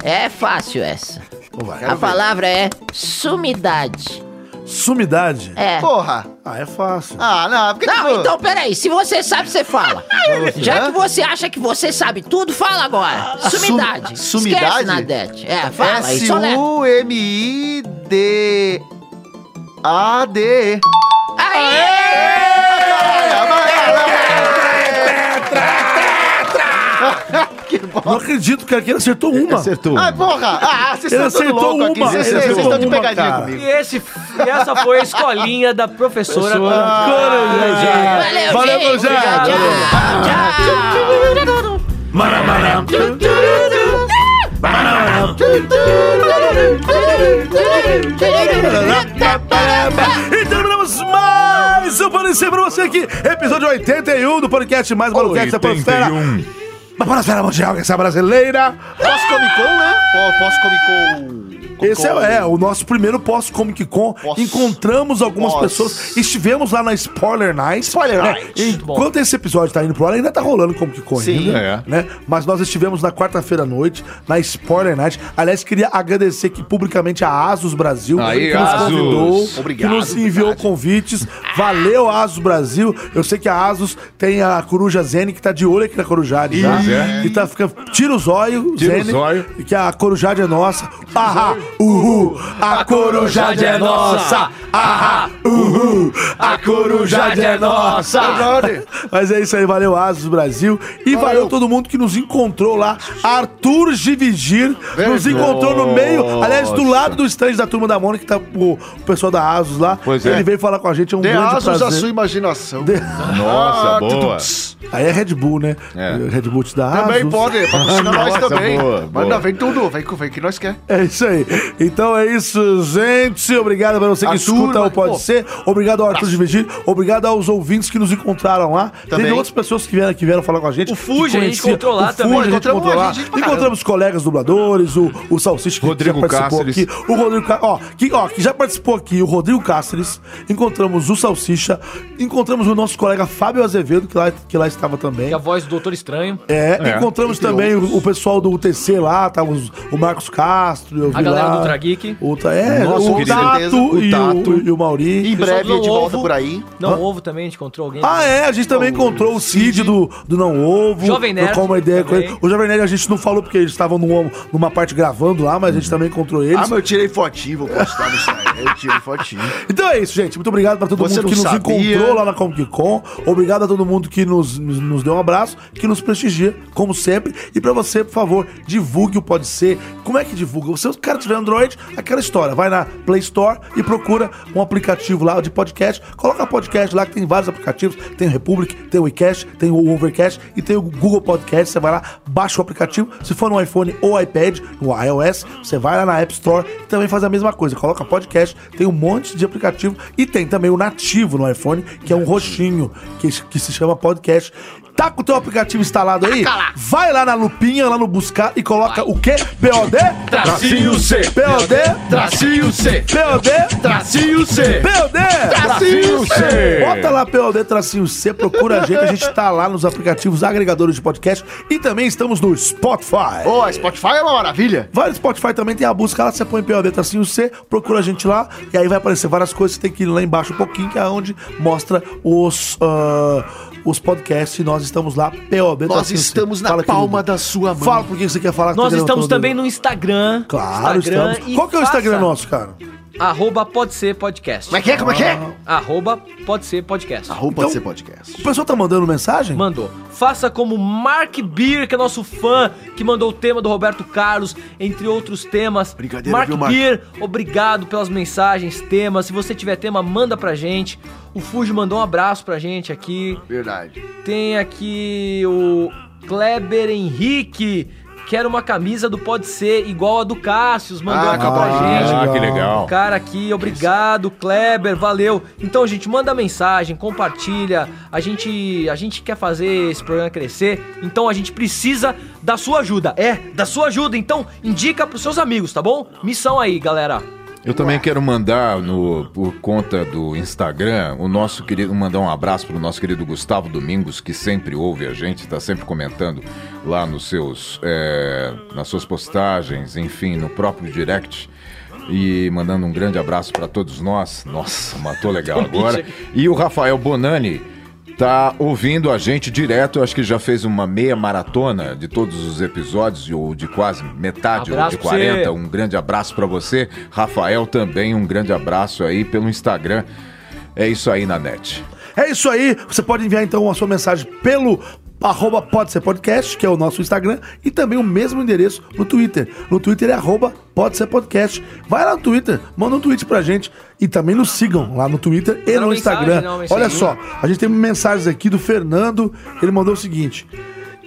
M: É fácil essa.
B: Vamos lá.
M: A palavra é sumidade.
B: Sumidade?
M: É.
L: Porra.
B: Ah, é fácil.
L: Ah, não, porque
M: Não, então peraí. Se você sabe, você fala. Já que você acha que você sabe tudo, fala agora. Sumidade.
L: Sum- sumidade?
M: Esquece, Nadete. É, fala aí. Só leva.
L: S-U-M-I-D. A-D.
B: Não acredito, cara, que ele acertou uma.
C: Acertou.
L: Ai, porra! Ah, vocês
K: tá
B: Ele
L: estão tudo
B: acertou
L: louco aqui.
B: uma,
L: Vocês
B: ele
L: vocês
B: acertou
L: estão de
B: uma,
L: pegadinha
B: cara.
L: comigo.
D: E esse, e essa foi a escolinha da professora.
M: Valeu,
B: Ah, Valeu,
M: gente.
B: Gozado.
M: Tchau.
B: E terminamos mais um Parecer pra você aqui, episódio 81 do podcast mais maluquete da Panfera.
C: 81.
B: Mas para a esfera mundial, que é essa brasileira.
M: Ah!
L: Pós-Comic Con, né? Pô, Pós-Comic Con.
B: Esse é, é o nosso primeiro pós-Comic Con.
L: Pós.
B: Encontramos algumas
L: Pós.
B: pessoas. Estivemos lá na Spoiler Night.
L: Spoiler
B: né?
L: Night.
B: Enquanto esse episódio tá indo pro ar, ainda tá rolando Comic Con
L: Sim.
B: ainda,
C: É.
B: né? Mas nós estivemos na quarta-feira à noite, na Spoiler Night. Aliás, queria agradecer aqui publicamente a Asus Brasil,
C: Aí,
B: que nos
C: Asus.
B: convidou,
L: Obrigado,
B: que nos enviou convites. Valeu, Asus Brasil. Eu sei que a Asus tem a Coruja Zene, que tá de olho aqui na Corujade, tá?
C: Isso, é.
B: Que tá ficando... Tira os olhos,
C: Tira o
B: Zene,
C: zóio.
B: e que a corujade é nossa. Ahá, uhul, a corujade é nossa.
L: Ah,
B: Ahá, uhul, a corujade é nossa. Mas é isso aí, valeu Asos Brasil. E valeu, todo mundo que nos encontrou lá. Arthur Givigir nos encontrou no meio, aliás, do lado do stand da Turma da Mônica, que tá o o pessoal da Asos lá.
C: Pois é.
B: Ele veio falar com a gente, é um
L: Dê
B: grande
L: asas à sua Ah,
B: prazer.
L: imaginação.
B: De-
C: Nossa,
K: Ah,
C: boa.
B: Aí é Red Bull, né?
C: É.
B: Red Bull te dá
L: Também
B: Asus.
L: pode, patrocina nós
C: Nossa,
L: também.
C: boa,
L: Manda,
C: boa.
L: vem tudo, vem, com- vem que nós quer.
B: É isso aí. Então é isso, gente. Obrigado pra você que
L: A
B: escuta
L: turma,
B: o Pode
L: pô.
B: Ser. Obrigado ao Arthur de Vigília. Obrigado aos ouvintes que nos encontraram lá.
L: Também.
B: Teve outras pessoas que vieram, que vieram falar com a gente.
D: O Fuji,
B: que
D: a gente
B: conhecia.
D: encontrou lá
B: o Fuji,
D: também.
B: A gente
L: Encontramos
B: encontrou lá.
L: a gente pra
B: Encontramos colegas dubladores, o, o Salsicha que
C: Rodrigo
B: já participou
C: Cáceres.
B: aqui. O Rodrigo Cá- ó, que, ó, que já participou aqui, o Rodrigo Cáceres. Encontramos o Salsicha. Encontramos o nosso colega Fábio Azevedo, que lá, que lá estava também.
D: E a voz do Doutor Estranho.
B: É,
C: É.
B: encontramos também o, o pessoal do UTC lá, tá? Os- o Marcos Castro, eu vi
D: A galera
B: lá.
D: do Ultra Geek.
B: Ultra- é,
C: Nossa,
B: o
C: querido.
B: Tato
L: Certeza.
B: e o,
C: O Tato.
B: Beto e o Mauri.
K: Em breve
D: Não
K: de volta
D: Ovo.
K: por aí.
D: Não
B: Hã?
D: Ovo também, a gente encontrou alguém.
B: Ah, é, a gente também encontrou o Cid do, do Não Ovo.
D: Jovem Nerd
B: Trocou uma ideia é com
D: também.
B: ele. O Jovem Nerd a gente não falou porque eles estavam num- numa parte gravando lá, mas a gente também encontrou eles.
L: Ah, mas eu tirei fotinho, vou postar no site. Eu tirei fotinho.
B: Então é isso, gente. Muito obrigado pra todo
L: Você
B: mundo
L: não
B: que nos
L: sabia.
B: encontrou lá na Comic Con. Obrigado a todo mundo que nos, nos, nos deu um abraço, que nos prestigia, como sempre. E pra você, por favor, divulgue o Pode Ser. Como é que divulga? Se o cara tiver Android, aquela história. Vai na Play Store e procura um aplicativo lá de podcast. Coloca podcast lá, que tem vários aplicativos. Tem o Republic, tem o WeCast, tem o Overcast e tem o Google Podcast. Você vai lá, baixa o aplicativo. Se for no iPhone ou iPad, no iOS, você vai lá na App Store e também faz a mesma coisa. Coloca podcast, tem um monte de aplicativo e tem também o nativo no iPhone, que é um roxinho, que, que se chama podcast. Tá com o teu aplicativo instalado aí? Vai lá na lupinha, lá no buscar e coloca o quê? POD?
O: Tracinho C.
B: POD?
O: Tracinho C.
B: POD?
O: Tracinho C.
B: POD?
O: Tracinho C.
B: Bota lá POD Tracinho C, procura a gente. A gente tá lá nos aplicativos agregadores de podcast e também estamos no Spotify.
K: Ô, a Spotify é uma maravilha.
B: Vai no Spotify também, tem a busca lá, você põe POD Tracinho C, procura a gente lá e aí vai aparecer várias coisas. Você tem que ir lá embaixo um pouquinho, que é onde mostra os. ah, os podcasts, nós estamos lá, POB
K: Nós estamos na palma da sua mão.
B: Fala porque você quer falar
D: Nós
B: tá
D: estamos
B: gravando.
D: também no Instagram.
B: Claro,
D: Instagram
B: estamos.
D: e
B: Qual que é o
D: faça-
B: Instagram nosso, cara?
D: Arroba pode ser podcast.
K: Como é que é? Como é que é?
D: Arroba pode ser podcast.
K: Arroba
B: Então-
K: pode ser podcast.
B: O pessoal tá mandando mensagem?
D: Mandou. Faça como Mark Beer, que é nosso fã, que mandou o tema do Roberto Carlos, entre outros temas.
L: Brincadeira,
D: Mark
L: viu, Mark?
D: Beer, obrigado pelas mensagens, temas. Se você tiver tema, manda pra gente. O Fuji mandou um abraço pra gente aqui.
L: Verdade.
D: Tem aqui o Kleber Henrique. Quero uma camisa do Pode Ser igual a do Cássios. Mandou
L: Ah,
D: aqui pra
L: acabou.
D: gente.
C: Ah, que legal.
D: O cara aqui, obrigado, Kleber, valeu. Então, gente, manda mensagem, compartilha. A gente, a gente quer fazer esse programa crescer, então a gente precisa da sua ajuda. É, da sua ajuda. Então, indica pros seus amigos, tá bom? Missão aí, galera.
C: Eu também quero mandar no, por conta do Instagram, o nosso querido, mandar um abraço pro nosso querido Gustavo Domingos, que sempre ouve a gente, tá sempre comentando lá nos seus, é, nas suas postagens, enfim, no próprio direct. E mandando um grande abraço para todos nós. Nossa, matou legal agora. E o Rafael Bonani, Tá ouvindo a gente direto, acho que já fez uma meia maratona de todos os episódios, ou de quase metade,
D: Abraço
C: ou de
D: pra você.
C: 40. Um grande abraço pra você. Rafael também, um grande abraço aí pelo Instagram. É isso aí na net.
B: É isso aí. Você pode enviar então a sua mensagem pelo arroba pode ser podcast, que é o nosso Instagram, e também o mesmo endereço no Twitter. No Twitter é arroba pode ser podcast. Vai lá no Twitter, manda um tweet pra gente e também nos sigam lá no Twitter e
D: Manda
B: no
D: uma
B: Instagram.
D: mensagem, né? Uma mensagem.
B: Olha só, a gente tem mensagens aqui do Fernando, ele mandou o seguinte...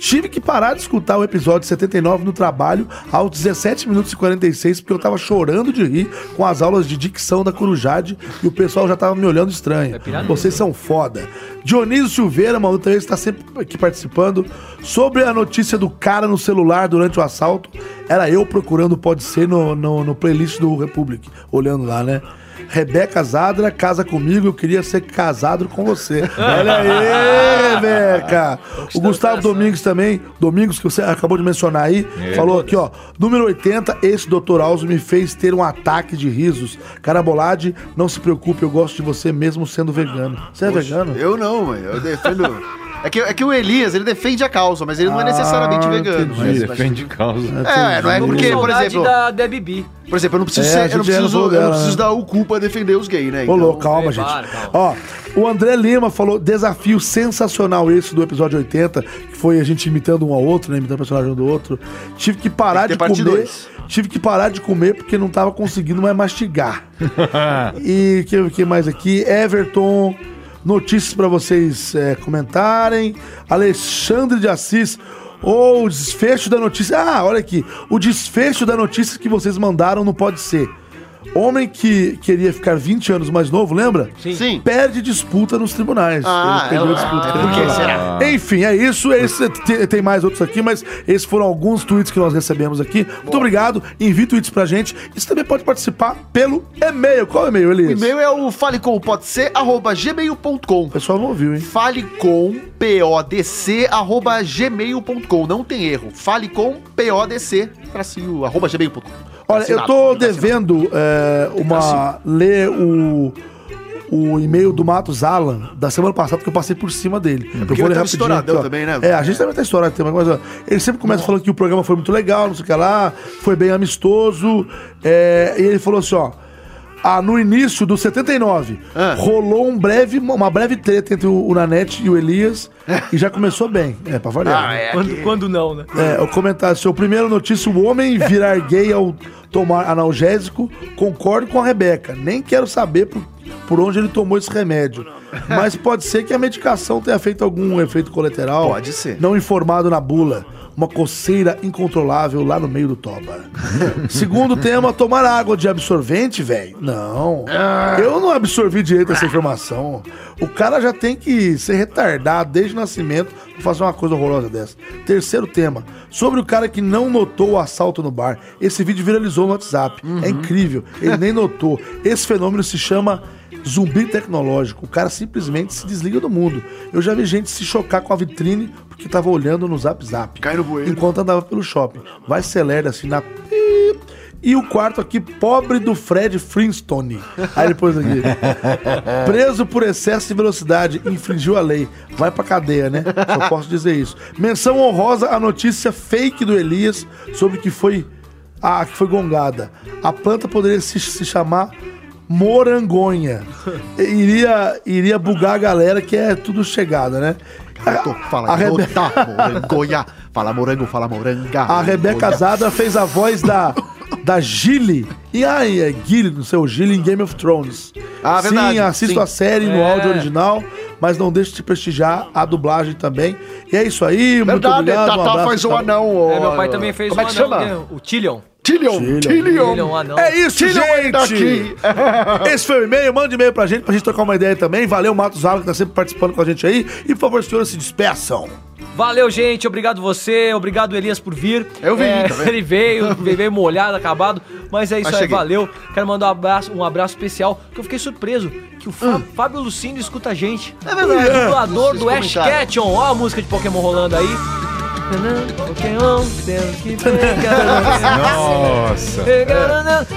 B: Tive que parar de escutar o episódio 79 no trabalho aos 17 minutos e 46, porque eu tava chorando de rir com as aulas de dicção da Corujade e o pessoal já tava me olhando
D: É
B: estranho. Vocês são foda. Dionísio Silveira, mano, também está tá sempre aqui participando. Sobre a notícia do cara no celular durante o assalto, era eu procurando, pode ser, no, no, no playlist do Republic, olhando lá, né? Rebeca Zadra, casa comigo, eu queria ser casado com você. Olha aí, Rebeca! O Gustavo Domingos também, Domingos, que você acabou de mencionar aí,
O: É.
B: falou aqui, ó. Número 80, esse Dr. Alzo me fez ter um ataque de risos. Carabolade, não se preocupe, eu gosto de você mesmo sendo vegano. Você é vegano?
K: Eu não, mano. Eu defendo. é, que, é que o Elias, ele defende a causa, mas ele não é
B: Ah,
K: necessariamente vegano. né?
B: entendi. Ah,
K: Mas-
C: Defende causa.
K: É, não é porque, por
D: Saudade
K: exemplo.
D: da Debbie B.
K: Por exemplo, eu não preciso,
B: É, a
K: ser, eu não
B: gente já
K: preciso,
B: falou
K: eu não
B: dela,
K: preciso
B: né?
K: dar o cu pra defender os gays, né?
B: Ô, louco, calma,
D: Ei,
B: gente.
D: para, calma.
B: Ó, o André Lima falou desafio sensacional esse do episódio 80, que foi a gente imitando um ao outro, né? Imitando o personagem um do outro. Tive que
K: Tem
B: parar de
K: que ter parte
B: comer.
K: dois.
B: Tive que parar de comer porque não tava conseguindo mais mastigar. e que, que mais aqui? Everton. Notícias pra vocês é, comentarem. Alexandre de Assis. Ou o desfecho da notícia. Ah, olha aqui. O desfecho da notícia que vocês mandaram não pode ser. Homem que queria ficar 20 anos mais novo, lembra?
K: Sim. Sim.
B: Perde disputa nos tribunais.
K: Ah,
B: Ele perdeu
K: é-
B: a disputa.
K: ah, por que será?
B: Enfim, é isso. Esse- te- tem mais outros aqui, mas esses foram alguns tweets que nós recebemos aqui. Muito obrigado. Envie tweets pra gente. E você também pode participar pelo e-mail. Qual é o e-mail,
K: O
B: Elias?
K: e-mail é o falecompodc.gmail.com.
B: O pessoal não ouviu, hein?
K: falecompodc.gmail.com. Não tem erro. Falecompodc, tracinho, arroba gmail.com.
B: Olha, eu tô devendo é,
L: assim.
B: uma. ler o. O e-mail do Matos Alan da semana passada, porque eu passei por cima dele. eu
L: porque
B: vou
L: ele
B: ler
L: tá
B: rapidinho
L: estouradão
B: aqui, ó.
L: também, né?
B: É, a gente também tá estourado também, mas ó, ele sempre começa falando que o programa foi muito legal, não sei o que lá, foi bem amistoso. é, e ele falou assim, ó. Ah, no início do 79,
L: Ah.
B: rolou um breve, uma breve treta entre o, o Nanete e o Elias e já começou bem. É, pra variar.
L: Ah,
B: né?
D: quando, quando não, né?
B: É, o comentário seu. Primeiro notícia: o homem virar gay ao tomar analgésico. Concordo com a Rebeca. Nem quero saber por, por onde ele tomou esse remédio. Mas pode ser que a medicação tenha feito algum efeito colateral. Pode ser. Não informado na bula. Uma coceira incontrolável lá no meio do toba. Segundo tema, tomar água de absorvente, velho. Não. Eu não absorvi direito essa informação. O cara já tem que ser retardado desde o nascimento pra fazer uma coisa horrorosa dessa. Terceiro tema, sobre o cara que não notou o assalto no bar. Esse vídeo viralizou no WhatsApp. É incrível. Ele nem notou. Esse fenômeno se chama zumbi tecnológico. O cara simplesmente se desliga do mundo. Eu já vi gente se chocar com a vitrine porque tava olhando no Zap Zap. Cai no bueiro. Enquanto andava pelo shopping. Vai acelera assim na e o quarto aqui, pobre do Fred Flintstone. Aí ele pôs aqui. Preso por excesso de velocidade, infringiu a lei. Vai pra cadeia, né? Só posso dizer isso. Menção honrosa à notícia fake do Elias sobre que foi. Ah, que foi gongada. A planta poderia se, se chamar morangonha. Iria, iria bugar a galera que é tudo chegada, né?
K: Fala,
B: a Rebe-
K: garota, morangoia. Ah, Fala morango, fala moranga.
B: A Rebeca
K: morangoia.
B: Zada fez a voz da, da Gilly. E aí, é Gilly, não sei, o Gilly em Game of Thrones.
L: Ah, verdade,
B: Sim, assisto
L: sim.
B: a série no
L: É.
B: áudio original, mas não deixe de prestigiar a dublagem também. E é isso aí, muito
L: Verdade,
B: obrigado.
L: né? Tatá
B: abraço,
L: faz o
B: tá?
L: anão, ó.
D: É, meu pai também fez
L: Como é
D: um
L: que
D: anão,
L: chama?
D: né? o Tillion.
L: Tillion,
D: Tillion, anão.
B: É isso,
D: Tillion é
B: gente.
D: daqui.
B: Esse foi o e-mail. Manda um e-mail pra gente, pra gente trocar uma ideia também. Valeu, Matos Alan, que tá sempre participando com a gente aí. E, por favor, senhores, se despeçam.
D: Valeu, gente. Obrigado você. Obrigado, Elias, por vir. Eu
B: vim,
D: É,
B: tá vendo?
D: ele veio, veio molhado, acabado. Mas é isso
B: Mas
D: aí,
B: cheguei.
D: valeu. Quero mandar um abraço, um abraço especial, que eu fiquei surpreso que o Fá-
B: Hum.
D: Fábio Lucino escuta a gente. É
K: verdade.
D: O dublador
K: Dos
D: do Ash
K: comentários.
D: Ketchum. Ó a música de Pokémon rolando aí. Pokémon, temos que ver.
C: Nossa.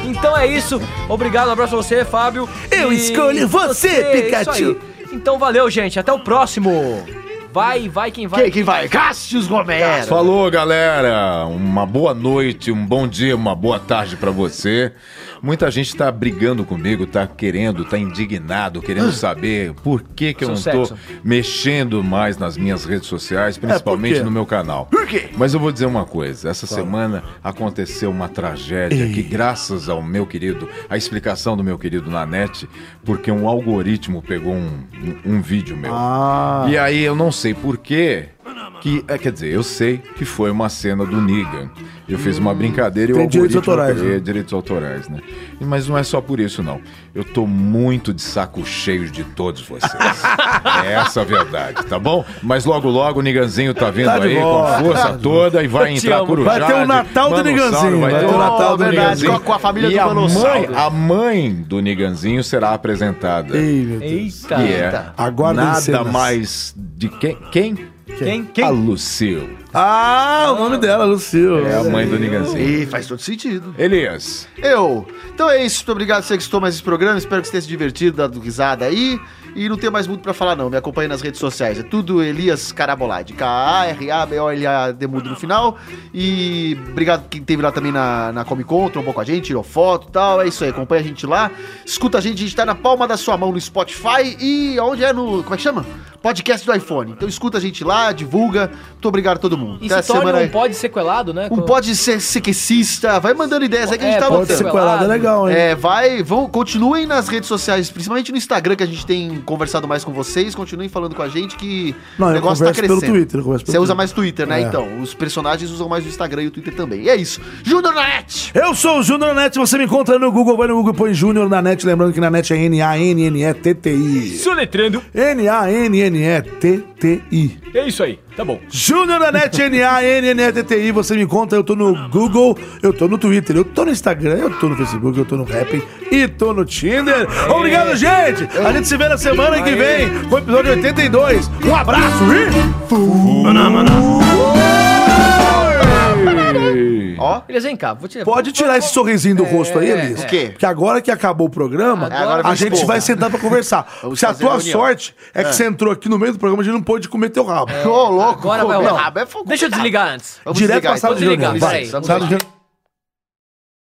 D: Então é isso. Obrigado, um abraço pra você, Fábio.
B: Eu escolho você,
D: é isso
B: Pikachu.
D: aí. Então valeu, gente. Até o próximo. Vai, vai quem vai.
K: Quem, quem vai? Cássius Romero.
C: Falou, galera. Uma boa noite, um bom dia, uma boa tarde pra você. Muita gente tá brigando comigo, tá querendo, tá indignado, querendo saber por que que eu
D: Seu
C: não
D: sexo.
C: tô mexendo mais nas minhas redes sociais, principalmente
D: quê?
C: no meu canal. Por quê? Mas eu vou dizer uma coisa, essa semana aconteceu uma tragédia que graças ao meu querido, à explicação do meu querido Nanete, porque um algoritmo pegou um, um, um vídeo meu.
B: Ah.
C: E aí eu não sei porquê. Que, é, quer dizer, eu sei que foi uma cena do Negan. Eu fiz uma brincadeira e o
B: Hum. Tem direitos
C: algoritmo
B: autorais,
C: pegou-
B: né?
C: é, direitos autorais, né? E- Mas não é só por isso, não. Eu tô muito de saco cheio de todos vocês. é essa a verdade, tá bom? Mas logo, logo o Niganzinho tá vindo
B: Tá de
C: aí
B: volta.
C: com a força toda e vai
B: Eu te
C: entrar
B: amo.
C: Corujade.
B: Vai ter o Natal do
C: Mano
B: Niganzinho,
C: Sauro, Vai ter o Natal do
K: verdade,
C: Niganzinho.
K: com a família
C: e
K: do
C: a
K: Manossauro.
C: mãe, a mãe do Niganzinho será apresentada.
D: Eita.
C: E é
B: Aguardem
C: nada
B: cenas.
C: mais de quem? Quem?
D: Quem? Quem?
C: A Lucille.
B: Ah, o nome dela, Lucil.
C: É a mãe do Niganzinho.
K: Ih, faz todo sentido.
C: Elias.
K: Eu. Então é isso. Muito obrigado você que estou mais esse programa. Espero que você tenha se divertido, dado risada aí. E não tem mais muito pra falar, não. Me acompanha nas redes sociais. É tudo Elias Carabolade. K-A-R-A-B-O-L-A-D mudo no final. E obrigado quem teve lá também na, na Comic Con, trombou com a gente, tirou foto e tal. É isso aí. Acompanha a gente lá. Escuta a gente. A gente tá na palma da sua mão no Spotify e onde é no. Como é que chama? Podcast do iPhone. Então escuta a gente lá, divulga. Muito obrigado a todo mundo.
D: E
K: Até a
D: se torna
K: aí.
D: um pod sequelado, né?
K: Um pode ser sequecista, vai mandando ideias aí que a gente
D: É,
K: tá
D: pode
K: botando.
D: sequelado é legal, hein?
K: É, vai, vão, continuem nas redes sociais, principalmente no Instagram, que a gente tem conversado mais com vocês, continuem falando com a gente que tá
B: Não, eu converso pelo Twitter, eu converso pelo
K: Você usa
B: Twitter.
K: mais Twitter, né?
B: É.
K: Então, os personagens usam mais o Instagram e o Twitter também. E é isso. Júnior na net!
B: Eu sou o Júnior Net, você me encontra no Google, vai no Google, põe Júnior na net, lembrando que na net é N-A-N-N-E-T-T-I.
F: Soletrando.
B: N-A-N-N-E-T-T-I.
F: É isso aí, tá bom.
B: Júnior na net, N-A-N-N-E-T-T-I, você me encontra, eu tô no Google, eu tô no Twitter, eu tô no Instagram, eu tô no Facebook, eu tô no Rap e tô no Tinder. Obrigado, gente! A gente se vê na semana que vem com o episódio 82. Um abraço e... Fui!
C: Ei.
K: Ó,
D: Elias, vem cá, vou tirar.
B: Pode tirar esse sorrisinho do
D: É,
B: rosto aí, Elias.
D: o quê?
B: Porque agora que acabou o programa,
D: Agora
B: a
D: vem
B: gente
D: esporra.
B: vai sentar pra conversar.
D: Vamos
B: Se a
D: fazer
B: tua
D: reunião.
B: sorte é que
D: É.
B: você entrou aqui no meio do programa, a gente não pôde comer teu rabo.
D: Agora vai
B: comer
D: rolar.
B: rabo é
D: Deixa eu desligar antes.
B: Direto pra sala de
D: Desligar,
B: reunião. vai.
D: peraí.
B: Sala de reunião.